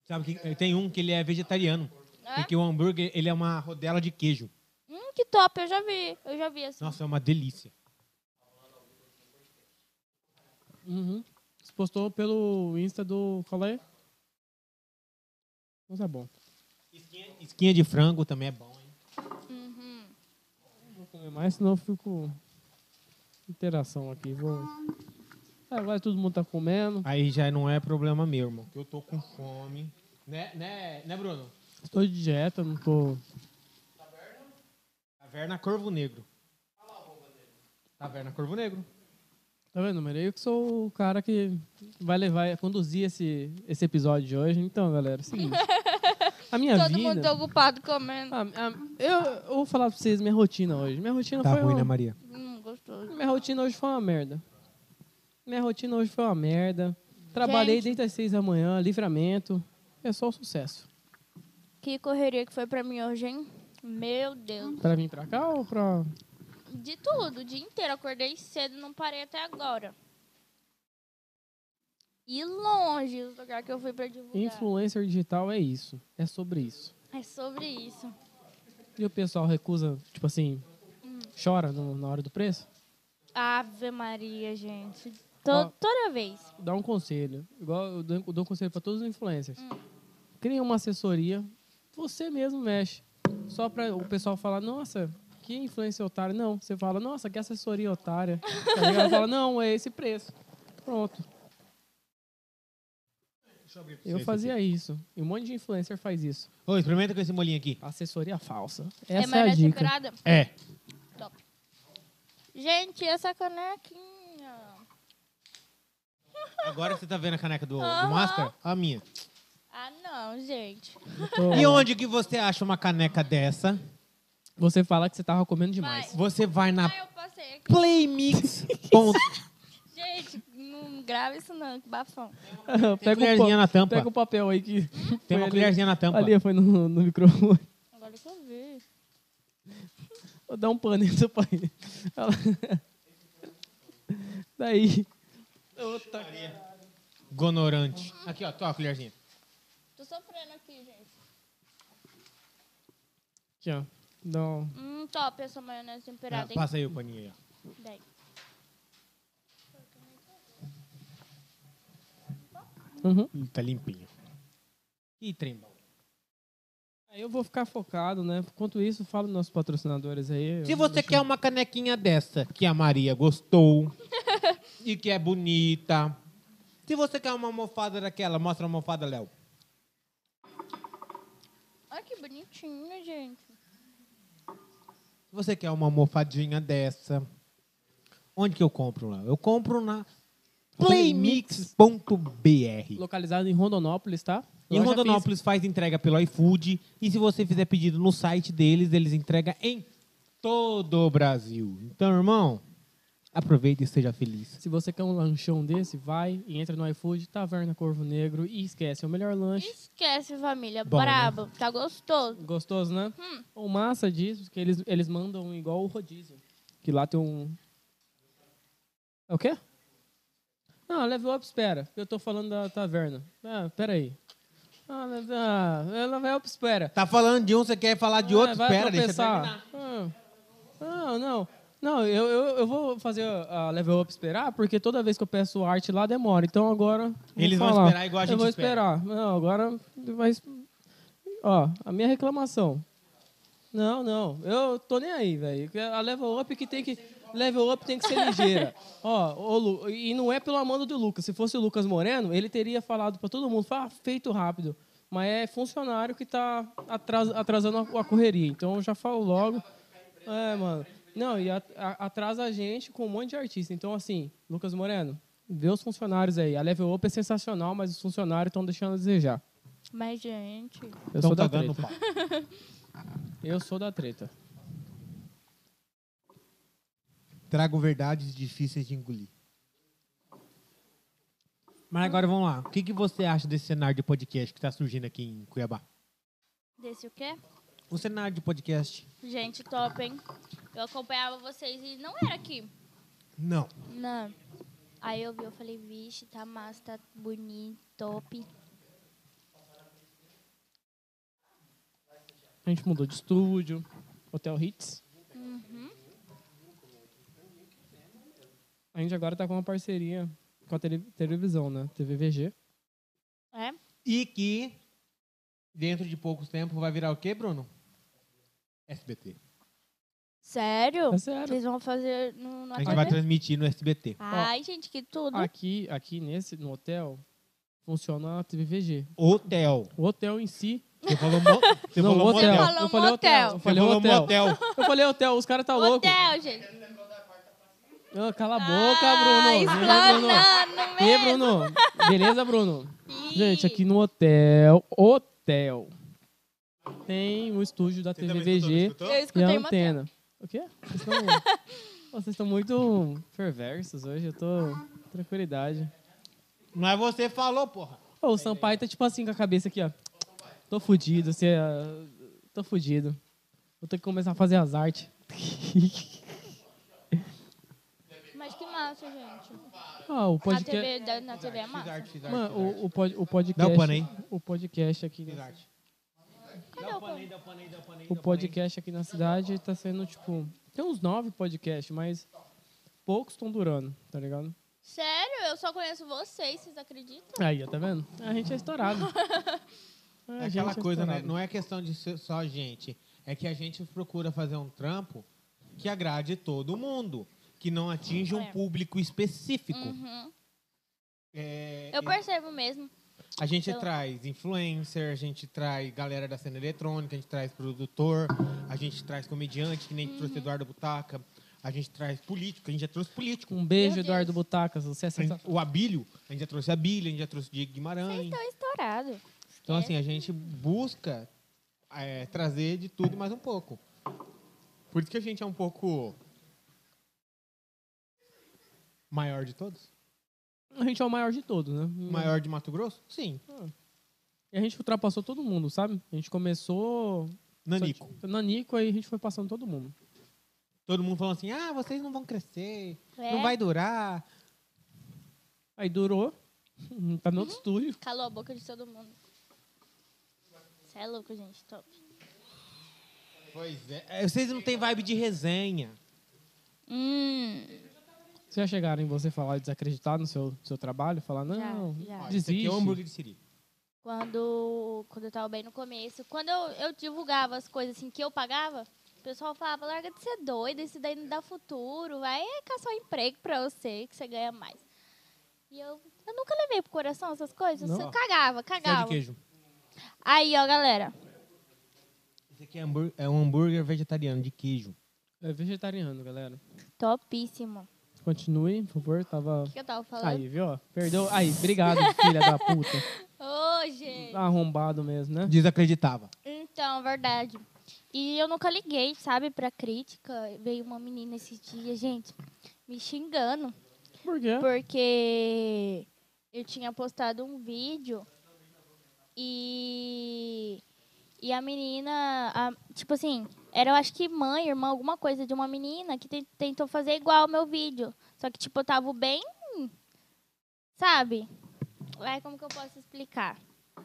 Speaker 1: Sabe que tem um que ele é vegetariano. Porque o hambúrguer, ele é uma rodela de queijo.
Speaker 3: Hum, que top, eu já vi. Eu já vi assim.
Speaker 1: Nossa, é uma delícia.
Speaker 2: Uhum. Você postou pelo Insta do. Qual é? Então tá bom.
Speaker 1: Esquinha, esquinha de frango também é bom, hein?
Speaker 2: Vou comer mais, senão eu fico. Interação aqui. Vou... É, Agora todo mundo tá comendo.
Speaker 1: Aí já não é problema meu, irmão. Que eu tô com fome. Né, né, né Bruno?
Speaker 2: Estou de dieta, não tô.
Speaker 1: Taverna Corvo Negro. Taverna Corvo Negro.
Speaker 2: Tá vendo, Maria? Eu que sou o cara que vai levar, conduzir esse, esse episódio de hoje. Então, galera, é o seguinte. A minha
Speaker 3: Todo
Speaker 2: vida.
Speaker 3: mundo tá ocupado comendo.
Speaker 2: Ah, ah, eu, eu vou falar pra vocês minha rotina hoje. Minha rotina
Speaker 1: Tá
Speaker 2: foi. um.
Speaker 1: ruim,
Speaker 2: uma-
Speaker 1: né, Maria?
Speaker 3: Hum, gostoso.
Speaker 2: Minha rotina hoje foi uma merda. Minha rotina hoje foi uma merda. Trabalhei
Speaker 3: Gente.
Speaker 2: desde as seis da manhã, livramento. É só sucesso.
Speaker 3: Que correria que foi pra mim hoje, hein? Meu Deus.
Speaker 2: Pra vir pra cá ou pra.
Speaker 3: De tudo, o dia inteiro. Acordei cedo, não parei até agora. E longe os lugares que eu fui pra divulgar.
Speaker 2: Influencer digital é isso. É sobre isso.
Speaker 3: É sobre isso.
Speaker 2: E o pessoal recusa, tipo assim, chora no- na hora do preço?
Speaker 3: Ave Maria, gente. To-
Speaker 2: Ó.
Speaker 3: Toda vez.
Speaker 2: Dar um conselho. Igual eu dou, eu dou um conselho para todos os influencers. Cria uma assessoria, você mesmo mexe. Só para o pessoal falar, nossa, que influência otária. Não, você fala, nossa, que assessoria otária. Tá ligado? Ela fala, não, é esse preço. Pronto. Eu fazia isso. E um monte de influencer faz isso.
Speaker 1: Ô, experimenta com esse molinho aqui.
Speaker 2: Assessoria falsa.
Speaker 3: É
Speaker 2: Essa é a
Speaker 3: maionese
Speaker 2: dica.
Speaker 3: temperada?
Speaker 1: É.
Speaker 3: Gente, essa canequinha.
Speaker 1: Agora você tá vendo a caneca do, do Master? A minha.
Speaker 3: Ah, não, gente.
Speaker 2: Tô-
Speaker 1: E onde que você acha uma caneca dessa?
Speaker 2: Você fala que você tava comendo demais.
Speaker 1: Você vai na
Speaker 3: Ah, eu passei aqui.
Speaker 1: Playmix. Ponto.
Speaker 3: Gente, não grava isso não, que bafão.
Speaker 2: *laughs* pega, um o
Speaker 1: colherzinha
Speaker 2: pa-
Speaker 1: na tampa.
Speaker 2: pega o papel aí que.
Speaker 1: Tem uma
Speaker 2: ali.
Speaker 1: colherzinha na tampa.
Speaker 2: Ali foi no, no microfone.
Speaker 3: Agora que eu vi.
Speaker 2: Vou dar um pano nessa pai. Ela... *laughs* Daí.
Speaker 1: Gonorante. Aqui, ó, tua colherzinha.
Speaker 3: Tô sofrendo aqui, gente.
Speaker 2: Aqui, ó. Dá um-
Speaker 3: Hum, top essa maionese
Speaker 1: Ah,
Speaker 3: temperada, hein?
Speaker 1: passa aí o paninho aí, ó.
Speaker 3: Bem.
Speaker 2: Uhum.
Speaker 1: Hum, Tá limpinho. Ih, trem bom.
Speaker 2: Aí eu vou ficar focado, né? Enquanto isso, falo dos nossos patrocinadores aí.
Speaker 1: Se
Speaker 2: Eu-
Speaker 1: você quer uma canequinha dessa que a Maria
Speaker 2: *laughs*
Speaker 1: gostou e que é bonita. Se você quer uma almofada daquela, mostra a almofada, Léo.
Speaker 3: Olha que bonitinho, gente.
Speaker 1: Se você quer uma almofadinha dessa, onde que eu compro lá? Eu compro na playmix.br.
Speaker 2: Localizado em Rondonópolis, tá?
Speaker 1: Em
Speaker 2: Loja
Speaker 1: Rondonópolis faz entrega pelo iFood e se você fizer pedido no site deles, eles entregam em todo o Brasil. Então, irmão, aproveita e seja feliz.
Speaker 2: física. Se você quer um lanchão desse, vai e entra no iFood, Taverna Corvo Negro e esquece. É o melhor lanche.
Speaker 3: Esquece, família.
Speaker 1: Bom, né?
Speaker 3: Brabo. Tá gostoso.
Speaker 2: Gostoso, né? O massa disso que eles, eles mandam igual o rodízio. Que lá tem um. É o quê? Não, level up, espera. Eu tô falando da taverna. Ah, peraí. Ah, level, ah, é level up, espera.
Speaker 1: Tá falando de um, você quer falar de outro?
Speaker 2: Ah, vai
Speaker 1: Pera, deixa eu terminar.
Speaker 2: tropeçar. Ah, Não, não. Não, eu, eu, eu vou fazer a level up esperar, porque toda vez que eu peço arte lá demora. Então agora. vou
Speaker 1: Eles vão
Speaker 2: falar.
Speaker 1: esperar igual a
Speaker 2: Eu
Speaker 1: gente
Speaker 2: vou
Speaker 1: espera.
Speaker 2: esperar. Não, agora. vai es- Ó, a minha reclamação. Não, não. Eu tô nem aí, velho. A level up que tem que. Level up tem que
Speaker 1: *laughs*
Speaker 2: ser ligeira. Ó, ô, Lu- e não é pelo amando do Lucas. Se fosse o Lucas Moreno, ele teria falado pra todo mundo, ah, feito rápido. Mas é funcionário que tá atras- atrasando a- a correria. Então eu já falo logo. É, mano. Não, e a- a- atrasa a gente com um monte de artista. Então, assim, Lucas Moreno, vê os funcionários aí. A level up é sensacional, mas os funcionários estão deixando a desejar.
Speaker 3: Mas, gente...
Speaker 2: Eu
Speaker 1: Então
Speaker 2: sou
Speaker 1: tá
Speaker 2: da
Speaker 1: dando
Speaker 2: treta.
Speaker 1: pau.
Speaker 2: Eu sou da treta.
Speaker 1: Trago verdades difíceis de engolir. Mas agora vamos lá. O que, que você acha desse cenário de podcast que está surgindo aqui em Cuiabá?
Speaker 3: Desse o quê?
Speaker 1: Um cenário de podcast?
Speaker 3: Gente, top, hein? Eu acompanhava vocês e não era aqui.
Speaker 1: Não.
Speaker 3: Não. Aí eu vi, eu falei, vixe, tá massa, tá bonito, top.
Speaker 2: A gente mudou de estúdio, Hotel Hits. A gente agora tá com uma parceria com a tele- televisão, né? TVVG.
Speaker 3: É?
Speaker 1: E que dentro de poucos tempos vai virar o quê, Bruno? SBT.
Speaker 3: Sério?
Speaker 2: É sério.
Speaker 3: Vocês vão fazer no, no
Speaker 1: A gente
Speaker 3: ateliê?
Speaker 1: vai transmitir no SBT.
Speaker 3: Ai, gente, que tudo.
Speaker 2: Aqui, aqui nesse, no hotel, funciona a TVVG.
Speaker 1: Hotel.
Speaker 2: O hotel em si...
Speaker 1: Você falou,
Speaker 2: *laughs*
Speaker 1: mo... Você
Speaker 2: Não,
Speaker 1: falou
Speaker 2: hotel.
Speaker 1: motel.
Speaker 2: Eu
Speaker 3: Falou
Speaker 2: falei hotel.
Speaker 3: motel.
Speaker 2: Eu
Speaker 1: Você
Speaker 2: falei
Speaker 1: falou
Speaker 2: hotel.
Speaker 1: motel.
Speaker 2: Eu falei hotel, os caras tá louco.
Speaker 3: Hotel, gente.
Speaker 2: Ah, cala a boca, Bruno. Ei,
Speaker 3: é
Speaker 2: Bruno.
Speaker 3: Explanando
Speaker 2: Ei,
Speaker 3: mesmo.
Speaker 2: Bruno. Beleza, Bruno? Gente, aqui no hotel, hotel, tem o estúdio da TVVG
Speaker 3: Eu
Speaker 2: e
Speaker 3: escutei
Speaker 2: a
Speaker 3: uma tela.
Speaker 2: antena. O quê? Vocês estão- *laughs* Vocês estão muito perversos hoje, eu tô... Tranquilidade.
Speaker 1: Não é você que falou, porra.
Speaker 2: Ô, o Sampaio tá tipo assim com a cabeça aqui, ó. Tô fudido, você... ah, Tô fudido. Vou ter que começar a fazer as artes.
Speaker 3: Mas que massa, gente.
Speaker 2: ah, o
Speaker 3: Na
Speaker 2: podcast...
Speaker 3: TV, da- na TV é massa.
Speaker 1: Arte, fiz arte,
Speaker 2: Mano,
Speaker 1: fiz arte.
Speaker 2: o, o, pod- o podcast.
Speaker 1: Dá o pano aí.
Speaker 2: O podcast aqui.
Speaker 1: Fiz
Speaker 2: Na,
Speaker 1: arte.
Speaker 3: Cadê o pão?
Speaker 2: o podcast aqui na cidade tá sendo, tipo. Tem uns nove podcasts, mas poucos estão durando, tá ligado?
Speaker 3: Sério, eu só conheço vocês, vocês acreditam?
Speaker 2: Aí, ó, tá vendo? A gente é
Speaker 3: *laughs*
Speaker 2: estourado. A
Speaker 1: É aquela
Speaker 2: gente é
Speaker 1: coisa, né?
Speaker 2: estourado.
Speaker 1: Não é questão de ser só a gente. É que a gente procura fazer um trampo que agrade todo mundo. Que não atinja um
Speaker 3: É.
Speaker 1: público específico.
Speaker 3: Uhum.
Speaker 1: É,
Speaker 3: Eu
Speaker 1: e
Speaker 3: percebo mesmo.
Speaker 1: a gente
Speaker 3: eu-
Speaker 1: traz influencer, a gente traz galera da cena eletrônica, a gente traz produtor, a gente traz comediante, que nem
Speaker 3: Uhum.
Speaker 1: trouxe Eduardo Butaca, a gente traz político, a gente já trouxe político.
Speaker 2: Um beijo,
Speaker 3: Meu Deus.
Speaker 2: Eduardo Butacas. Você é
Speaker 1: A gente-
Speaker 2: sensacional.
Speaker 1: O Abílio, a gente já trouxe Abílio, a gente já trouxe Diego Guimarães.
Speaker 3: Estourado.
Speaker 1: Então,
Speaker 2: É.
Speaker 1: assim, a gente busca é, trazer de tudo e mais um pouco. Por isso que a gente é um pouco maior de todos.
Speaker 2: A gente é o maior de todos, né?
Speaker 1: Maior de Mato Grosso? Sim.
Speaker 2: E a gente ultrapassou todo mundo, sabe? A gente começou...
Speaker 1: Nanico.
Speaker 2: só de- Nanico, aí a gente foi passando todo mundo.
Speaker 1: Todo mundo falando assim, ah, vocês não vão crescer,
Speaker 3: É.
Speaker 1: não vai durar.
Speaker 2: Aí durou. *laughs* tá no outro estúdio.
Speaker 3: Calou a boca de todo mundo. Você é louco, gente. Top.
Speaker 1: Pois é. É, Vocês não têm vibe de resenha.
Speaker 3: Hum.
Speaker 2: Vocês já chegaram em você falar e desacreditar no seu, seu trabalho? Falar,
Speaker 3: Já,
Speaker 2: não,
Speaker 1: Ó,
Speaker 3: já.
Speaker 1: esse
Speaker 2: Tá. desiste.
Speaker 1: aqui é o hambúrguer de Siri.
Speaker 3: Quando, quando eu tava bem no começo, quando eu, eu divulgava as coisas assim que eu pagava, o pessoal falava, larga de ser doida, isso daí não dá futuro, vai caçar um emprego pra você, que você ganha mais. E eu, eu nunca levei pro coração essas coisas,
Speaker 2: Não.
Speaker 3: eu
Speaker 1: Céu
Speaker 3: cagava,
Speaker 1: de
Speaker 3: cagava.
Speaker 1: queijo.
Speaker 3: Aí, ó, galera,
Speaker 1: Esse aqui é, hambúrguer, é um hambúrguer vegetariano de queijo.
Speaker 2: É vegetariano, galera.
Speaker 3: topíssimo.
Speaker 2: Continue, por favor. Tava...
Speaker 3: O que eu tava falando?
Speaker 2: Aí, viu? ó? Perdeu. Aí,
Speaker 3: *laughs*
Speaker 2: obrigado, filha da puta.
Speaker 3: Ô, gente.
Speaker 2: Tá arrombado mesmo, né?
Speaker 1: Desacreditava.
Speaker 3: Então, verdade. E eu nunca liguei, sabe, pra crítica. Veio uma menina esses dias, gente, me xingando.
Speaker 2: Por quê?
Speaker 3: Porque eu tinha postado um vídeo e, e a menina, a- tipo assim, era eu acho que mãe, irmã, alguma coisa de uma menina que ten- tentou fazer igual o meu vídeo. Só que, tipo, eu tava bem. Sabe? Ai, como que eu posso explicar?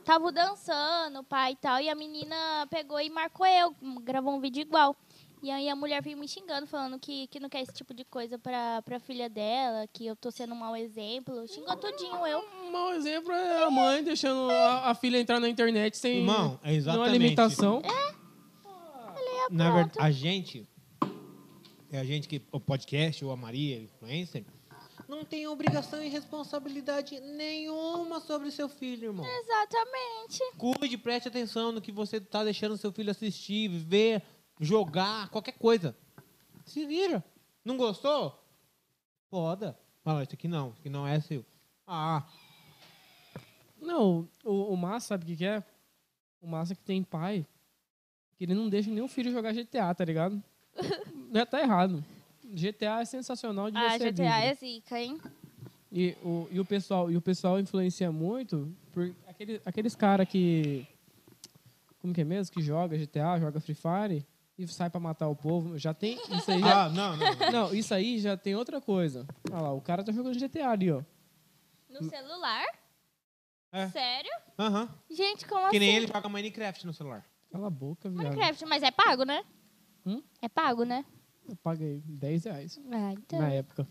Speaker 3: Tava dançando, pai e tal, e a menina pegou e marcou eu, gravou um vídeo igual. E aí a mulher veio me xingando, falando que, que não quer esse tipo de coisa pra, pra filha dela, que eu tô sendo um mau exemplo. Xingou tudinho eu.
Speaker 2: Um mau exemplo é a mãe deixando a, a filha entrar na internet sem
Speaker 1: Irmão, é
Speaker 2: nenhuma
Speaker 1: exatamente.
Speaker 2: limitação.
Speaker 1: Na verdade, a gente, é a gente que, o podcast ou a Maria, influencer, não tem obrigação e responsabilidade nenhuma sobre o seu filho, irmão.
Speaker 3: Exatamente.
Speaker 1: Cuide, preste atenção no que você tá deixando seu filho assistir, ver, jogar, qualquer coisa. Se vira. Não gostou? Foda. Fala, isso aqui não, isso aqui não é seu. Ah,
Speaker 2: Não, o, o Massa, sabe o que, que é? O Massa que tem pai, que ele não deixa nenhum filho jogar GTA, tá
Speaker 3: *laughs*
Speaker 2: ligado? Já tá errado. GTA é sensacional de
Speaker 3: Ah,
Speaker 2: você
Speaker 3: GTA
Speaker 2: livre.
Speaker 3: é zica, hein?
Speaker 2: E o, e o pessoal e o pessoal influencia muito por aquele, aqueles caras que como que é mesmo que joga GTA, joga Free Fire e sai pra matar o povo. Já tem isso aí.
Speaker 1: *laughs*
Speaker 2: Já,
Speaker 1: ah não, não. não.
Speaker 2: não, isso aí já tem outra coisa. Olha lá, o cara tá jogando GTA ali, ó.
Speaker 3: No celular?
Speaker 1: Hum. É.
Speaker 3: Sério?
Speaker 1: Aham.
Speaker 3: Gente, como
Speaker 1: Que
Speaker 3: assim?
Speaker 1: nem ele joga Minecraft no celular.
Speaker 2: Cala a boca, viado.
Speaker 3: Minecraft, mas é pago, né?
Speaker 2: Hum?
Speaker 3: É pago, né?
Speaker 2: Eu paguei 10 reais
Speaker 3: Ah, então.
Speaker 2: na época.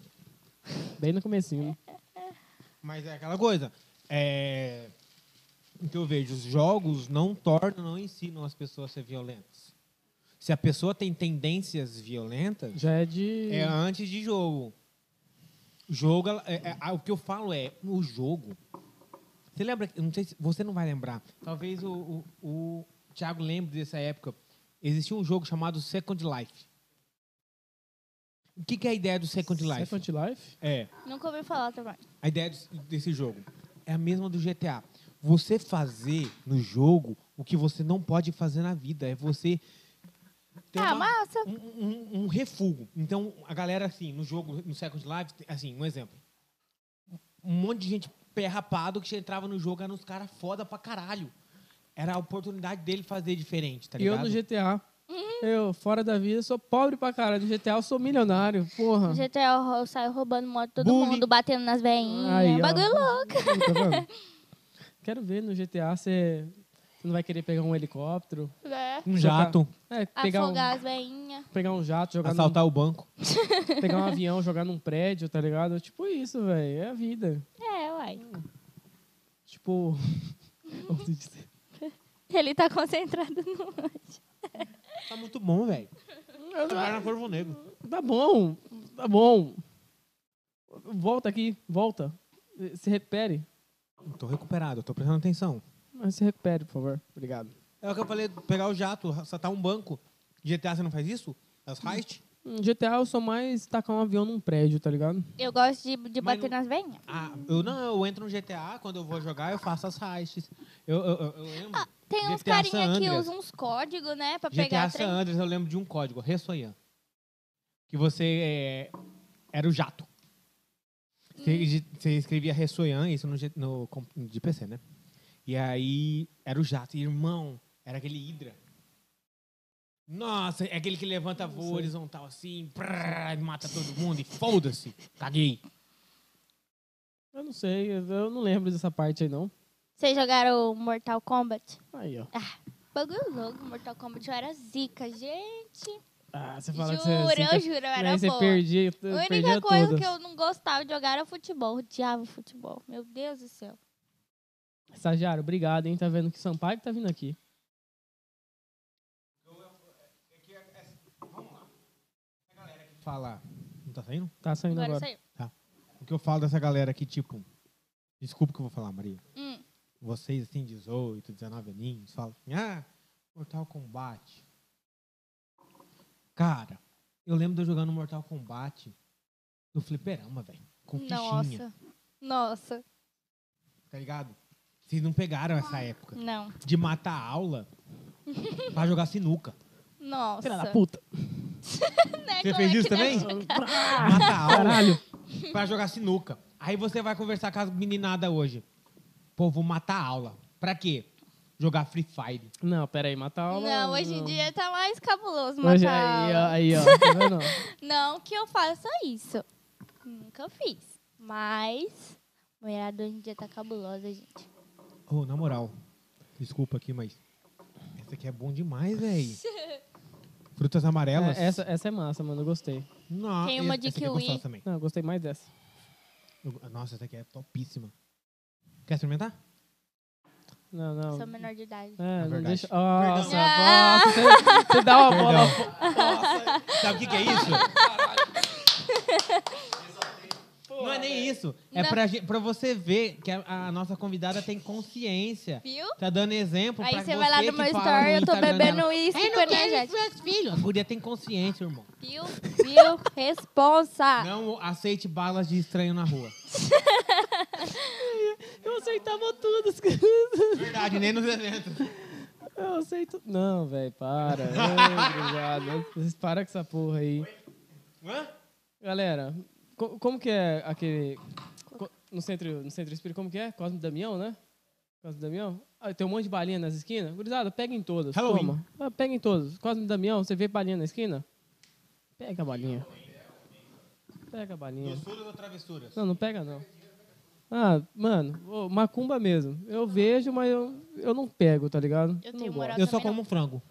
Speaker 2: Bem no comecinho. né?
Speaker 1: Mas é aquela coisa. É... O que eu vejo, os jogos não tornam, não ensinam as pessoas a ser violentas. Se a pessoa tem tendências violentas,
Speaker 2: Já é de.
Speaker 1: é antes de jogo. Jogo, ela- é- é- a- o que eu falo é, o jogo. Você lembra, eu não sei se você não vai lembrar, talvez o, o, o Thiago lembre dessa época. Existia um jogo chamado Second Life. O que, que é a ideia do Second Life?
Speaker 2: Second Life?
Speaker 1: É.
Speaker 3: Nunca ouvi falar tá também.
Speaker 1: A ideia des- desse jogo é a mesma do GTA. Você fazer no jogo o que você não pode fazer na vida. É você ter
Speaker 3: ah,
Speaker 1: uma-
Speaker 3: massa.
Speaker 1: um, um, um refúgio. Então, a galera, assim, no jogo, no Second Life, tem- assim, um exemplo. Um monte de gente pé rapado que entrava no jogo, eram uns caras foda pra caralho. Era a oportunidade dele fazer diferente, tá
Speaker 2: E eu
Speaker 1: ligado?
Speaker 2: no GTA. Eu, fora da vida, sou pobre pra caralho. No GTA eu sou milionário, porra.
Speaker 3: GTA rou- sai roubando moto de todo
Speaker 1: Bullying.
Speaker 3: mundo, batendo nas
Speaker 2: Aí,
Speaker 3: veinhas.
Speaker 2: ó.
Speaker 3: Bagulho louco.
Speaker 2: Tá vendo? Quero ver no GTA você Você não vai querer pegar um helicóptero.
Speaker 3: Né?
Speaker 1: Um
Speaker 2: Jogar-
Speaker 1: jato,
Speaker 2: É, pegar um,
Speaker 3: Afogar as veinhas.
Speaker 2: pegar um jato, jogar num,
Speaker 1: assaltar o banco.
Speaker 2: pegar um avião, jogar num prédio, tá ligado? Tipo isso, velho. É a vida.
Speaker 3: É, uai.
Speaker 2: Tipo. Outro dia-
Speaker 3: Uhum. Ele tá concentrado no anjo.
Speaker 1: Tá muito bom, velho.
Speaker 2: é.
Speaker 1: Tocar na Corvo Negro.
Speaker 2: *laughs* tá bom, tá bom. Volta aqui, volta. Se recupere.
Speaker 1: Tô recuperado, tô prestando atenção.
Speaker 2: Mas se recupere, por favor. Obrigado.
Speaker 1: É o que eu falei, pegar o jato, assaltar um banco. GTA, você não faz isso? É os heist?
Speaker 2: Hum, GTA eu sou mais tacar um avião num prédio, tá ligado?
Speaker 3: *laughs* Eu gosto de, de
Speaker 1: Mas
Speaker 3: bater nas veinhas.
Speaker 1: Ah, eu não, eu entro no GTA, quando eu vou jogar, eu faço as heists. Eu, eu, eu, eu lembro.
Speaker 3: Tem uns
Speaker 1: GTA San
Speaker 3: carinha que
Speaker 1: Andreas.
Speaker 3: usam uns códigos, né? Pra
Speaker 1: GTA
Speaker 3: pegar
Speaker 1: San
Speaker 3: trem.
Speaker 1: Andreas, eu lembro de um código, Ressoyan. Que você é, era o jato.
Speaker 3: Hum.
Speaker 1: Você, você escrevia Ressoyan, isso no, G- no, com- de PC, né? E aí era o jato. E, irmão, era aquele Hydra. Nossa, é aquele que levanta voo horizontal assim, prrr, e mata todo mundo e foda-se. Caguei.
Speaker 2: Eu não sei, eu eu não lembro dessa parte aí, não.
Speaker 3: Vocês jogaram Mortal Kombat?
Speaker 2: Aí,
Speaker 3: Ah,
Speaker 2: ó.
Speaker 3: Bagulho louco, Mortal Kombat. Eu era zica, gente.
Speaker 2: Ah, você fala
Speaker 3: Juro,
Speaker 2: que você.
Speaker 3: eu juro, eu era
Speaker 2: aí Né, você
Speaker 3: boa.
Speaker 2: perdia,
Speaker 3: A
Speaker 2: perdia
Speaker 3: única coisa
Speaker 2: tudo.
Speaker 3: que eu não gostava de jogar era futebol. Odiava futebol. Meu Deus do céu.
Speaker 2: Tá Estagiário, obrigado, hein? Tá vendo que Sampaio que tá vindo aqui.
Speaker 1: Falar. Não tá saindo?
Speaker 2: Tá saindo
Speaker 3: Agora
Speaker 2: agora.
Speaker 3: saiu.
Speaker 1: O que eu falo dessa galera que, tipo. Desculpa o que eu vou falar, Maria.
Speaker 3: Hum.
Speaker 1: Vocês, assim, 18, 19 aninhos, falam assim: ah, Mortal Kombat. Cara, eu lembro de eu jogando Mortal Kombat no fliperama, velho. Com fichinha,
Speaker 3: Nossa. Nossa.
Speaker 1: tá ligado? Vocês não pegaram essa época
Speaker 3: Não.
Speaker 1: de matar a aula pra jogar sinuca.
Speaker 3: é Nossa.
Speaker 2: Filha da puta.
Speaker 3: Né,
Speaker 1: Você
Speaker 3: como
Speaker 1: fez
Speaker 3: é
Speaker 1: isso
Speaker 3: que
Speaker 1: também?
Speaker 3: não? *laughs*
Speaker 1: Mata a aula pra jogar sinuca. Aí você vai conversar com as meninadas hoje. Pô, vou matar a aula. Pra quê? Jogar Free Fire.
Speaker 2: Não, pera aí, matar a aula.
Speaker 3: Não, hoje em dia tá mais cabuloso matar
Speaker 2: Hoje, aí, ó,
Speaker 3: aula.
Speaker 2: aí, ó. Tá vendo? *laughs*
Speaker 3: Não que eu faça isso. Nunca fiz. Mas. Mulherada hoje em dia tá cabulosa, gente.
Speaker 1: Ô, na moral, desculpa aqui, mas essa aqui é bom demais,
Speaker 3: *laughs*
Speaker 1: véi. Frutas amarelas?
Speaker 2: É, essa, essa é massa, mano. Eu gostei.
Speaker 1: Não,
Speaker 3: Tem uma
Speaker 1: essa
Speaker 3: de
Speaker 1: aqui é
Speaker 3: kiwi.
Speaker 1: gostosa também.
Speaker 2: Não, eu gostei mais dessa.
Speaker 1: Eu- Nossa, essa aqui é topíssima. Quer experimentar?
Speaker 2: Não, não.
Speaker 3: Sou menor de idade.
Speaker 2: É, não
Speaker 1: verdade.
Speaker 2: deixa. Nossa,
Speaker 1: Perdão.
Speaker 3: Ah!
Speaker 2: nossa, você, você dá uma bola.
Speaker 1: Nossa, sabe o que, que é isso? Não é nem isso. É
Speaker 3: Não.
Speaker 1: pra, gen- pra você ver que a, a nossa convidada tem consciência.
Speaker 3: Viu?
Speaker 1: Tá dando exemplo
Speaker 3: Aí
Speaker 1: pra
Speaker 3: você vai lá
Speaker 1: que
Speaker 3: no meu
Speaker 1: fala né?
Speaker 3: story, eu tô
Speaker 1: Instagram
Speaker 3: bebendo um
Speaker 1: dela.
Speaker 3: uísque com energético.
Speaker 1: Filho, a guria tem consciência, irmão.
Speaker 3: Viu? Viu? Responsa.
Speaker 1: Não aceite balas de estranho na rua.
Speaker 2: Eu aceitava tudo.
Speaker 1: Verdade, nem nos eventos.
Speaker 2: Eu aceito. Não, velho, *laughs* para. Ô, Obrigado. Vocês param com essa porra aí.
Speaker 1: Hã?
Speaker 2: Galera, co- como que é aquele. co- No centro, no centro espírita, como que é? Cosme Damião, né? Cosme Damião? Ah, tem um monte de balinha nas esquinas. Gurizada, pega em todas.
Speaker 1: Halloween.
Speaker 2: Toma. Ah, pega em todas. Cosme Damião, você vê balinha na esquina? Pega a balinha. Pega a balinha.
Speaker 1: Doçuras ou travessuras?
Speaker 2: Não, não pega não. Ah, mano, ô, macumba mesmo. Eu vejo, mas eu, eu não pego, tá ligado?
Speaker 3: Eu
Speaker 2: não
Speaker 3: tenho
Speaker 2: gosto.
Speaker 3: moral
Speaker 1: Eu só
Speaker 3: também não.
Speaker 1: como frango.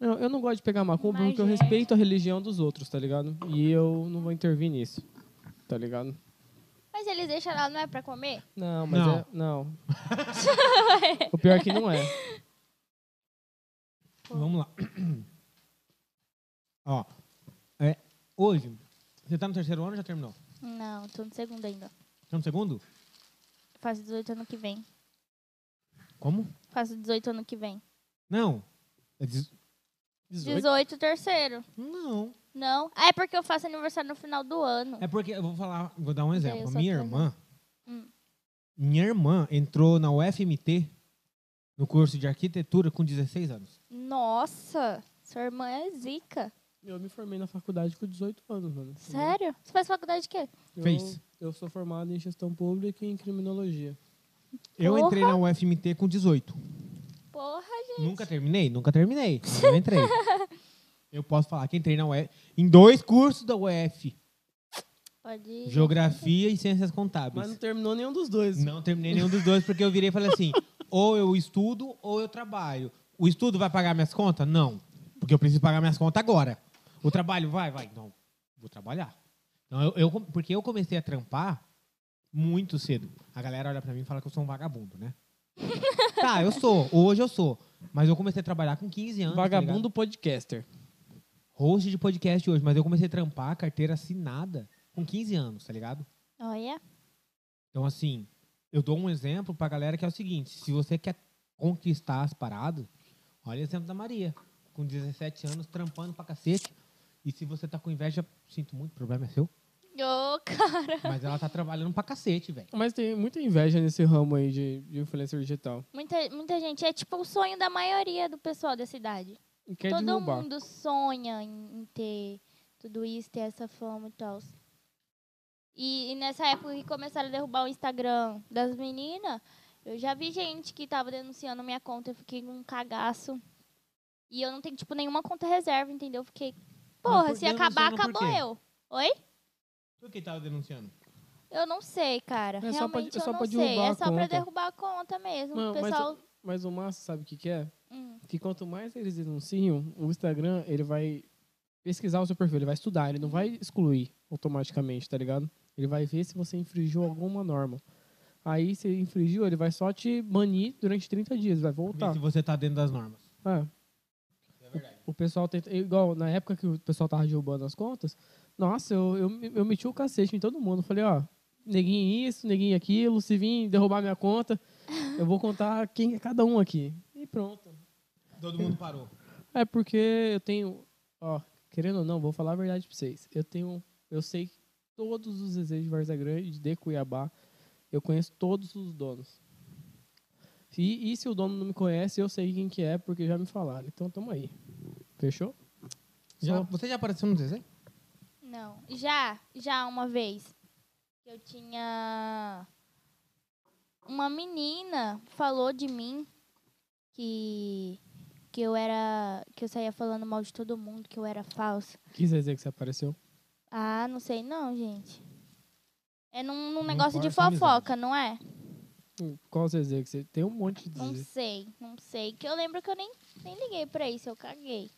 Speaker 2: Não, eu não gosto de pegar macumba
Speaker 3: Mas
Speaker 2: porque eu
Speaker 3: é.
Speaker 2: respeito a religião dos outros, tá ligado? E eu não vou intervir nisso, tá ligado?
Speaker 3: Mas eles deixam lá, não é pra comer?
Speaker 2: Não, mas
Speaker 1: Não.
Speaker 2: é.
Speaker 3: *laughs*
Speaker 2: Não. o pior é que não é.
Speaker 1: Vamos lá. *clears throat* Ó, é, hoje, você tá no terceiro ano ou já terminou?
Speaker 3: Não, tô no segundo ainda.
Speaker 1: Tá no segundo?
Speaker 3: Faço 18 ano que vem.
Speaker 1: Como?
Speaker 3: Faço 18 ano que vem.
Speaker 1: Não. É dez-
Speaker 3: 18 terceiro.
Speaker 1: Não.
Speaker 3: Não. Ah, é porque eu faço aniversário no final do ano.
Speaker 1: É porque, eu vou falar, vou dar um exemplo.
Speaker 3: eu
Speaker 1: A
Speaker 3: só
Speaker 1: minha
Speaker 3: tô-
Speaker 1: irmã,
Speaker 3: Hum.
Speaker 1: minha irmã entrou na UFMT, no curso de arquitetura, com 16 anos.
Speaker 3: Nossa, sua irmã é zica.
Speaker 2: Eu me formei na faculdade com 18 anos, mano. Assim,
Speaker 3: Sério? Você faz faculdade de quê?
Speaker 2: Eu,
Speaker 1: Fez.
Speaker 2: Eu sou formado em gestão pública e em criminologia.
Speaker 1: Eu
Speaker 3: Porra.
Speaker 1: entrei na UFMT com 18.
Speaker 3: Porra, gente.
Speaker 1: Nunca terminei? Nunca terminei. Mas eu
Speaker 3: *laughs*
Speaker 1: entrei. eu posso falar que entrei na UF, em dois cursos da UF.
Speaker 3: Pode ir.
Speaker 1: Geografia e Ciências
Speaker 2: Mas não
Speaker 1: Contábeis.
Speaker 2: terminou nenhum dos dois.
Speaker 1: Não terminei nenhum dos dois porque eu virei e falei assim: *laughs* ou eu estudo ou eu trabalho. O estudo vai pagar minhas contas? Não. Porque eu preciso pagar minhas contas agora. O trabalho vai? Vai. Então, vou trabalhar. Então, eu, eu- porque eu comecei a trampar muito cedo. A galera olha pra mim e fala que eu sou um vagabundo, né? tá, eu sou. Hoje eu sou. Mas eu comecei a trabalhar com 15 anos. tá ligado?
Speaker 2: Vagabundo podcaster.
Speaker 1: host de podcast hoje, mas eu comecei a trampar carteira assinada com 15 anos, tá ligado?
Speaker 3: Olha.
Speaker 1: Então, assim, eu dou um exemplo pra galera que é o seguinte: se você quer conquistar as paradas, olha o exemplo da Maria, com 17 anos, trampando pra cacete. E se você tá com inveja, sinto muito, o problema é seu.
Speaker 3: Ô, cara.
Speaker 1: Mas ela tá trabalhando pra cacete, velho.
Speaker 2: Mas tem muita inveja nesse ramo aí de, de influencer digital.
Speaker 3: *laughs* Muita, muita gente. É tipo o sonho da maioria do pessoal da cidade.
Speaker 2: E quer
Speaker 3: Todo
Speaker 2: derrubar.
Speaker 3: mundo sonha em, em ter tudo isso, ter essa fama e tal. E, e nessa época que começaram a derrubar o Instagram das meninas, eu já vi gente que tava denunciando minha conta. Eu fiquei num cagaço. E eu não tenho, tipo, nenhuma conta reserva, entendeu? Eu fiquei, porra,
Speaker 1: por-
Speaker 3: se acabar,
Speaker 1: denunciando por
Speaker 3: acabou
Speaker 1: quê?
Speaker 3: eu. Oi?
Speaker 1: Por que tava denunciando?
Speaker 3: Eu não sei, cara.
Speaker 2: É só pra-
Speaker 3: Realmente
Speaker 2: é só
Speaker 3: eu não
Speaker 2: pra
Speaker 3: sei.
Speaker 2: derrubar a
Speaker 3: É só pra
Speaker 2: conta.
Speaker 3: derrubar a conta mesmo.
Speaker 2: Não,
Speaker 3: o
Speaker 2: mas
Speaker 3: pessoal.
Speaker 2: Mas o massa sabe o que, que é?
Speaker 3: Hum.
Speaker 2: Que quanto mais eles denunciam, o Instagram, ele vai pesquisar o seu perfil, ele vai estudar, ele não vai excluir automaticamente, tá ligado? Ele vai ver se você infringiu alguma norma. Aí, se infringiu, ele vai só te banir durante 30 dias, vai voltar.
Speaker 1: Se você tá dentro das normas.
Speaker 2: É. O, o pessoal tenta. Igual na época que o pessoal tava derrubando as contas, nossa, eu, eu, eu meti o cacete em todo mundo. Falei, ó, neguinho isso, neguinho aquilo, se vir derrubar minha conta, eu vou contar quem é cada um aqui. E pronto.
Speaker 1: Todo mundo parou.
Speaker 2: É porque eu tenho. Ó, querendo ou não, vou falar a verdade pra vocês. Eu tenho. Eu sei todos os desejos de Varza Grande, de Cuiabá. Eu conheço todos os donos. E, e se o dono não me conhece, eu sei quem que é, porque já me falaram. Então tamo aí. Fechou?
Speaker 1: Já-
Speaker 2: Só-
Speaker 1: você já apareceu no desenho?
Speaker 3: Não. Já, já uma vez. Eu tinha. Uma menina falou de mim que. Que eu era. Que eu saía falando mal de todo mundo, que eu era falsa.
Speaker 2: Quis dizer que você apareceu.
Speaker 3: Ah, não sei não, gente. É num, num
Speaker 1: Não
Speaker 3: negócio de
Speaker 1: força a
Speaker 3: fofoca, não é?
Speaker 2: Hum, Qual Zezé que você tem um monte de
Speaker 3: Não
Speaker 2: Zezé.
Speaker 3: sei, não sei. Que eu lembro que eu nem, nem liguei pra isso, eu caguei.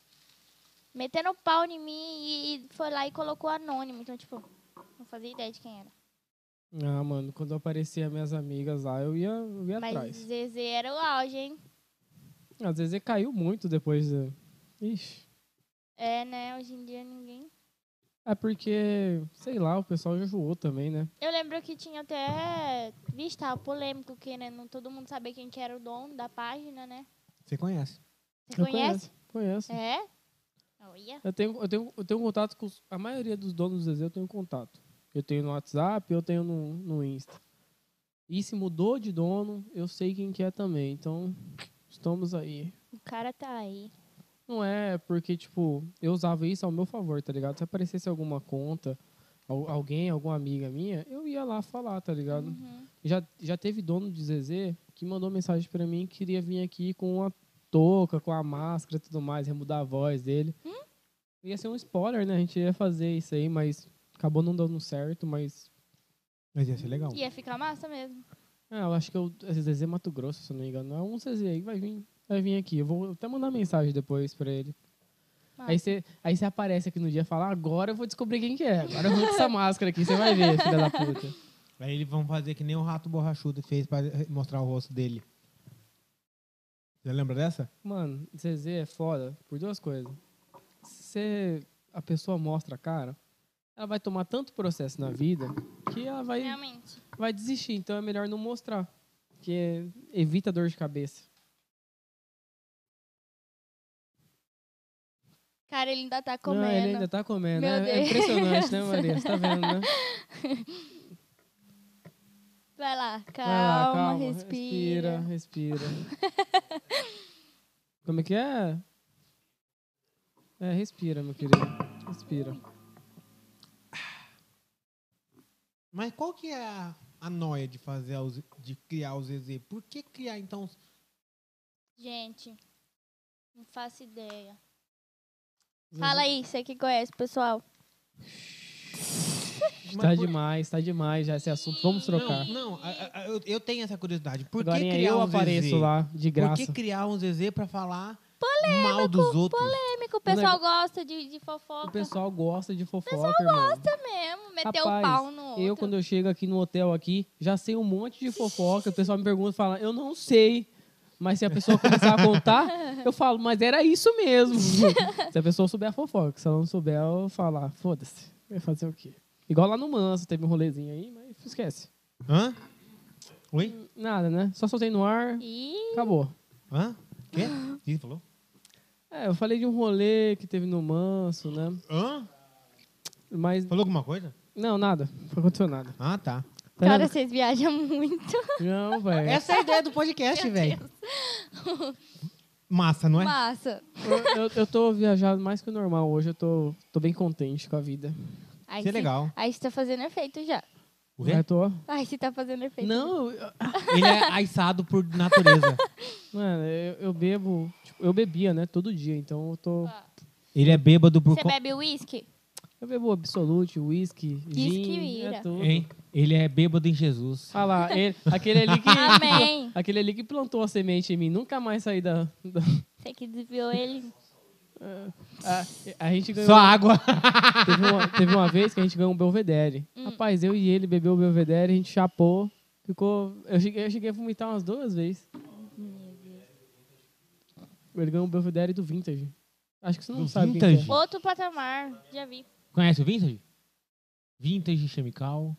Speaker 3: Metendo pau em mim e, e foi lá e colocou anônimo. Então, tipo, não fazia ideia de quem era.
Speaker 2: Ah, mano, quando aparecia minhas amigas lá, eu ia, eu ia
Speaker 3: Mas
Speaker 2: atrás.
Speaker 3: Zezé era o auge, hein?
Speaker 2: Às vezes caiu muito depois. da- Ixi.
Speaker 3: É, né? Hoje em dia ninguém.
Speaker 2: É porque, sei lá, o pessoal já enjoou também, né?
Speaker 3: Eu lembro que tinha até. Vixe, tava polêmico, querendo todo mundo saber quem que era o dono da página, né?
Speaker 1: Você conhece.
Speaker 3: Você
Speaker 2: Eu
Speaker 3: conhece?
Speaker 2: Conheço.
Speaker 3: É? Olha.
Speaker 2: Eu, tenho, eu, tenho, eu tenho contato com os- a maioria dos donos do Zezé, eu tenho contato. Eu tenho no WhatsApp, eu tenho no, no Insta. E se mudou de dono, eu sei quem que é também. Então, estamos aí.
Speaker 3: O cara tá aí.
Speaker 2: Não é porque, tipo, eu usava isso ao meu favor, tá ligado? Se aparecesse alguma conta, al- alguém, alguma amiga minha, eu ia lá falar, tá ligado? Já, já teve dono de Zezé que mandou mensagem pra mim que queria vir aqui com uma touca, com a máscara e tudo mais, ia mudar a voz dele. Ia ser um spoiler, né? A gente ia fazer isso aí, mas acabou não dando certo, mas.
Speaker 1: Mas ia ser legal.
Speaker 3: Ia ficar massa mesmo.
Speaker 2: Ah, eu acho que é o é Zezé Mato Grosso, se eu não me engano. É um Zezé aí que vai vir, vai vir aqui. Eu vou até mandar mensagem depois pra ele.
Speaker 3: Massa.
Speaker 2: Aí você aí você aparece aqui no dia e fala, agora eu vou descobrir quem que é. Agora eu vou com essa *laughs* máscara aqui, você vai ver, filha da puta.
Speaker 1: Aí eles vão fazer que nem o rato borrachudo fez pra mostrar o rosto dele. Já lembra dessa?
Speaker 2: Mano, Zezé é foda por duas coisas. Se a pessoa mostra a cara, ela vai tomar tanto processo na vida que ela
Speaker 3: É.
Speaker 2: vai,
Speaker 3: Realmente.
Speaker 2: vai desistir. Então é melhor não mostrar. Porque evita dor de cabeça.
Speaker 3: Cara, ele ainda tá
Speaker 2: Não,
Speaker 3: comendo.
Speaker 2: ele ainda tá comendo.
Speaker 3: Meu
Speaker 2: né? é,
Speaker 3: Deus.
Speaker 2: impressionante,
Speaker 3: *laughs*
Speaker 2: né, Maria? Você tá vendo, né?
Speaker 3: Vai lá, calma,
Speaker 2: Vai lá, Ah, calma.
Speaker 3: respira.
Speaker 2: Respira, respira. *laughs* Como é que é? É, respira, meu querido. Respira.
Speaker 1: Mas qual que é a, a noia de fazer os- de criar o ZZ? Por que criar então? os-
Speaker 3: Gente, não faço ideia. Fala aí, você que conhece, pessoal.
Speaker 2: Tá demais, tá demais já esse assunto. Vamos trocar.
Speaker 1: Não, não, a- a- eu, eu tenho essa curiosidade. Por
Speaker 2: Agora é
Speaker 1: que criar
Speaker 2: eu
Speaker 1: um
Speaker 2: apareço
Speaker 1: ZZ?
Speaker 2: lá, de
Speaker 1: Por
Speaker 2: graça.
Speaker 1: que criar um ZZ pra falar mal dos outros?
Speaker 3: Polêmico, o pessoal gosta de, de
Speaker 1: um
Speaker 3: fofoca
Speaker 2: O pessoal gosta de fofoca, irmão.
Speaker 3: mesmo, meter o
Speaker 2: Rapaz,
Speaker 3: pau no outro.
Speaker 2: Eu, quando eu chego aqui no hotel aqui, já sei um monte de fofoca. O pessoal me pergunta, fala, eu não sei. Mas se a pessoa começar a contar,
Speaker 3: *laughs*
Speaker 2: eu falo, mas era isso mesmo. *laughs* se a pessoa souber a fofoca, se ela não souber, eu falo, ah, foda-se, vai fazer o quê? Igual lá no Manso, teve um rolezinho aí, mas esquece.
Speaker 1: Hã? Oi?
Speaker 2: Nada, né? Só soltei no ar,
Speaker 3: Ih,
Speaker 2: acabou.
Speaker 1: Hã? Quê? O que você falou?
Speaker 2: É, eu falei de um rolê que teve no Manso, né?
Speaker 1: Hã?
Speaker 2: Mas,
Speaker 1: Falou alguma coisa?
Speaker 2: não, nada. Não aconteceu nada.
Speaker 1: Ah, tá.
Speaker 2: Tá
Speaker 3: cara, *laughs*
Speaker 2: vendo?
Speaker 3: vocês viajam muito.
Speaker 2: Não, velho.
Speaker 1: Essa é a ideia do
Speaker 3: *laughs*
Speaker 1: podcast, velho. Massa, não é?
Speaker 3: Massa.
Speaker 2: Eu, eu- eu tô viajado mais que o normal hoje. Eu tô, tô bem contente com a vida.
Speaker 3: Aí
Speaker 1: Isso é
Speaker 3: se-
Speaker 1: legal.
Speaker 3: Aí você tá fazendo efeito já.
Speaker 1: O quê?
Speaker 2: Eu tô-
Speaker 3: Aí você tá fazendo efeito.
Speaker 2: Não, eu-
Speaker 1: Ele é *laughs* aiçado por natureza.
Speaker 2: mano, eu, eu bebo. tipo, eu bebia, né? Todo dia. Então eu tô.
Speaker 3: Ah.
Speaker 1: Ele é bêbado por...
Speaker 3: Você
Speaker 1: co-
Speaker 3: bebe uísque?
Speaker 2: Eu bebo Absolute, whisky, gin,
Speaker 3: Whisky
Speaker 2: é
Speaker 3: ira.
Speaker 2: tudo.
Speaker 1: Hein? Ele é bêbado em Jesus.
Speaker 2: Ah lá, ele- aquele ali que.
Speaker 3: Amém.
Speaker 2: *laughs* Aquele ali que plantou a semente em mim. Nunca mais saí da. da-
Speaker 3: Você que desviou ele.
Speaker 2: a, a gente ganhou.
Speaker 1: Só água. *laughs*
Speaker 2: Teve uma, teve uma vez que a gente ganhou um Belvedere.
Speaker 3: Hum.
Speaker 2: Rapaz, eu e ele bebeu o Belvedere, a gente chapou. Ficou. Eu cheguei, eu cheguei a vomitar umas duas vezes. Ele ganhou um Belvedere do Vintage. Acho que você não
Speaker 1: Do
Speaker 2: sabe. quem
Speaker 1: Vintage?
Speaker 2: que é.
Speaker 3: Outro patamar, já vi.
Speaker 1: Conhece o Vintage? Vintage Chemical.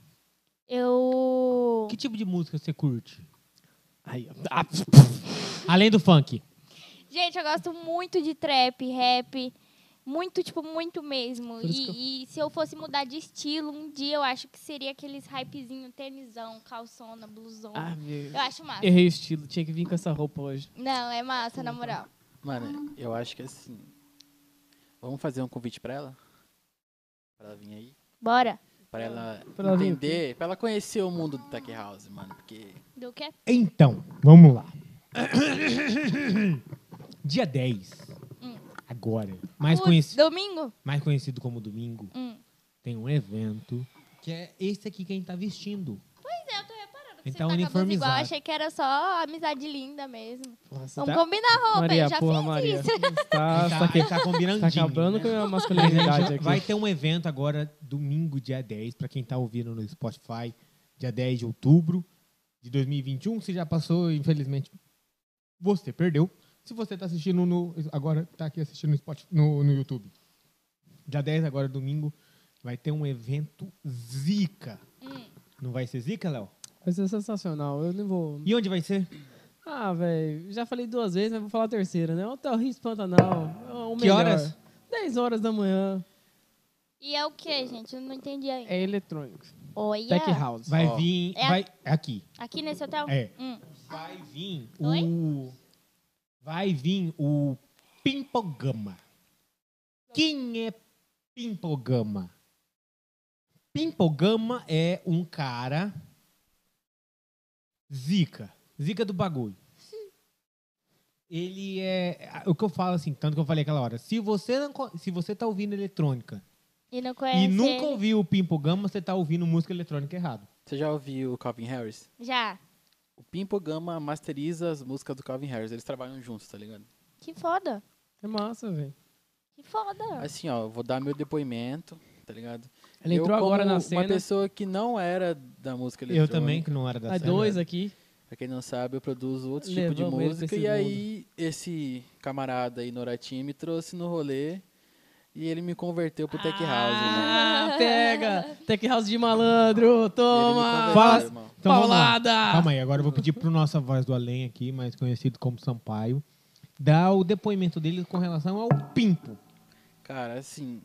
Speaker 3: Eu.
Speaker 1: Que tipo de música você curte?
Speaker 2: Aí, ó. Ah,
Speaker 1: Além do funk.
Speaker 3: Gente, eu gosto muito de trap, rap. Muito, tipo, muito mesmo.
Speaker 2: Por isso que
Speaker 3: E, e se eu fosse mudar de estilo um dia, eu acho que seria aqueles hypezinho, tênisão, calçona, blusão.
Speaker 2: ah, meu.
Speaker 3: Eu acho massa.
Speaker 2: Errei o estilo, tinha que vir com essa roupa hoje.
Speaker 3: Não, é massa, na moral.
Speaker 5: Mano, eu acho que assim. Vamos fazer um convite pra ela? Pra ela vir aí?
Speaker 3: Bora.
Speaker 5: Pra ela
Speaker 2: Pra ela vir o
Speaker 5: entender, pra ela conhecer o mundo do Tech House, mano. Porque
Speaker 3: Do quê?
Speaker 1: Então, vamos lá. *coughs* Dia 10. Agora. Mais,
Speaker 3: Hum. Putz,
Speaker 1: conheci-
Speaker 3: Domingo?
Speaker 1: mais conhecido como domingo.
Speaker 3: Hum.
Speaker 1: Tem um evento. Que é esse aqui que a gente tá vestindo.
Speaker 3: Pois é, eu tô reparando que
Speaker 2: Então,
Speaker 1: Ele tá
Speaker 3: você tá com a blusa igual.
Speaker 1: uniformizado.
Speaker 3: Achei que era só amizade linda mesmo.
Speaker 2: Nossa,
Speaker 3: Vamos
Speaker 2: tá-
Speaker 3: combinar a roupa, eu
Speaker 2: Maria,
Speaker 3: já
Speaker 2: porra,
Speaker 3: fiz
Speaker 2: Maria.
Speaker 3: isso.
Speaker 2: Tá,
Speaker 1: a gente
Speaker 2: tá,
Speaker 1: tá, a *laughs* gente tá combinandinho.
Speaker 2: tá acabando
Speaker 1: né?
Speaker 2: com a minha *laughs*
Speaker 1: Mas a
Speaker 2: masculinidade
Speaker 1: gente *laughs*
Speaker 2: aqui.
Speaker 1: vai ter um evento agora, domingo, dia 10, pra quem tá ouvindo no Spotify, dia 10 de outubro de 2021. Se já passou, infelizmente, você perdeu. Se você tá assistindo no. Agora tá aqui assistindo no, Spotify, no, no YouTube. Dia 10, agora domingo, vai ter um evento zica.
Speaker 3: Hum.
Speaker 1: Não vai ser zica, Léo?
Speaker 2: Vai ser sensacional. Eu não vou.
Speaker 1: E onde vai ser?
Speaker 2: Ah, velho, já falei duas vezes, mas vou falar a terceira, né? Hotel Ritz Pantanal. é o
Speaker 1: Que
Speaker 2: melhor.
Speaker 1: horas?
Speaker 2: 10 horas da manhã.
Speaker 3: E é o que, gente? Eu não entendi ainda.
Speaker 2: É tá eletrônico.
Speaker 3: Olha.
Speaker 2: Tech House.
Speaker 1: Vai
Speaker 5: Ó.
Speaker 1: vir.
Speaker 3: É a-
Speaker 1: Vai, é aqui.
Speaker 3: Aqui nesse hotel?
Speaker 1: É.
Speaker 3: Hum.
Speaker 1: Vai vir
Speaker 3: Oi?
Speaker 1: o. Vai vir o Pimpogama. Quem é Pimpogama? Pimpogama é um cara. Zica. Zica do bagulho. Ele é. O que eu falo assim, tanto que eu falei aquela hora. Se você, não, co- se você tá ouvindo eletrônica
Speaker 3: E não conhece
Speaker 1: e nunca
Speaker 3: ele?
Speaker 1: ouviu o Pimpogama, você tá ouvindo música eletrônica errado.
Speaker 5: você já ouviu o Calvin Harris?
Speaker 3: Já.
Speaker 5: O Pimpo Gama masteriza as músicas do Calvin Harris. Eles trabalham juntos, tá ligado?
Speaker 3: Que foda.
Speaker 2: É massa, velho.
Speaker 3: Que foda.
Speaker 5: Assim, ó, eu vou dar meu depoimento, tá ligado?
Speaker 2: Ela
Speaker 5: eu,
Speaker 2: entrou agora
Speaker 5: como
Speaker 2: na
Speaker 5: uma
Speaker 2: cena.
Speaker 5: pessoa que não era da música
Speaker 1: Eu
Speaker 5: eletrônica.
Speaker 1: também, que não era da
Speaker 2: Tá
Speaker 1: série.
Speaker 2: dois aqui.
Speaker 5: Pra quem não sabe, eu produzo outro tipo de
Speaker 2: Levamos ele pra
Speaker 5: música.
Speaker 2: esse
Speaker 5: E aí, esse camarada aí, Noratinho, me trouxe no rolê e ele me converteu pro Tech House, irmão.
Speaker 2: Ah, pega! Tech House de malandro, toma!
Speaker 5: converteu,
Speaker 1: Fala-
Speaker 5: irmão.
Speaker 1: Então, vamos lá.
Speaker 2: Paulada!
Speaker 1: Calma aí, agora eu vou pedir pro nossa voz do além aqui, mais conhecido como Sampaio, dar o depoimento dele com relação ao Pimpo.
Speaker 5: Cara, assim.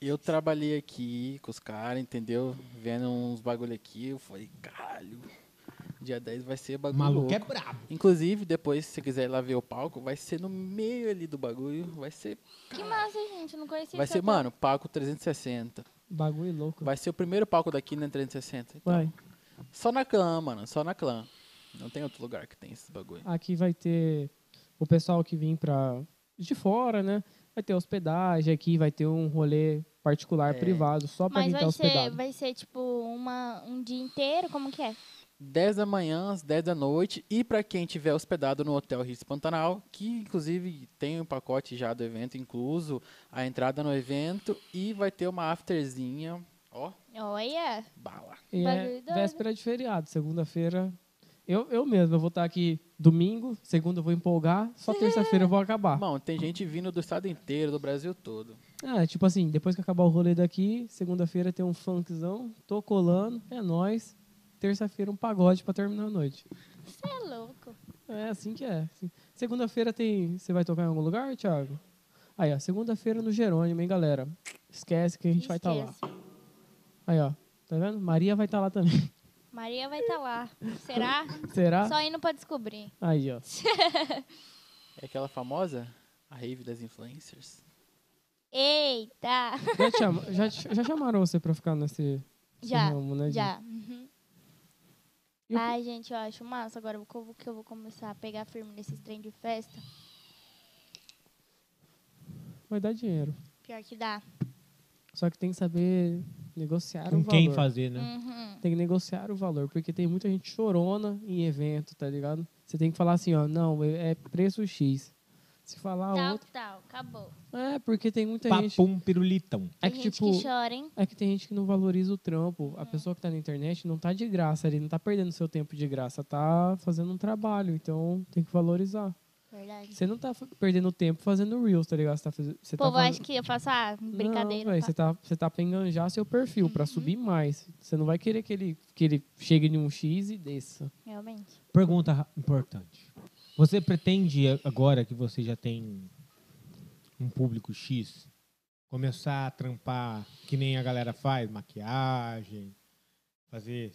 Speaker 5: Eu trabalhei aqui com os caras, entendeu? Vendo uns bagulho aqui. Eu falei, caralho, dia 10 vai ser
Speaker 1: O
Speaker 5: bagulho.
Speaker 1: maluco é
Speaker 5: louco.
Speaker 1: brabo.
Speaker 5: Inclusive, depois, se você quiser ir lá ver o palco, vai ser no meio ali do bagulho. Vai ser.
Speaker 3: Que massa, gente. Eu não conhecia
Speaker 5: Vai
Speaker 3: esse
Speaker 5: ser,
Speaker 3: hotel.
Speaker 5: mano, palco 360.
Speaker 2: Bagulho louco.
Speaker 5: Vai ser o primeiro palco daqui né, na 360.
Speaker 2: Vai.
Speaker 5: Só na clã, mano. Só na clã. Não tem outro lugar que tem esses bagulho.
Speaker 2: Aqui vai ter o pessoal que vem pra de fora, né? Vai ter hospedagem aqui, vai ter um rolê particular,
Speaker 8: É.
Speaker 2: privado, só pra
Speaker 3: Mas
Speaker 2: quem tá
Speaker 3: vai ser,
Speaker 2: hospedado.
Speaker 3: vai ser tipo uma, um dia inteiro? Como que é?
Speaker 5: 10 da manhã às 10 da noite. E para quem tiver hospedado no Hotel Ritz Pantanal, que inclusive tem um pacote já do evento incluso, a entrada no evento e vai ter uma afterzinha, ó,
Speaker 3: Olha!
Speaker 5: bala.
Speaker 2: E
Speaker 3: Bagulho
Speaker 2: é
Speaker 3: doido.
Speaker 2: véspera de feriado, segunda-feira. Eu, eu mesmo, eu vou estar aqui domingo, segunda eu vou empolgar, só terça-feira eu vou acabar.
Speaker 5: *laughs* Bom, tem gente vindo do estado inteiro, do Brasil todo.
Speaker 2: Ah, tipo assim, depois que acabar o rolê daqui, segunda-feira tem um funkzão, tô colando, é nóis. Terça-feira um pagode pra terminar a noite.
Speaker 3: Você é louco.
Speaker 2: É assim que é. assim. Segunda-feira tem. Você vai tocar em algum lugar, Thiago? Aí, ó, segunda-feira no Jerônimo, hein, galera? Esquece que a gente vai estar lá.
Speaker 3: Esquece.
Speaker 2: Aí, ó, tá vendo? Maria vai estar lá também. *laughs*
Speaker 3: Maria vai estar lá. Será?
Speaker 2: Será?
Speaker 3: Só indo pra descobrir.
Speaker 2: Aí, ó.
Speaker 5: É aquela famosa, a rave das influencers.
Speaker 3: Eita! *laughs*
Speaker 2: Já, te chama- já, te- já chamaram você pra ficar nesse. nesse
Speaker 3: Já,
Speaker 2: ramo, né, Di?
Speaker 3: Já. Uhum.
Speaker 2: E o-
Speaker 3: Ai, gente, eu acho massa. Agora que eu vou- que eu vou começar a pegar firme nesses trem de festa.
Speaker 2: Vai dar dinheiro.
Speaker 3: Pior que dá.
Speaker 2: Só que tem que saber negociar o
Speaker 1: Com
Speaker 2: um valor.
Speaker 1: quem fazer, né?
Speaker 3: Uhum.
Speaker 2: Tem que negociar o valor, porque tem muita gente chorona em evento, tá ligado? Você tem que falar assim, ó, não, é preço X. Se falar
Speaker 3: Tal,
Speaker 2: Ah, outro.
Speaker 3: tal. Acabou.
Speaker 2: É, porque tem muita gente.
Speaker 1: Papum pirulitão.
Speaker 2: É
Speaker 3: Tem
Speaker 2: que,
Speaker 3: gente
Speaker 2: tipo,
Speaker 3: que chora, hein?
Speaker 2: É que tem gente que não valoriza o trampo.
Speaker 3: É.
Speaker 2: A pessoa que tá na internet não tá de graça ali, não tá perdendo seu tempo de graça, tá fazendo um trabalho, então tem que valorizar.
Speaker 3: Verdade.
Speaker 2: Você não tá fa- perdendo tempo fazendo reels, tá ligado? Você tá fazendo. Você
Speaker 3: O povo
Speaker 2: tá faz-
Speaker 3: acha que eu faço ah, brincadeira. Uhum.
Speaker 2: Não, véi,
Speaker 3: pá.
Speaker 2: você tá, você tá pra enganjar seu perfil, pra subir mais. Você não vai querer que ele, que ele chegue em um X e desça.
Speaker 3: Realmente.
Speaker 1: Pergunta ra- importante. Você pretende, a- agora que você já tem um público X, começar a trampar que nem a galera faz, maquiagem, fazer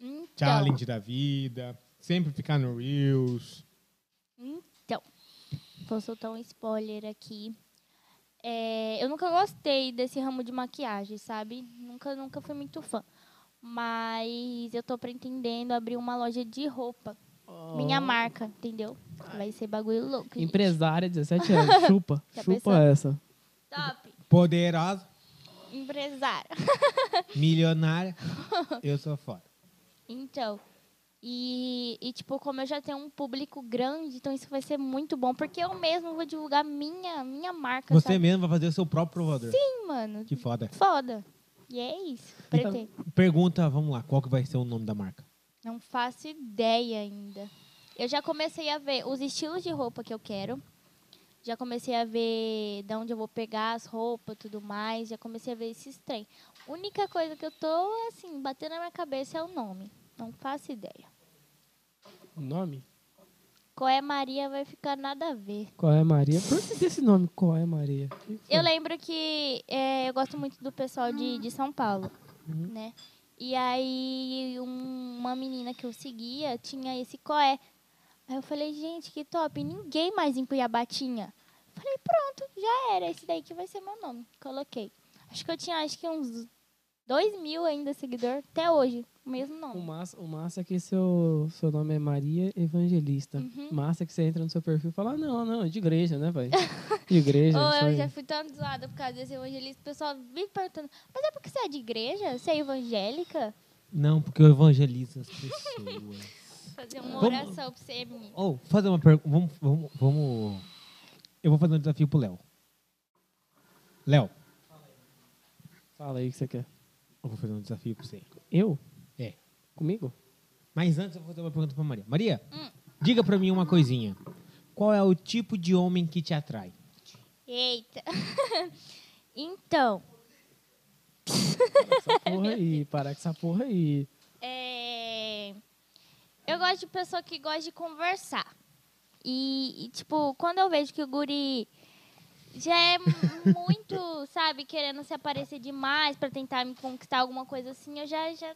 Speaker 3: Então,
Speaker 1: challenge da vida, sempre ficar no Reels?
Speaker 3: Vou soltar um spoiler aqui. É, eu nunca gostei desse ramo de maquiagem, sabe? Nunca, nunca fui muito fã. Mas eu tô pretendendo abrir uma loja de roupa. Minha marca, entendeu? Vai ser bagulho louco. gente.
Speaker 2: Empresária, 17
Speaker 3: *laughs*
Speaker 2: anos. Chupa.
Speaker 3: Já pensou?
Speaker 2: chupa essa.
Speaker 3: Top.
Speaker 1: Poderosa,
Speaker 3: Empresária. *laughs*
Speaker 1: milionária, eu sou foda.
Speaker 3: Então. E, e, tipo, como eu já tenho um público grande, então isso vai ser muito bom. Porque eu mesmo vou divulgar minha, minha marca,
Speaker 1: Você
Speaker 3: sabe?
Speaker 1: mesmo vai fazer o seu próprio provador.
Speaker 3: Sim, mano.
Speaker 1: Que foda.
Speaker 3: Foda. E é isso. Pretendo.
Speaker 1: Pergunta, vamos lá, qual que vai ser o nome da marca?
Speaker 3: Não faço ideia ainda. Eu já comecei a ver os estilos de roupa que eu quero. Já comecei a ver de onde eu vou pegar as roupas e tudo mais. Já comecei a ver esses trem. Única coisa que eu tô, assim, batendo na minha cabeça é o nome. Não faço ideia.
Speaker 2: O nome?
Speaker 3: Qual é Maria vai ficar nada a ver.
Speaker 2: Qual é Maria? Por que desse nome? Qual é Maria? Que que foi?
Speaker 3: Eu lembro que é, eu gosto muito do pessoal de, de São Paulo, né? E aí um- uma menina que eu seguia tinha esse coé. Aí eu falei, gente, que top, ninguém mais em Cuiabá tinha. Falei, pronto, já era, esse daí que vai ser meu nome. Coloquei. Acho que eu tinha acho que uns dois mil ainda seguidor, até hoje, o mesmo
Speaker 2: O
Speaker 3: nome.
Speaker 2: massa, o massa é que seu, seu nome é Maria Evangelista. Massa é que você entra no seu perfil e fala, "Ah, não, não, é de igreja, né, velho? De
Speaker 3: *laughs*
Speaker 2: igreja.
Speaker 3: Ou
Speaker 2: é isso
Speaker 3: eu
Speaker 2: aí."
Speaker 3: já fui tão zoada por causa desse evangelista, o pessoal me perguntando, mas é porque você é de igreja? Você é evangélica?
Speaker 1: Não, porque eu evangelizo as pessoas.
Speaker 3: Fazer uma
Speaker 1: Vamos-
Speaker 3: oração pra você, menino.
Speaker 1: *laughs* Ou, fazer uma pergunta. Vamos, vamos, vamos- Eu vou fazer um desafio pro Léo. Léo,
Speaker 2: Fala aí o que você quer.
Speaker 1: eu vou fazer um desafio pra você.
Speaker 2: Eu?
Speaker 1: É.
Speaker 2: Comigo?
Speaker 1: Mas antes eu vou fazer uma pergunta pra Maria. Maria,
Speaker 3: Hum.
Speaker 1: diga pra mim uma coisinha. Qual é o tipo de homem que te atrai?
Speaker 3: Eita. *laughs* então,
Speaker 2: Essa porra aí, parar com essa porra aí.
Speaker 3: é, eu gosto de pessoa que gosta de conversar. E, e, tipo, quando eu vejo que o guri já é mu- *laughs* muito, sabe, querendo se aparecer demais pra tentar me conquistar alguma coisa assim, eu já, já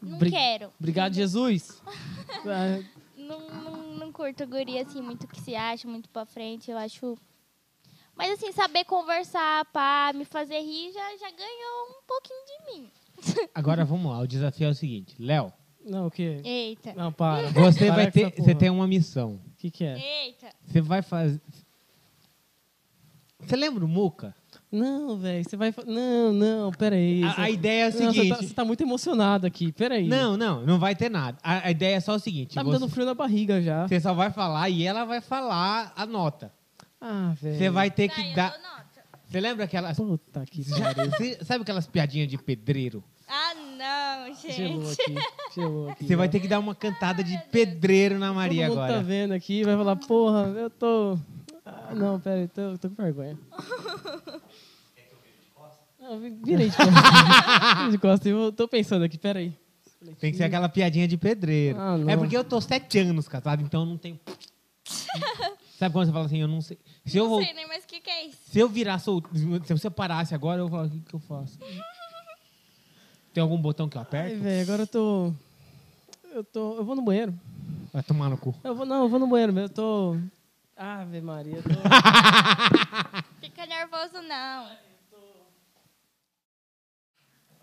Speaker 3: não
Speaker 2: Bri-
Speaker 3: quero.
Speaker 2: Obrigado, Jesus. Ah,
Speaker 3: Não, não, não curto guri, assim, muito que se acha, muito pra frente, eu acho... Mas, assim, saber conversar, pá, me fazer rir, já, já ganhou um pouquinho de mim.
Speaker 1: Agora vamos lá, o desafio é o seguinte. Léo,
Speaker 2: não, o quê?
Speaker 3: Eita.
Speaker 2: Não,
Speaker 1: *laughs*
Speaker 2: para.
Speaker 1: você
Speaker 2: Para
Speaker 1: vai
Speaker 2: com
Speaker 1: ter.
Speaker 2: essa
Speaker 1: Você
Speaker 2: porra.
Speaker 1: tem uma missão.
Speaker 2: O que que é?
Speaker 3: Eita.
Speaker 1: Você vai fazer. Você lembra o Muca?
Speaker 2: Não, velho, você vai. fa- Não, não, peraí.
Speaker 1: A, a ideia é o
Speaker 2: Não, você, tá,
Speaker 1: seguinte.
Speaker 2: você tá muito emocionado aqui, peraí.
Speaker 1: Não, não, não vai ter nada. A, a ideia é só o seguinte.
Speaker 2: Tá me
Speaker 1: você,
Speaker 2: dando frio na barriga já.
Speaker 1: você só vai falar e ela vai falar a nota.
Speaker 2: Ah, velho.
Speaker 1: Você vai ter
Speaker 3: Vai,
Speaker 1: que
Speaker 3: Tá, eu
Speaker 1: dar.
Speaker 3: dou nota.
Speaker 1: Você lembra aquelas.
Speaker 2: Puta que
Speaker 1: Já- você- sabe aquelas piadinhas de pedreiro?
Speaker 3: Ah, não, gente.
Speaker 2: Chegou aqui. Chegou aqui.
Speaker 1: Você vai
Speaker 2: ó.
Speaker 1: ter que
Speaker 3: Ah,
Speaker 1: dar uma cantada de pedreiro na Maria
Speaker 2: Todo mundo tá
Speaker 1: agora.
Speaker 2: vendo aqui, vai falar, porra, eu tô. Ah, não, pera aí, tô, tô com vergonha. Não, vi- virei
Speaker 1: *laughs*
Speaker 2: de costas. Virei de costas, eu tô pensando aqui, pera aí.
Speaker 1: Tem que ser aquela piadinha de pedreiro.
Speaker 2: Ah, não.
Speaker 1: é porque eu tô sete anos casado, então eu não
Speaker 3: *laughs*
Speaker 1: tenho. sabe quando você fala assim, eu não sei. Se eu,
Speaker 3: Não
Speaker 1: vou,
Speaker 3: sei nem mais o que, que é isso.
Speaker 1: se eu virar solteiro, se eu separasse agora, eu falo, o que, que eu faço? Tem algum botão que eu
Speaker 2: Ai,
Speaker 1: aperto?
Speaker 2: velho, agora eu tô. Eu tô. Eu vou no banheiro.
Speaker 1: Vai tomar no cu.
Speaker 2: Eu vou, não, eu vou no banheiro mesmo, eu tô. Ave Maria, eu tô.
Speaker 3: Fica nervoso, não.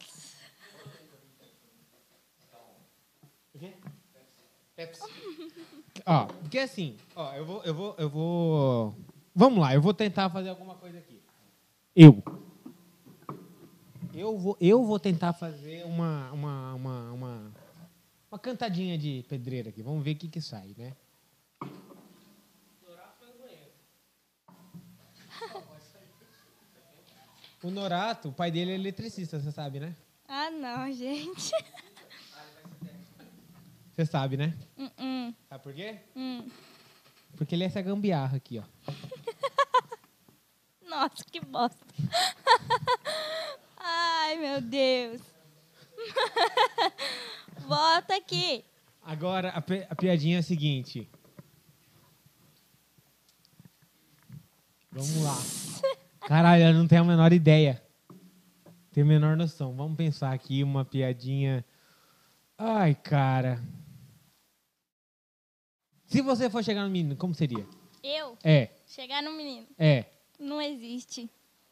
Speaker 1: *laughs* Ó, porque assim, ó, eu vou, eu vou, eu vou. Vamos lá, eu vou tentar fazer alguma coisa aqui. Eu. Eu vou, eu vou tentar fazer uma, uma, uma, uma, uma cantadinha de pedreira aqui. Vamos ver o que que sai, né? O Norato, o pai dele é eletricista, você sabe, né?
Speaker 3: Ah, não, gente. *laughs*
Speaker 1: Você sabe, né?
Speaker 3: Hum, hum,
Speaker 1: Sabe por quê?
Speaker 3: hum.
Speaker 1: Porque ele é essa gambiarra aqui, ó.
Speaker 3: Nossa, que bosta. *laughs* Ai, meu Deus. *laughs* Bota aqui.
Speaker 1: Agora, a, pi- a piadinha é a seguinte. Vamos lá. Caralho, eu não tenho a menor ideia. Tenho a menor noção. Vamos pensar aqui uma piadinha. Ai, cara. Se você for chegar no menino, como seria?
Speaker 3: Eu
Speaker 1: É,
Speaker 3: chegar no menino.
Speaker 1: é.
Speaker 3: Não existe.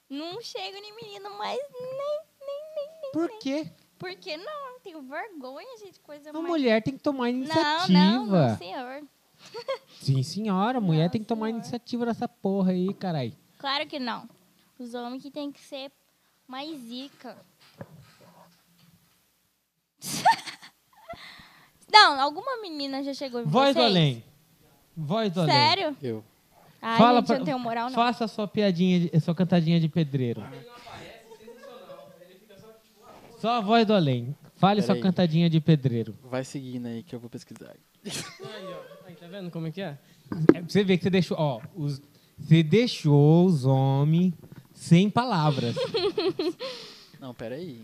Speaker 3: Não chego em menino, mas nem, nem, nem, nem.
Speaker 1: Por
Speaker 3: nem.
Speaker 1: quê?
Speaker 3: Por que não? Tenho vergonha, gente. Coisa
Speaker 1: A
Speaker 3: mais...
Speaker 1: mulher tem que tomar
Speaker 3: Não,
Speaker 1: iniciativa.
Speaker 3: não, não, senhor.
Speaker 1: Sim, senhora. A mulher tem que tomar
Speaker 3: senhora.
Speaker 1: iniciativa dessa porra aí, caralho.
Speaker 3: Claro que não. Os homens que tem que ser mais zica. *laughs* não, alguma menina já chegou em
Speaker 1: Voz do
Speaker 3: vocês?
Speaker 1: além. Voz do além.
Speaker 3: Sério?
Speaker 5: Eu.
Speaker 3: Ai,
Speaker 1: Fala
Speaker 3: gente, eu
Speaker 1: pra-
Speaker 3: não tenho moral, não.
Speaker 1: Faça a sua piadinha, de- a sua cantadinha de pedreiro. Só a voz do além. Fale sua
Speaker 5: Peraí.
Speaker 1: cantadinha de pedreiro.
Speaker 5: Vai seguindo aí que eu vou pesquisar.
Speaker 2: Aí, ó. Aí, tá vendo como é que é?
Speaker 1: É, pra você ver que você deixou, ó, os- você deixou os homens sem palavras.
Speaker 5: Não, peraí.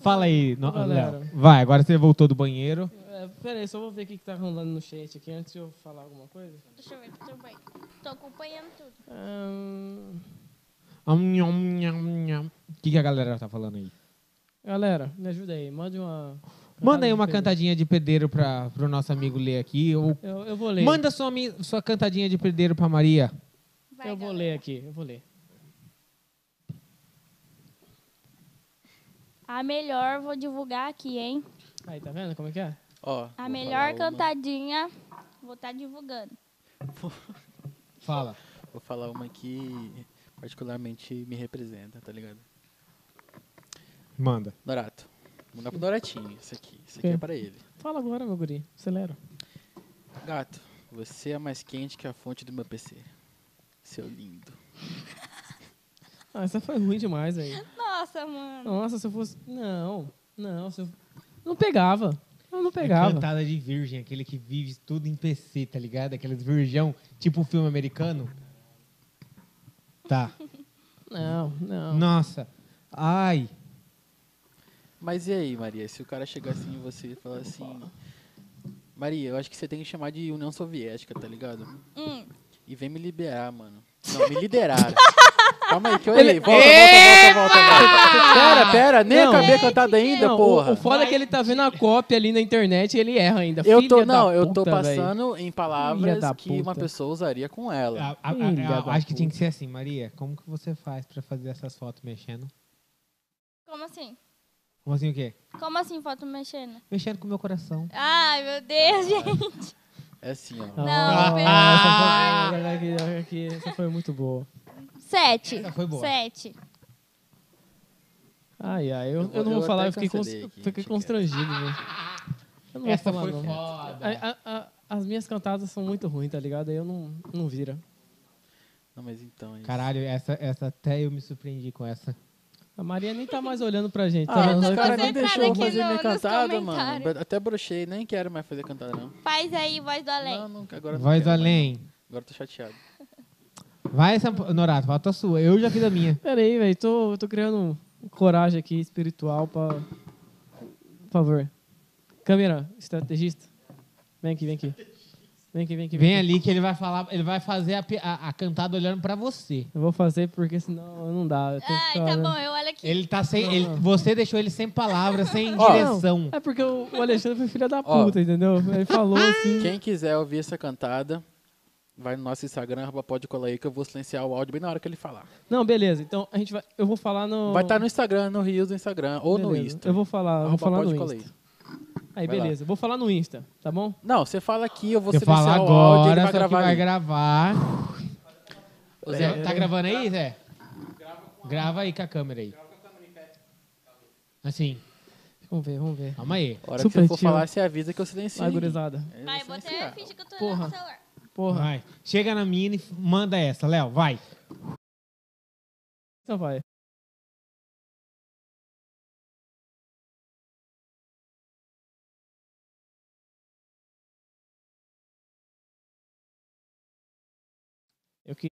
Speaker 1: Fala aí, no-
Speaker 2: Galera.
Speaker 1: Léo. Vai, agora você voltou do banheiro.
Speaker 2: É, pera aí, só vou ver o que, que tá rolando no chat aqui antes de eu falar alguma coisa.
Speaker 3: Deixa eu ver, tudo bem. Tô acompanhando tudo.
Speaker 2: Ahn,
Speaker 1: Am, nham, nham, nham. O que, que a galera tá falando aí?
Speaker 2: Galera, me ajuda aí, mande uma.
Speaker 1: Manda aí uma
Speaker 2: de pedreiro.
Speaker 1: cantadinha de pedreiro pra, pro nosso amigo ler aqui. Ou...
Speaker 2: Eu, eu vou ler.
Speaker 1: Manda sua, mi- sua cantadinha de pedreiro pra Maria.
Speaker 3: Vai,
Speaker 2: eu vou
Speaker 3: galera.
Speaker 2: ler aqui, eu vou ler.
Speaker 3: A melhor, vou divulgar aqui, hein?
Speaker 2: Aí, tá vendo como é que é?
Speaker 5: Ó,
Speaker 3: A
Speaker 5: vou
Speaker 3: melhor
Speaker 5: falar uma-
Speaker 3: cantadinha, vou estar divulgando.
Speaker 1: Fala.
Speaker 5: Vou falar uma que particularmente me representa, tá ligado?
Speaker 1: Manda.
Speaker 5: Dorato. Vou mandar pro Doratinho, isso aqui. Isso aqui é
Speaker 2: Quê?
Speaker 5: pra ele.
Speaker 2: Fala agora, meu guri. Acelera.
Speaker 5: Gato, você é mais quente que a fonte do meu PC. Seu lindo.
Speaker 2: Ah, essa foi ruim demais aí.
Speaker 3: Nossa, mano.
Speaker 2: Nossa, se eu fosse. Não, não, se eu. Não pegava. Eu não
Speaker 1: É
Speaker 2: pegava.
Speaker 1: cantada de virgem, aquele que vive tudo em PC, tá ligado? Aqueles virgão, tipo um filme americano. Tá.
Speaker 2: Não, não.
Speaker 1: Nossa. Ai.
Speaker 5: Mas e aí, Maria? Se o cara chegar assim em você e falar assim. Maria, eu acho que você tem que chamar de União Soviética, tá ligado?
Speaker 3: Hum.
Speaker 5: E vem me liberar, mano. Não,
Speaker 3: *laughs*
Speaker 5: me liderar. Calma aí, que eu errei. Volta, volta, volta, volta, volta. Pera, pera, nem
Speaker 2: Não.
Speaker 5: acabei a cantada ainda,
Speaker 2: Não, o-
Speaker 5: porra.
Speaker 2: O, foda é que ele tá vendo a cópia ali na internet e ele erra ainda.
Speaker 5: Eu
Speaker 2: É Filha
Speaker 5: tô,
Speaker 2: da
Speaker 5: não, eu tô
Speaker 2: puta, véi.
Speaker 5: passando em palavras
Speaker 2: da
Speaker 5: que uma
Speaker 2: puta. Ah.
Speaker 5: pessoa usaria com ela.
Speaker 1: A- a- a-
Speaker 2: Filha
Speaker 1: a-
Speaker 2: da
Speaker 1: acho que tinha que
Speaker 2: puta.
Speaker 1: ser assim, Maria. Como que você faz pra fazer essas fotos mexendo?
Speaker 3: Como assim?
Speaker 1: Como assim o quê?
Speaker 3: Como assim foto mexendo?
Speaker 1: Mexendo com o meu coração.
Speaker 3: Ai, meu Deus, gente.
Speaker 5: É assim, ó.
Speaker 3: Não,
Speaker 2: Ah, essa foi- olha aqui, olha aqui, essa foi muito boa.
Speaker 3: Sete.
Speaker 1: Essa foi boa.
Speaker 3: Sete.
Speaker 2: Ai, ai, eu, eu,
Speaker 5: Eu vou-
Speaker 2: não vou
Speaker 5: eu
Speaker 2: falar,
Speaker 5: até
Speaker 2: eu fiquei, cons-
Speaker 5: cancelei aqui,
Speaker 2: fiquei
Speaker 5: gente,
Speaker 2: constrangido, velho. Eu não
Speaker 1: Essa
Speaker 2: vou
Speaker 1: foi
Speaker 2: falar, não. né?
Speaker 1: foda.
Speaker 2: A- a- a- as minhas cantadas são muito ruins, tá ligado? Aí eu não, não vira.
Speaker 5: Não, mas então. é isso.
Speaker 1: Caralho, essa, essa até eu me surpreendi com essa.
Speaker 2: A Maria nem tá mais olhando pra gente, tá
Speaker 5: Ah,
Speaker 2: vendo?
Speaker 5: os
Speaker 2: Nós
Speaker 5: caras
Speaker 2: tá-
Speaker 5: nem
Speaker 3: concentrada
Speaker 5: deixou eu
Speaker 3: aqui
Speaker 5: fazer
Speaker 3: no-
Speaker 5: minha
Speaker 3: nos
Speaker 5: cantada, mano.
Speaker 3: comentários.
Speaker 5: Até brochei, nem quero mais fazer cantada, não.
Speaker 3: Faz aí, voz do além.
Speaker 5: Não, nunca, agora não
Speaker 1: Voz
Speaker 5: quero
Speaker 1: do
Speaker 5: mais,
Speaker 1: além.
Speaker 5: não. Agora eu tô chateado.
Speaker 1: Vai, Samp- Norato, falta a sua. Eu já fiz a minha.
Speaker 2: Pera aí, velho, tô, eu tô criando coragem aqui espiritual pra... Por favor. Câmera, estrategista. Vem aqui, vem aqui. Vem aqui, vem aqui.
Speaker 1: Vem
Speaker 2: aqui.
Speaker 1: ali que ele vai falar, ele vai fazer a, pe- a- a cantada olhando pra você.
Speaker 2: Eu vou fazer porque senão não dá. Eu tenho que
Speaker 3: Ai,
Speaker 2: ficar
Speaker 3: tá
Speaker 2: olhando.
Speaker 3: bom, eu olho aqui.
Speaker 1: Ele tá sem. ele- você deixou ele sem palavras, sem
Speaker 5: Ó.
Speaker 1: direção.
Speaker 2: É porque o o Alexandre foi filho da
Speaker 5: Ó.
Speaker 2: puta, entendeu? Ele falou assim.
Speaker 5: Quem quiser ouvir essa cantada, vai no nosso Instagram, arroba pode colar aí, que eu vou silenciar o áudio bem na hora que ele falar.
Speaker 2: Não, beleza. Então a gente vai. Eu vou falar no.
Speaker 5: Vai estar no Instagram, no Rios do Instagram, ou no
Speaker 2: Beleza.
Speaker 5: Insta.
Speaker 2: Eu vou falar, eu vou
Speaker 5: Arroba
Speaker 2: falar
Speaker 5: pode
Speaker 2: no
Speaker 5: colar
Speaker 2: Insta.
Speaker 5: aí.
Speaker 2: Aí,
Speaker 5: Vai lá.
Speaker 2: beleza. Eu Vou falar no Insta, tá bom?
Speaker 5: Não, você fala aqui, eu vou
Speaker 1: Você fala
Speaker 5: silenciar o áudio, ele
Speaker 1: agora,
Speaker 5: vai
Speaker 1: só que
Speaker 5: gravar.
Speaker 1: vai
Speaker 5: ali.
Speaker 1: gravar. Ô, Zé,
Speaker 2: Pera.
Speaker 1: tá gravando aí, Zé? Grava aí com a câmera aí. Assim,
Speaker 2: Vamos ver, vamos ver.
Speaker 1: calma aí.
Speaker 5: A hora que
Speaker 2: Super
Speaker 5: você for
Speaker 2: tio.
Speaker 5: falar, você avisa que eu silencio.
Speaker 2: Vai, gurizada.
Speaker 5: Eu vou
Speaker 3: Vai, é eu vou até
Speaker 5: silenciar.
Speaker 3: fingir que eu
Speaker 2: assim,
Speaker 3: tô
Speaker 2: "Ah, Porra.
Speaker 3: olhando o celular.
Speaker 2: Porra.
Speaker 1: Vai. Chega na mina e f- manda essa, Léo, vai.
Speaker 2: Então vai. Eu que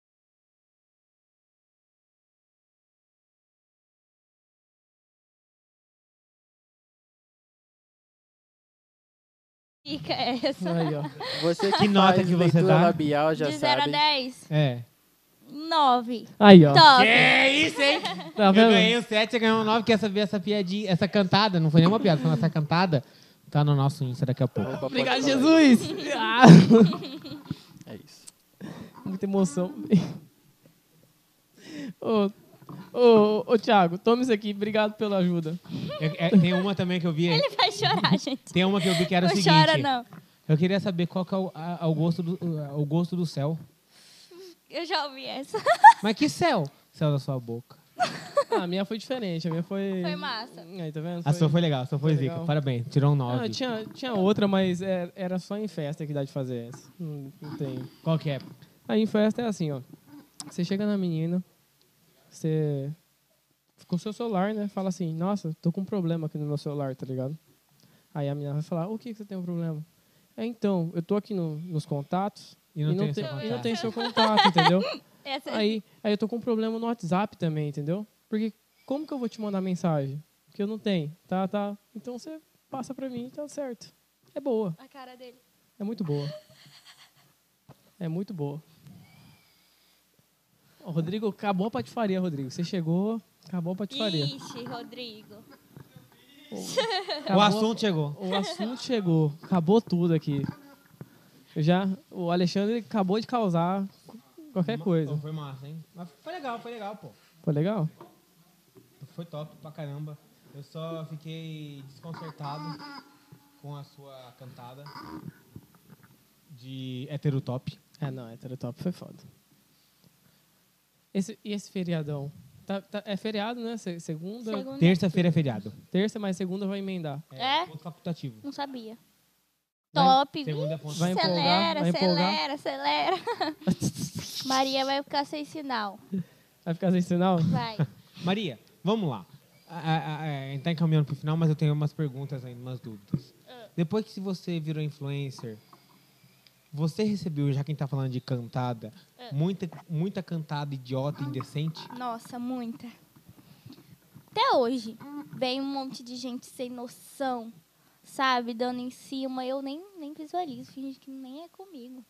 Speaker 3: Fica essa.
Speaker 2: um aí, ó.
Speaker 5: *laughs* Você que,
Speaker 1: Que nota
Speaker 5: faz
Speaker 1: que você
Speaker 5: leitura
Speaker 1: dá?
Speaker 5: labial já
Speaker 3: De 0 a
Speaker 5: sabe.
Speaker 3: 10,
Speaker 1: É.
Speaker 3: 9.
Speaker 2: Aí, ó.
Speaker 3: Top.
Speaker 1: É isso, hein?
Speaker 2: Tá
Speaker 1: Eu
Speaker 2: vendo?
Speaker 1: ganhei o 7, você ganhou o 9. Quer saber essa piadinha, essa cantada? Não foi nenhuma piada, foi essa cantada. Tá no nosso Insta daqui a pouco.
Speaker 5: Arroba pode
Speaker 2: Obrigado,
Speaker 5: colar aí.
Speaker 2: Jesus! Ah,
Speaker 5: É isso.
Speaker 2: muita emoção. *laughs* ô, ô, ô, Thiago, toma isso aqui. Obrigado pela ajuda.
Speaker 1: É- é- tem uma também que eu vi.
Speaker 3: Ele
Speaker 2: *laughs*
Speaker 3: vai chorar, gente.
Speaker 1: Tem uma que eu vi que era
Speaker 3: não
Speaker 1: o seguinte.
Speaker 3: chora, não.
Speaker 1: Eu queria saber qual que é o, a- ao gosto do, o gosto do céu.
Speaker 3: Eu já ouvi essa.
Speaker 1: Mas que céu? Céu da sua boca.
Speaker 2: Ah, a minha foi diferente. A minha foi...
Speaker 3: Foi massa.
Speaker 2: Aí, tá vendo?
Speaker 1: A sua foi legal, a sua foi,
Speaker 2: foi
Speaker 1: zica.
Speaker 2: legal.
Speaker 1: Parabéns, tirou um 9.
Speaker 2: Ah, tinha, tinha outra, mas é- era só em festa que dá de fazer essa. Não, não tem.
Speaker 1: Qual que é?
Speaker 2: Aí em festa é assim, ó. Você chega na menina, você fica com o seu celular, né? Fala assim, nossa, tô com um problema aqui no meu celular, tá ligado? Aí a menina vai falar, o que que você tem um problema? É, então, eu tô aqui no- nos contatos
Speaker 1: E não tem o seu
Speaker 2: e não
Speaker 1: contato.
Speaker 2: tem seu contato, entendeu?
Speaker 3: Essa é
Speaker 2: Aí, aí eu tô com um problema no WhatsApp também, entendeu? Porque como que eu vou te mandar mensagem? Porque eu não tenho. Tá, tá. Então você passa pra mim, tá certo. É boa.
Speaker 3: a cara dele.
Speaker 2: É muito boa. É muito boa. Ô, Rodrigo, acabou a patifaria, Rodrigo. Você chegou, acabou a patifaria.
Speaker 3: Ixi, Rodrigo.
Speaker 1: O
Speaker 2: Acabou-
Speaker 1: assunto chegou.
Speaker 2: o assunto chegou. Acabou tudo aqui. Eu já, o Alexandre acabou de causar qualquer coisa.
Speaker 1: Foi massa, hein? Mas foi legal, foi legal, pô.
Speaker 2: Foi legal?
Speaker 1: Foi top pra caramba. Eu só fiquei desconcertado com a sua cantada de heterotop.
Speaker 2: É, não, heterotop foi foda. Esse, e esse feriadão? Tá- tá- é feriado, né? Se- Segunda,
Speaker 3: Segunda.
Speaker 1: Terça-feira é feriado.
Speaker 2: terça, mas segunda vai emendar.
Speaker 3: É?
Speaker 1: Ponto facultativo.
Speaker 3: Não sabia.
Speaker 2: Vai- um
Speaker 3: Top.
Speaker 1: Segunda é ponto.
Speaker 2: Vai empolgar,
Speaker 3: acelera,
Speaker 2: vai empolgar.
Speaker 3: acelera,
Speaker 2: *laughs*
Speaker 3: acelera. Maria vai ficar sem sinal.
Speaker 2: Vai ficar sem sinal?
Speaker 3: Vai.
Speaker 1: Maria, vamos lá. A- a- a- a gente tá encaminhando pro final, mas eu tenho umas perguntas ainda, umas dúvidas. Depois que você virou influencer, você recebeu, já quem tá falando de cantada, muita, muita cantada idiota, indecente?
Speaker 3: Nossa, muita. Até hoje, vem um monte de gente sem noção, sabe? Dando em cima. Eu nem, nem visualizo, finge que nem é comigo.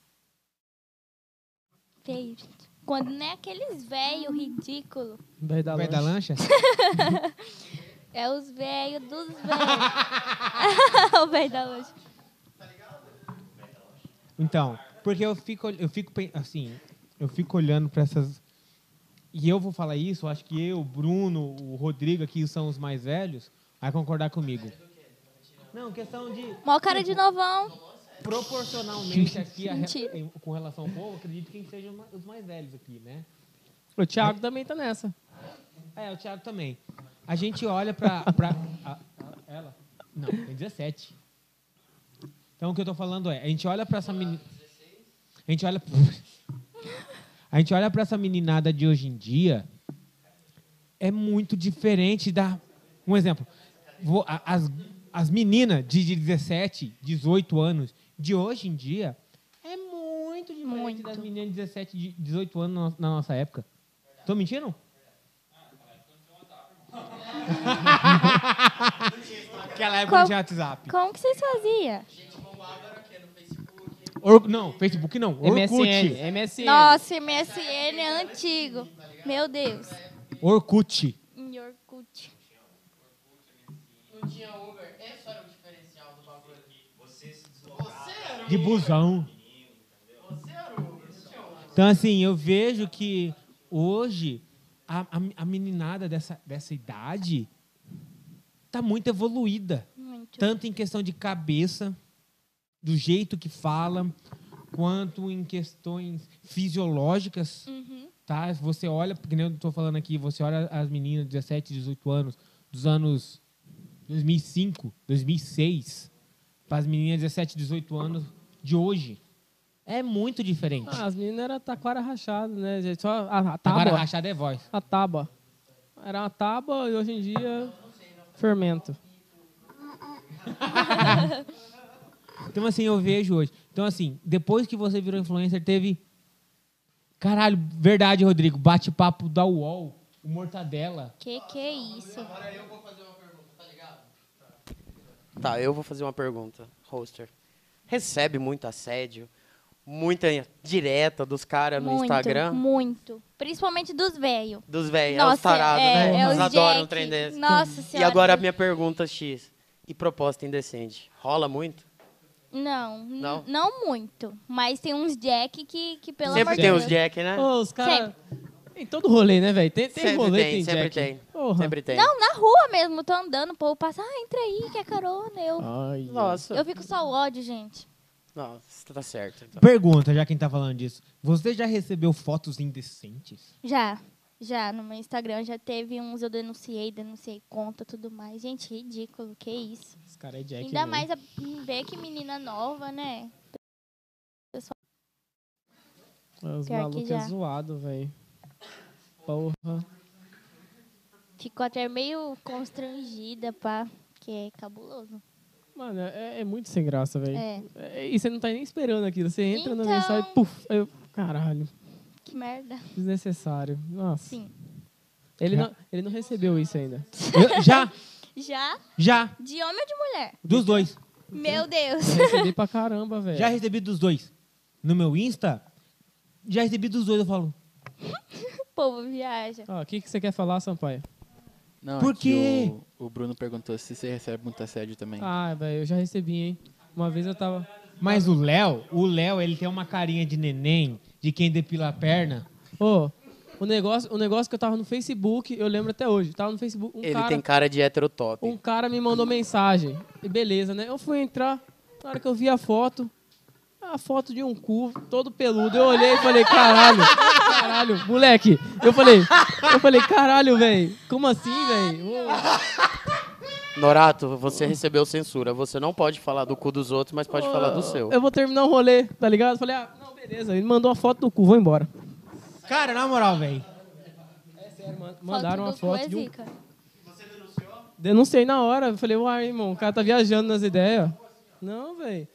Speaker 3: Feio, gente. Quando não é aqueles velho ridículo.
Speaker 2: Vai dar
Speaker 1: Vai da
Speaker 2: lanche.
Speaker 1: lancha?
Speaker 3: É os velhos dos velhos. *laughs* o velho da loja.
Speaker 1: Então, porque eu fico, eu fico pen- assim, eu fico olhando para essas e eu vou falar isso, eu acho que eu, o Bruno, o Rodrigo aqui são os mais velhos, vai concordar comigo. Não, questão de
Speaker 3: Mó cara de novão.
Speaker 1: Proporcionalmente aqui, a re-
Speaker 6: Mentira.
Speaker 1: em- com relação ao povo, acredito que sejam ma- os mais velhos aqui, né?
Speaker 2: O Thiago também tá nessa.
Speaker 1: É, o Thiago também. A gente olha pra. pra a- a- ela? Não, tem 17. Então o que eu tô falando é, a gente olha pra essa menina. A gente olha. *laughs* A gente olha pra essa meninada de hoje em dia. É muito diferente da. Um exemplo. Vou- a- as, as meninas de 17, 18 anos de hoje em dia é muito diferente das meninas de 17, de 18 anos na- na nossa época. Tô mentindo? Aquela época
Speaker 3: Qual-
Speaker 1: não tinha WhatsApp.
Speaker 3: Como que vocês faziam?
Speaker 1: Or- Não, Facebook não.
Speaker 2: MSN.
Speaker 1: Orkut.
Speaker 2: MSN.
Speaker 3: Nossa, MSN é antigo. Meu Deus.
Speaker 1: Orkut.
Speaker 3: Em Orkut.
Speaker 7: Não tinha Uber. Esse era o diferencial do bagulho aqui. Você se deslocava. Você era o
Speaker 1: De busão.
Speaker 7: Você era o Uber. Não tinha Uber.
Speaker 1: Então, assim, eu vejo que hoje a, a, a meninada dessa, dessa idade tá muito evoluída.
Speaker 3: Muito.
Speaker 1: Tanto em questão de cabeça, do jeito que fala, quanto em questões fisiológicas. Tá? Você olha, que nem eu tô falando aqui, você olha as meninas de 17, 18 anos, dos anos 2005, 2006, para as meninas de 17, 18 anos de hoje. É muito diferente.
Speaker 2: Ah, as meninas eram taquara rachada, né, gente? Só a, a
Speaker 1: Agora
Speaker 2: tábua.
Speaker 1: rachada é voz.
Speaker 2: A tábua. Era uma tábua e hoje em dia fermento.
Speaker 1: Então, assim, eu vejo hoje. Então, assim, depois que você virou influencer, teve. Caralho, verdade, Rodrigo. Bate-papo da UOL, o Mortadela.
Speaker 3: Que que é isso?
Speaker 8: Tá, eu vou fazer uma pergunta, hoster. Recebe muito assédio, muita direta dos caras no
Speaker 3: muito,
Speaker 8: Instagram?
Speaker 3: muito. Principalmente dos velhos.
Speaker 8: Dos velhos, é os tarados,
Speaker 3: é,
Speaker 8: né?
Speaker 3: é
Speaker 8: Eles
Speaker 3: os
Speaker 8: adoram
Speaker 3: Jack.
Speaker 8: um trem desse.
Speaker 3: Nossa
Speaker 8: E
Speaker 3: senhora.
Speaker 8: agora a minha pergunta X. E proposta indecente? Rola muito?
Speaker 3: Não, n-
Speaker 8: Não?
Speaker 3: não, muito. Mas tem uns Jack que, que pelo amor
Speaker 8: Sempre
Speaker 3: de
Speaker 8: tem
Speaker 3: Deus.
Speaker 8: os Jack, né?
Speaker 2: Ô, os caras. Em todo rolê, né, velho? Tem, tem
Speaker 8: sempre
Speaker 2: rolê,
Speaker 8: tem,
Speaker 2: tem,
Speaker 8: sempre
Speaker 2: Jack.
Speaker 8: tem.
Speaker 2: Porra.
Speaker 8: Sempre tem.
Speaker 3: Não, na rua mesmo, tô andando, o povo passa, ah, entra aí, que é carona. Eu,
Speaker 8: Nossa.
Speaker 3: eu fico só o ódio, gente.
Speaker 8: Nossa, você tá certo. então.
Speaker 1: Pergunta, já quem tá falando disso. Você já recebeu fotos *laughs* indecentes?
Speaker 3: Já, já, no meu Instagram já teve uns, eu denunciei, denunciei conta, tudo mais. Gente, ridículo, que isso.
Speaker 2: Os caras é Jack.
Speaker 3: Ainda
Speaker 2: mesmo.
Speaker 3: mais a, ver que menina nova, né?
Speaker 2: Os
Speaker 3: Pior que
Speaker 2: malucos é
Speaker 3: já.
Speaker 2: zoado, velho. Porra.
Speaker 3: Fico até é meio constrangida, pá, que é cabuloso.
Speaker 2: Mano, é, é muito sem graça, velho.
Speaker 3: É,
Speaker 2: É, E você não tá nem esperando aquilo. Você entra na
Speaker 3: Então.
Speaker 2: mensagem, puf. Aí eu, caralho,
Speaker 3: que merda.
Speaker 2: desnecessário. Nossa.
Speaker 3: Sim.
Speaker 2: Ele não, ele não recebeu isso ainda.
Speaker 1: Eu- já,
Speaker 3: Já,
Speaker 1: já.
Speaker 3: de homem ou de mulher?
Speaker 1: Dos dois.
Speaker 3: Meu Deus.
Speaker 2: Eu recebi pra caramba, velho.
Speaker 1: Já recebi dos dois. No meu Insta, já recebi dos dois. Eu falo,
Speaker 3: O *laughs* povo viaja.
Speaker 2: Ó, o que, que você quer falar, Sampaio?
Speaker 5: Não,
Speaker 1: Por
Speaker 5: é que
Speaker 1: quê?
Speaker 5: O, o Bruno perguntou se você recebe muito assédio também.
Speaker 2: Ah, velho, eu já recebi, hein? Uma vez eu tava.
Speaker 1: mas o Léo, o Léo, ele tem uma carinha de neném, de quem depila a perna.
Speaker 2: Ô, o negócio, o negócio que eu tava no Facebook, eu lembro até hoje. Tava no Facebook. Um
Speaker 8: Ele
Speaker 2: cara,
Speaker 8: tem cara de hétero top.
Speaker 2: Um cara me mandou mensagem. E beleza, né? Eu fui entrar, na hora que eu vi a foto, a foto de um cu todo peludo. Eu olhei e falei, caralho, caralho, moleque. Eu falei, eu falei, caralho, velho. Como assim, velho?
Speaker 8: Norato, você recebeu censura. Você não pode falar do cu dos outros, mas pode falar do seu.
Speaker 2: Eu vou terminar o rolê, tá ligado? Eu falei, ah, não, beleza. Ele mandou a foto do cu, vou embora.
Speaker 1: Cara, na moral, velho.
Speaker 2: Mandaram uma
Speaker 3: do cu
Speaker 2: foto
Speaker 3: é
Speaker 2: de um.
Speaker 3: zica.
Speaker 2: Denunciei na hora. Eu falei, uai, irmão, o cara tá viajando nas ideias. Não, velho.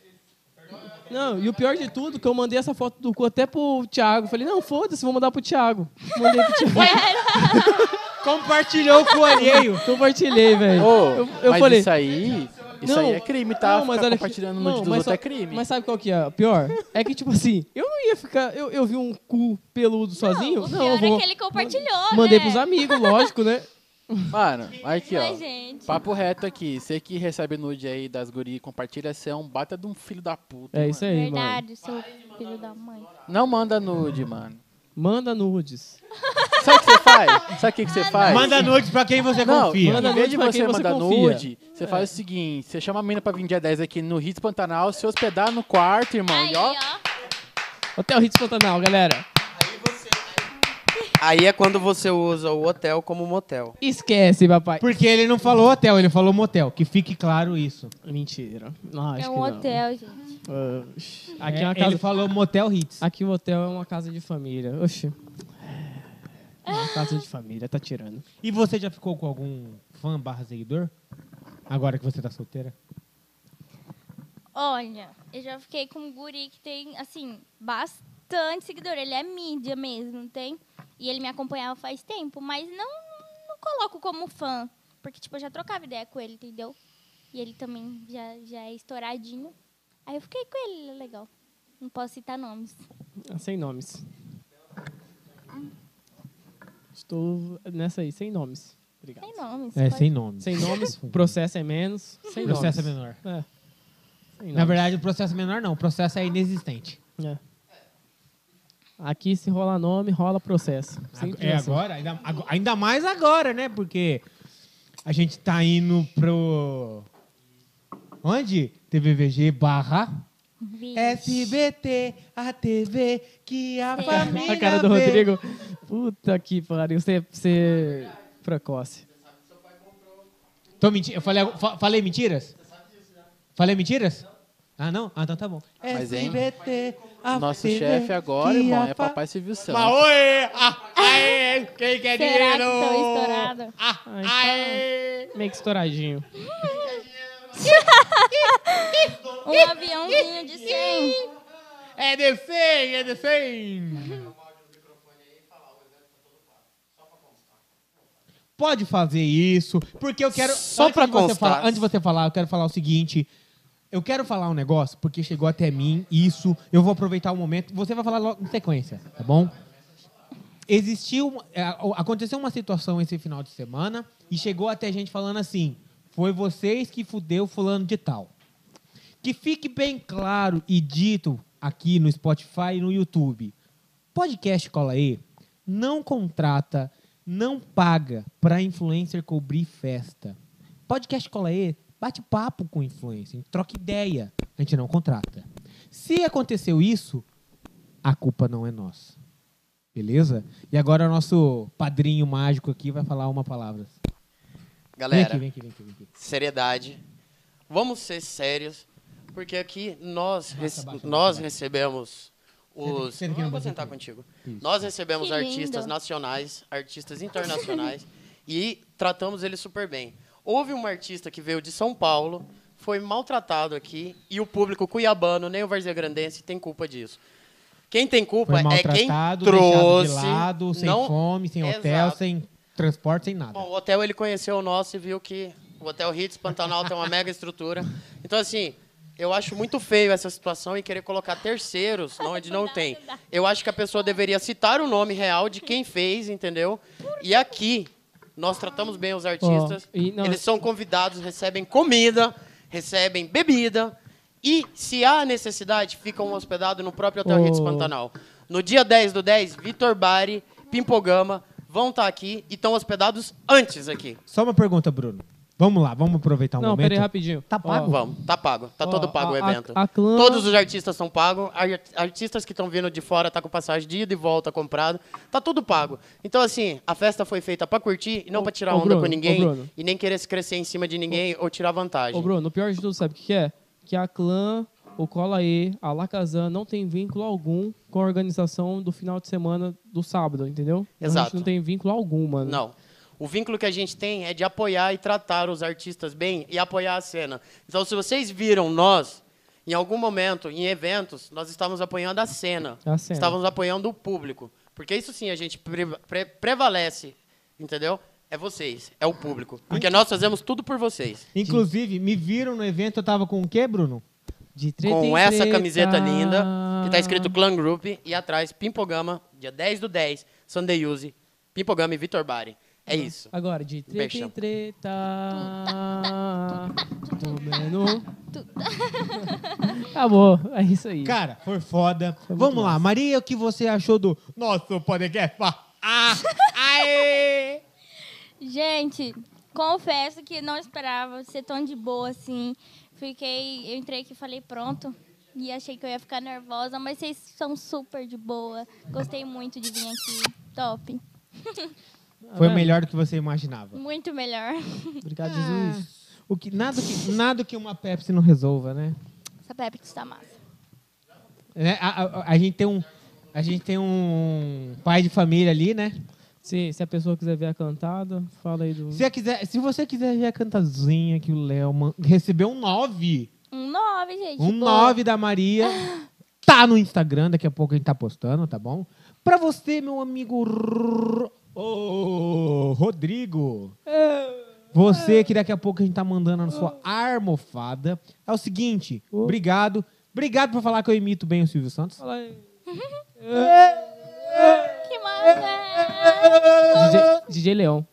Speaker 2: Não, e o pior de tudo, que eu mandei essa foto do cu até pro Thiago. Falei, não, foda-se, vou mandar pro Thiago. Mandei pro Thiago.
Speaker 1: *laughs* Compartilhou com o alheio.
Speaker 2: *laughs* Compartilhei, velho.
Speaker 5: Ô,
Speaker 2: eu eu
Speaker 5: mas
Speaker 2: falei.
Speaker 5: isso aí, isso
Speaker 2: Não,
Speaker 5: aí é crime, tá?
Speaker 2: não, mas
Speaker 5: Ficar
Speaker 2: olha que-
Speaker 5: compartilhando
Speaker 2: não,
Speaker 5: nude dos
Speaker 2: mas
Speaker 5: outros
Speaker 2: só-
Speaker 5: é crime.
Speaker 2: Mas sabe qual que é? o Pior? É que, tipo assim, eu não ia ficar. Eu, eu vi um cu peludo sozinho.
Speaker 3: o
Speaker 2: Não,
Speaker 3: pior
Speaker 2: eu vou.
Speaker 3: é que ele compartilhou,
Speaker 2: Mandei
Speaker 3: né?
Speaker 2: pros amigos, lógico,
Speaker 3: *laughs*
Speaker 2: né?
Speaker 5: Mano, aqui, ó.
Speaker 3: Mas, gente,
Speaker 5: Papo reto aqui. Você que recebe nude aí das guri e compartilha, você é um bata de um filho da puta.
Speaker 2: É isso aí, mano.
Speaker 3: verdade, seu filho da mãe.
Speaker 5: Não manda nude, mano.
Speaker 2: Manda nudes.
Speaker 5: Sabe o que você faz? Sabe o que, que
Speaker 3: Ah,
Speaker 5: você faz?
Speaker 1: Manda nudes pra quem você
Speaker 5: Não,
Speaker 1: confia.
Speaker 2: manda
Speaker 5: em vez
Speaker 2: nude
Speaker 5: de
Speaker 2: pra
Speaker 5: você
Speaker 2: quem você
Speaker 5: mandar
Speaker 2: confia. É.
Speaker 5: nude, você faz o seguinte: você chama a mina pra vir dia 10 aqui no Hits Pantanal, se hospedar no quarto, irmão.
Speaker 3: Aí,
Speaker 5: e ó,
Speaker 3: ó.
Speaker 2: Hotel Ritz Pantanal, galera.
Speaker 7: Aí você. Aí,
Speaker 8: Aí é quando você usa o hotel como motel.
Speaker 2: Esquece, papai.
Speaker 1: Porque ele não falou hotel, ele falou motel. Que fique claro isso.
Speaker 2: Mentira. Não, acho
Speaker 3: É
Speaker 2: que
Speaker 3: um
Speaker 2: não.
Speaker 3: hotel, gente.
Speaker 2: Oxi. Aqui é uma
Speaker 1: ele
Speaker 2: casa.
Speaker 1: falou motel hits.
Speaker 2: Aqui o hotel é uma casa de família. Oxi. É Uma casa de família, tá tirando.
Speaker 1: E você já ficou com algum fã barra seguidor? Agora que você tá solteira?
Speaker 3: Olha, eu já fiquei com um guri que tem, assim, bastante seguidor. Ele é mídia mesmo, tem? E ele me acompanhava faz tempo, mas não, não coloco como fã. Porque, tipo, eu já trocava ideia com ele, entendeu? E ele também já, já é estouradinho. Aí eu fiquei com ele, ele é legal. Não posso citar nomes.
Speaker 2: Ah, Sem nomes. Estou nessa aí, sem nomes. Obrigado.
Speaker 3: Sem nomes.
Speaker 1: É,
Speaker 3: pode-
Speaker 1: sem nome.
Speaker 2: Sem nomes, processo é menos. Sem
Speaker 1: processo é
Speaker 2: nomes.
Speaker 1: menor.
Speaker 2: É. Sem
Speaker 1: Na
Speaker 2: nomes.
Speaker 1: verdade, o processo é menor não, o processo é inexistente.
Speaker 2: É. Aqui se rola nome, rola processo. Sempre
Speaker 1: é
Speaker 2: assim.
Speaker 1: agora, ainda, ago- ainda mais agora, né? Porque a gente tá indo pro. Onde? TVVG barra
Speaker 3: Vixe.
Speaker 1: É. SBT, a TV que a família.
Speaker 2: A cara do
Speaker 1: vê.
Speaker 2: Rodrigo. Puta que pariu. Você, você precoce.
Speaker 1: Tô mentindo. Eu falei, fa- falei mentiras? Falei mentiras? Ah, não? Ah, então tá bom.
Speaker 5: Mas, hein,
Speaker 1: SBT, a
Speaker 5: nosso
Speaker 1: TV
Speaker 5: chefe agora,
Speaker 1: que
Speaker 5: irmão,
Speaker 1: a
Speaker 5: é
Speaker 1: fa-
Speaker 5: papai Silvio Santos.
Speaker 1: Mas oi! Ah, aê, quem quer
Speaker 3: Será que
Speaker 1: dinheiro?
Speaker 3: estão estourados?
Speaker 1: Ah,
Speaker 2: Ai,
Speaker 1: aê!
Speaker 2: Meio que estouradinho.
Speaker 3: *laughs* Um aviãozinho de 100.
Speaker 1: É de 100, é de 100! Pode fazer isso, porque eu quero.
Speaker 8: Só
Speaker 1: antes
Speaker 8: pra
Speaker 1: de você
Speaker 8: constar.
Speaker 1: falar- antes de você falar, eu quero falar o seguinte. Eu quero falar um negócio, porque chegou até mim isso. Eu vou aproveitar o momento. Você vai falar logo em sequência, tá bom? Existiu. uma- é, Aconteceu uma situação esse final de semana e chegou até gente falando assim: foi vocês que fudeu fulano de tal. Que fique bem claro e dito aqui no Spotify e no YouTube. Podcast Cola E não contrata, não paga para influencer cobrir festa. Podcast Cola E bate papo com influencer, troca ideia. A gente não contrata. Se aconteceu isso, a culpa não é nossa. Beleza? E agora o nosso padrinho mágico aqui vai falar uma palavra. Vem aqui,
Speaker 8: Galera,
Speaker 1: vem aqui, vem aqui. Vem aqui.
Speaker 8: seriedade. Vamos ser sérios, porque aqui nós, rece-
Speaker 1: baixa,
Speaker 8: nós recebemos os.
Speaker 1: Senta aqui no
Speaker 8: Eu vou
Speaker 1: banquinho.
Speaker 8: sentar contigo.
Speaker 1: um Isso.
Speaker 8: Nós recebemos
Speaker 3: Que
Speaker 8: artistas
Speaker 3: lindo.
Speaker 8: nacionais, artistas internacionais *laughs* e tratamos eles super bem. Houve um artista que veio de São Paulo, foi maltratado aqui e o público cuiabano, nem o Varzea Grandense, tem culpa disso. Quem tem culpa
Speaker 1: Foi
Speaker 8: é quem
Speaker 1: maltratado, deixado
Speaker 8: trouxe.
Speaker 1: de lado, sem
Speaker 8: não
Speaker 1: fome, sem hotel,
Speaker 8: Exato.
Speaker 1: sem transporte, sem nada.
Speaker 8: Bom, o hotel ele conheceu o nosso e viu que o Hotel Hits Pantanal tem uma mega estrutura. Então, assim, eu acho muito feio essa situação e querer colocar terceiros onde não tem. Eu acho que a pessoa deveria citar o nome real de quem fez, entendeu? E aqui, nós tratamos bem os artistas.
Speaker 2: Ó, e não-
Speaker 8: Eles são convidados, recebem comida, recebem bebida. E, se há necessidade, ficam hospedados no próprio Hotel
Speaker 2: Ô.
Speaker 8: Hits Pantanal. No dia 10 do 10, Vitor Bari, Pimpogama vão estar aqui e estão hospedados antes aqui.
Speaker 1: Só uma pergunta, Bruno. Vamos lá, vamos aproveitar um
Speaker 2: Não,
Speaker 1: momento.
Speaker 2: peraí, rapidinho.
Speaker 1: Tá
Speaker 2: Ó,
Speaker 1: pago?
Speaker 8: Vamos, tá pago. Tá
Speaker 2: Ó,
Speaker 8: todo pago
Speaker 2: a-
Speaker 8: o evento.
Speaker 2: a- a clã-
Speaker 8: Todos os artistas são pagos. ar- Artistas que estão vindo de fora tá com passagem de ida e volta comprado. Tá tudo pago. Então, assim, a festa foi feita pra curtir e não
Speaker 2: Ô-
Speaker 8: pra tirar
Speaker 2: ô,
Speaker 8: onda
Speaker 2: Bruno,
Speaker 8: com ninguém
Speaker 2: ô, Bruno.
Speaker 8: e nem querer se crescer em cima de ninguém ou tirar vantagem.
Speaker 2: Ô, Bruno, o pior de tudo, sabe o que, que é? Que a clã, o Cola E, a Lacazan não tem vínculo algum com a organização do final de semana do sábado, entendeu? Então, A gente
Speaker 8: Exato.
Speaker 2: não tem vínculo algum, mano.
Speaker 8: Não. O vínculo que a gente tem é de apoiar e tratar os artistas bem e apoiar a cena. Então, se vocês viram nós, em algum momento, em eventos, nós estávamos apoiando a cena.
Speaker 2: A cena.
Speaker 8: Estávamos apoiando o público. Porque isso sim a gente pre- pre- prevalece, entendeu? É vocês, é o público. Porque nós fazemos tudo por vocês.
Speaker 1: Inclusive, me viram no evento, eu tava com o quê, Bruno?
Speaker 2: De treta em
Speaker 8: Com essa
Speaker 2: treta.
Speaker 8: camiseta linda, que está escrito Clan Group, e atrás, Pimpogama, dia 10 do 10, Sunday Use, Pimpogama e Vitor Bari. É isso.
Speaker 2: Agora, de treta
Speaker 8: Beijão.
Speaker 2: em treta.
Speaker 8: *laughs*
Speaker 2: Comendo. Acabou, é isso aí.
Speaker 1: Cara, foi foda.
Speaker 2: muito
Speaker 1: Vamos lá, Maria, o que você achou do nosso podcast? Pá,
Speaker 8: *laughs*
Speaker 7: Ah, aê!
Speaker 3: Gente, confesso que não esperava ser tão de boa assim. Fiquei, eu entrei aqui e falei pronto. E achei que eu ia ficar nervosa, mas vocês são super de boa. Gostei muito de vir aqui. Top.
Speaker 1: Foi
Speaker 2: Ah,
Speaker 1: melhor do que você imaginava.
Speaker 3: Muito melhor.
Speaker 2: Obrigado, Jesus.
Speaker 1: O que, nada, que, nada que uma Pepsi não resolva, né?
Speaker 3: Essa Pepsi está massa.
Speaker 1: Né? A, a- a gente tem um, a gente tem um pai de família ali, né?
Speaker 2: Se, se a pessoa quiser ver a cantada, fala aí do.
Speaker 1: Se, você quiser, se você quiser ver a cantazinha que o Léo man- recebeu um 9,
Speaker 3: Um 9, gente.
Speaker 1: um
Speaker 3: boa.
Speaker 1: 9 da Maria, tá no Instagram, daqui a pouco a gente tá postando, tá bom? Pra você, meu amigo Ro- Ô, Rodrigo, você que daqui a pouco a gente tá mandando a sua armofada, é o seguinte, obrigado, obrigado por falar que eu imito bem o Silvio Santos.
Speaker 2: Fala aí.
Speaker 3: Que massa!
Speaker 2: DJ, DJ Leão.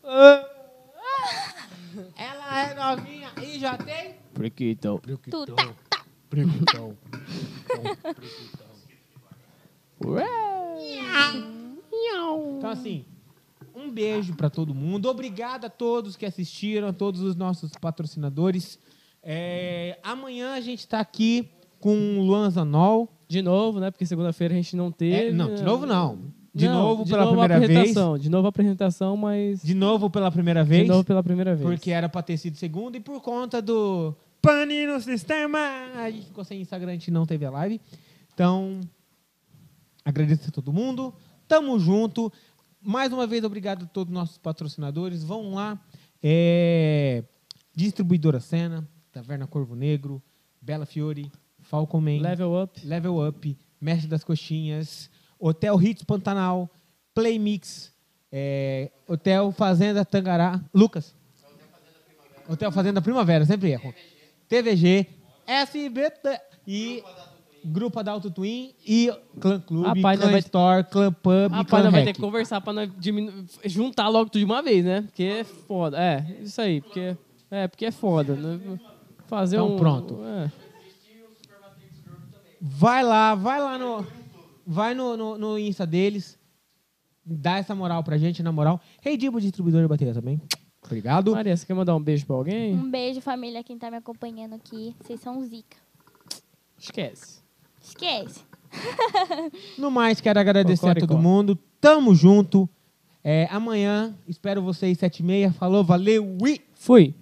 Speaker 1: Ela é novinha e já tem.
Speaker 2: Priquito.
Speaker 3: Tu tá, tá.
Speaker 1: Então, assim, um beijo pra todo mundo. Obrigado a todos que assistiram, a todos os nossos patrocinadores. É, amanhã a gente tá aqui com o Lanzanol.
Speaker 2: De novo, né? Porque segunda-feira a gente não teve.
Speaker 1: É, não, de
Speaker 2: né?
Speaker 1: novo não. De
Speaker 2: Não,
Speaker 1: novo
Speaker 2: de
Speaker 1: pela
Speaker 2: novo a
Speaker 1: primeira vez.
Speaker 2: apresentação, De novo a apresentação, mas.
Speaker 1: De novo pela primeira
Speaker 2: De
Speaker 1: vez.
Speaker 2: novo pela primeira vez. é
Speaker 1: Porque era pra ter sido segunda e por conta do pane no sistema. A gente ficou sem Instagram, a gente não teve a live. Então, agradeço a todo mundo. Tamo junto. Mais uma vez, obrigado a todos os nossos patrocinadores. Vão lá. É, Distribuidora Sena, Taverna Corvo Negro, Bela Fiore, Falcon Man.
Speaker 2: Level up.
Speaker 1: Level Up, Mestre das Coxinhas, Hotel Hits Pantanal, Playmix, é, Hotel Fazenda Tangará. Lucas. Hotel Fazenda Primavera, sempre erro. TVG, SBT e Grupo Adalto Twin e Clã Clube,
Speaker 2: A página
Speaker 1: Clã
Speaker 2: vai-
Speaker 1: Store, Clã Pub
Speaker 2: Ah,
Speaker 1: e
Speaker 2: pai,
Speaker 1: Clã
Speaker 2: nós vai ter
Speaker 1: Hack.
Speaker 2: que conversar pra nós diminu- juntar logo tudo de uma vez, né? Porque é foda. É, isso aí. Porque, é, porque é foda. Né? Fazer
Speaker 1: Então,
Speaker 2: um.
Speaker 1: pronto.
Speaker 2: é.
Speaker 1: Vai lá, vai lá no. Vai no, no, no Insta deles. Dá essa moral pra gente, na moral. Rei Dibo, distribuidor de bateria também. Obrigado.
Speaker 2: Maria, você quer mandar um beijo pra alguém?
Speaker 3: Um beijo, família, quem tá me acompanhando aqui. Vocês são zica.
Speaker 2: Esquece.
Speaker 3: Esquece.
Speaker 1: No mais, quero agradecer a
Speaker 2: Cocoricó.
Speaker 1: todo mundo. Tamo junto. É, amanhã, espero vocês sete e meia. Falou, valeu e...
Speaker 2: Fui.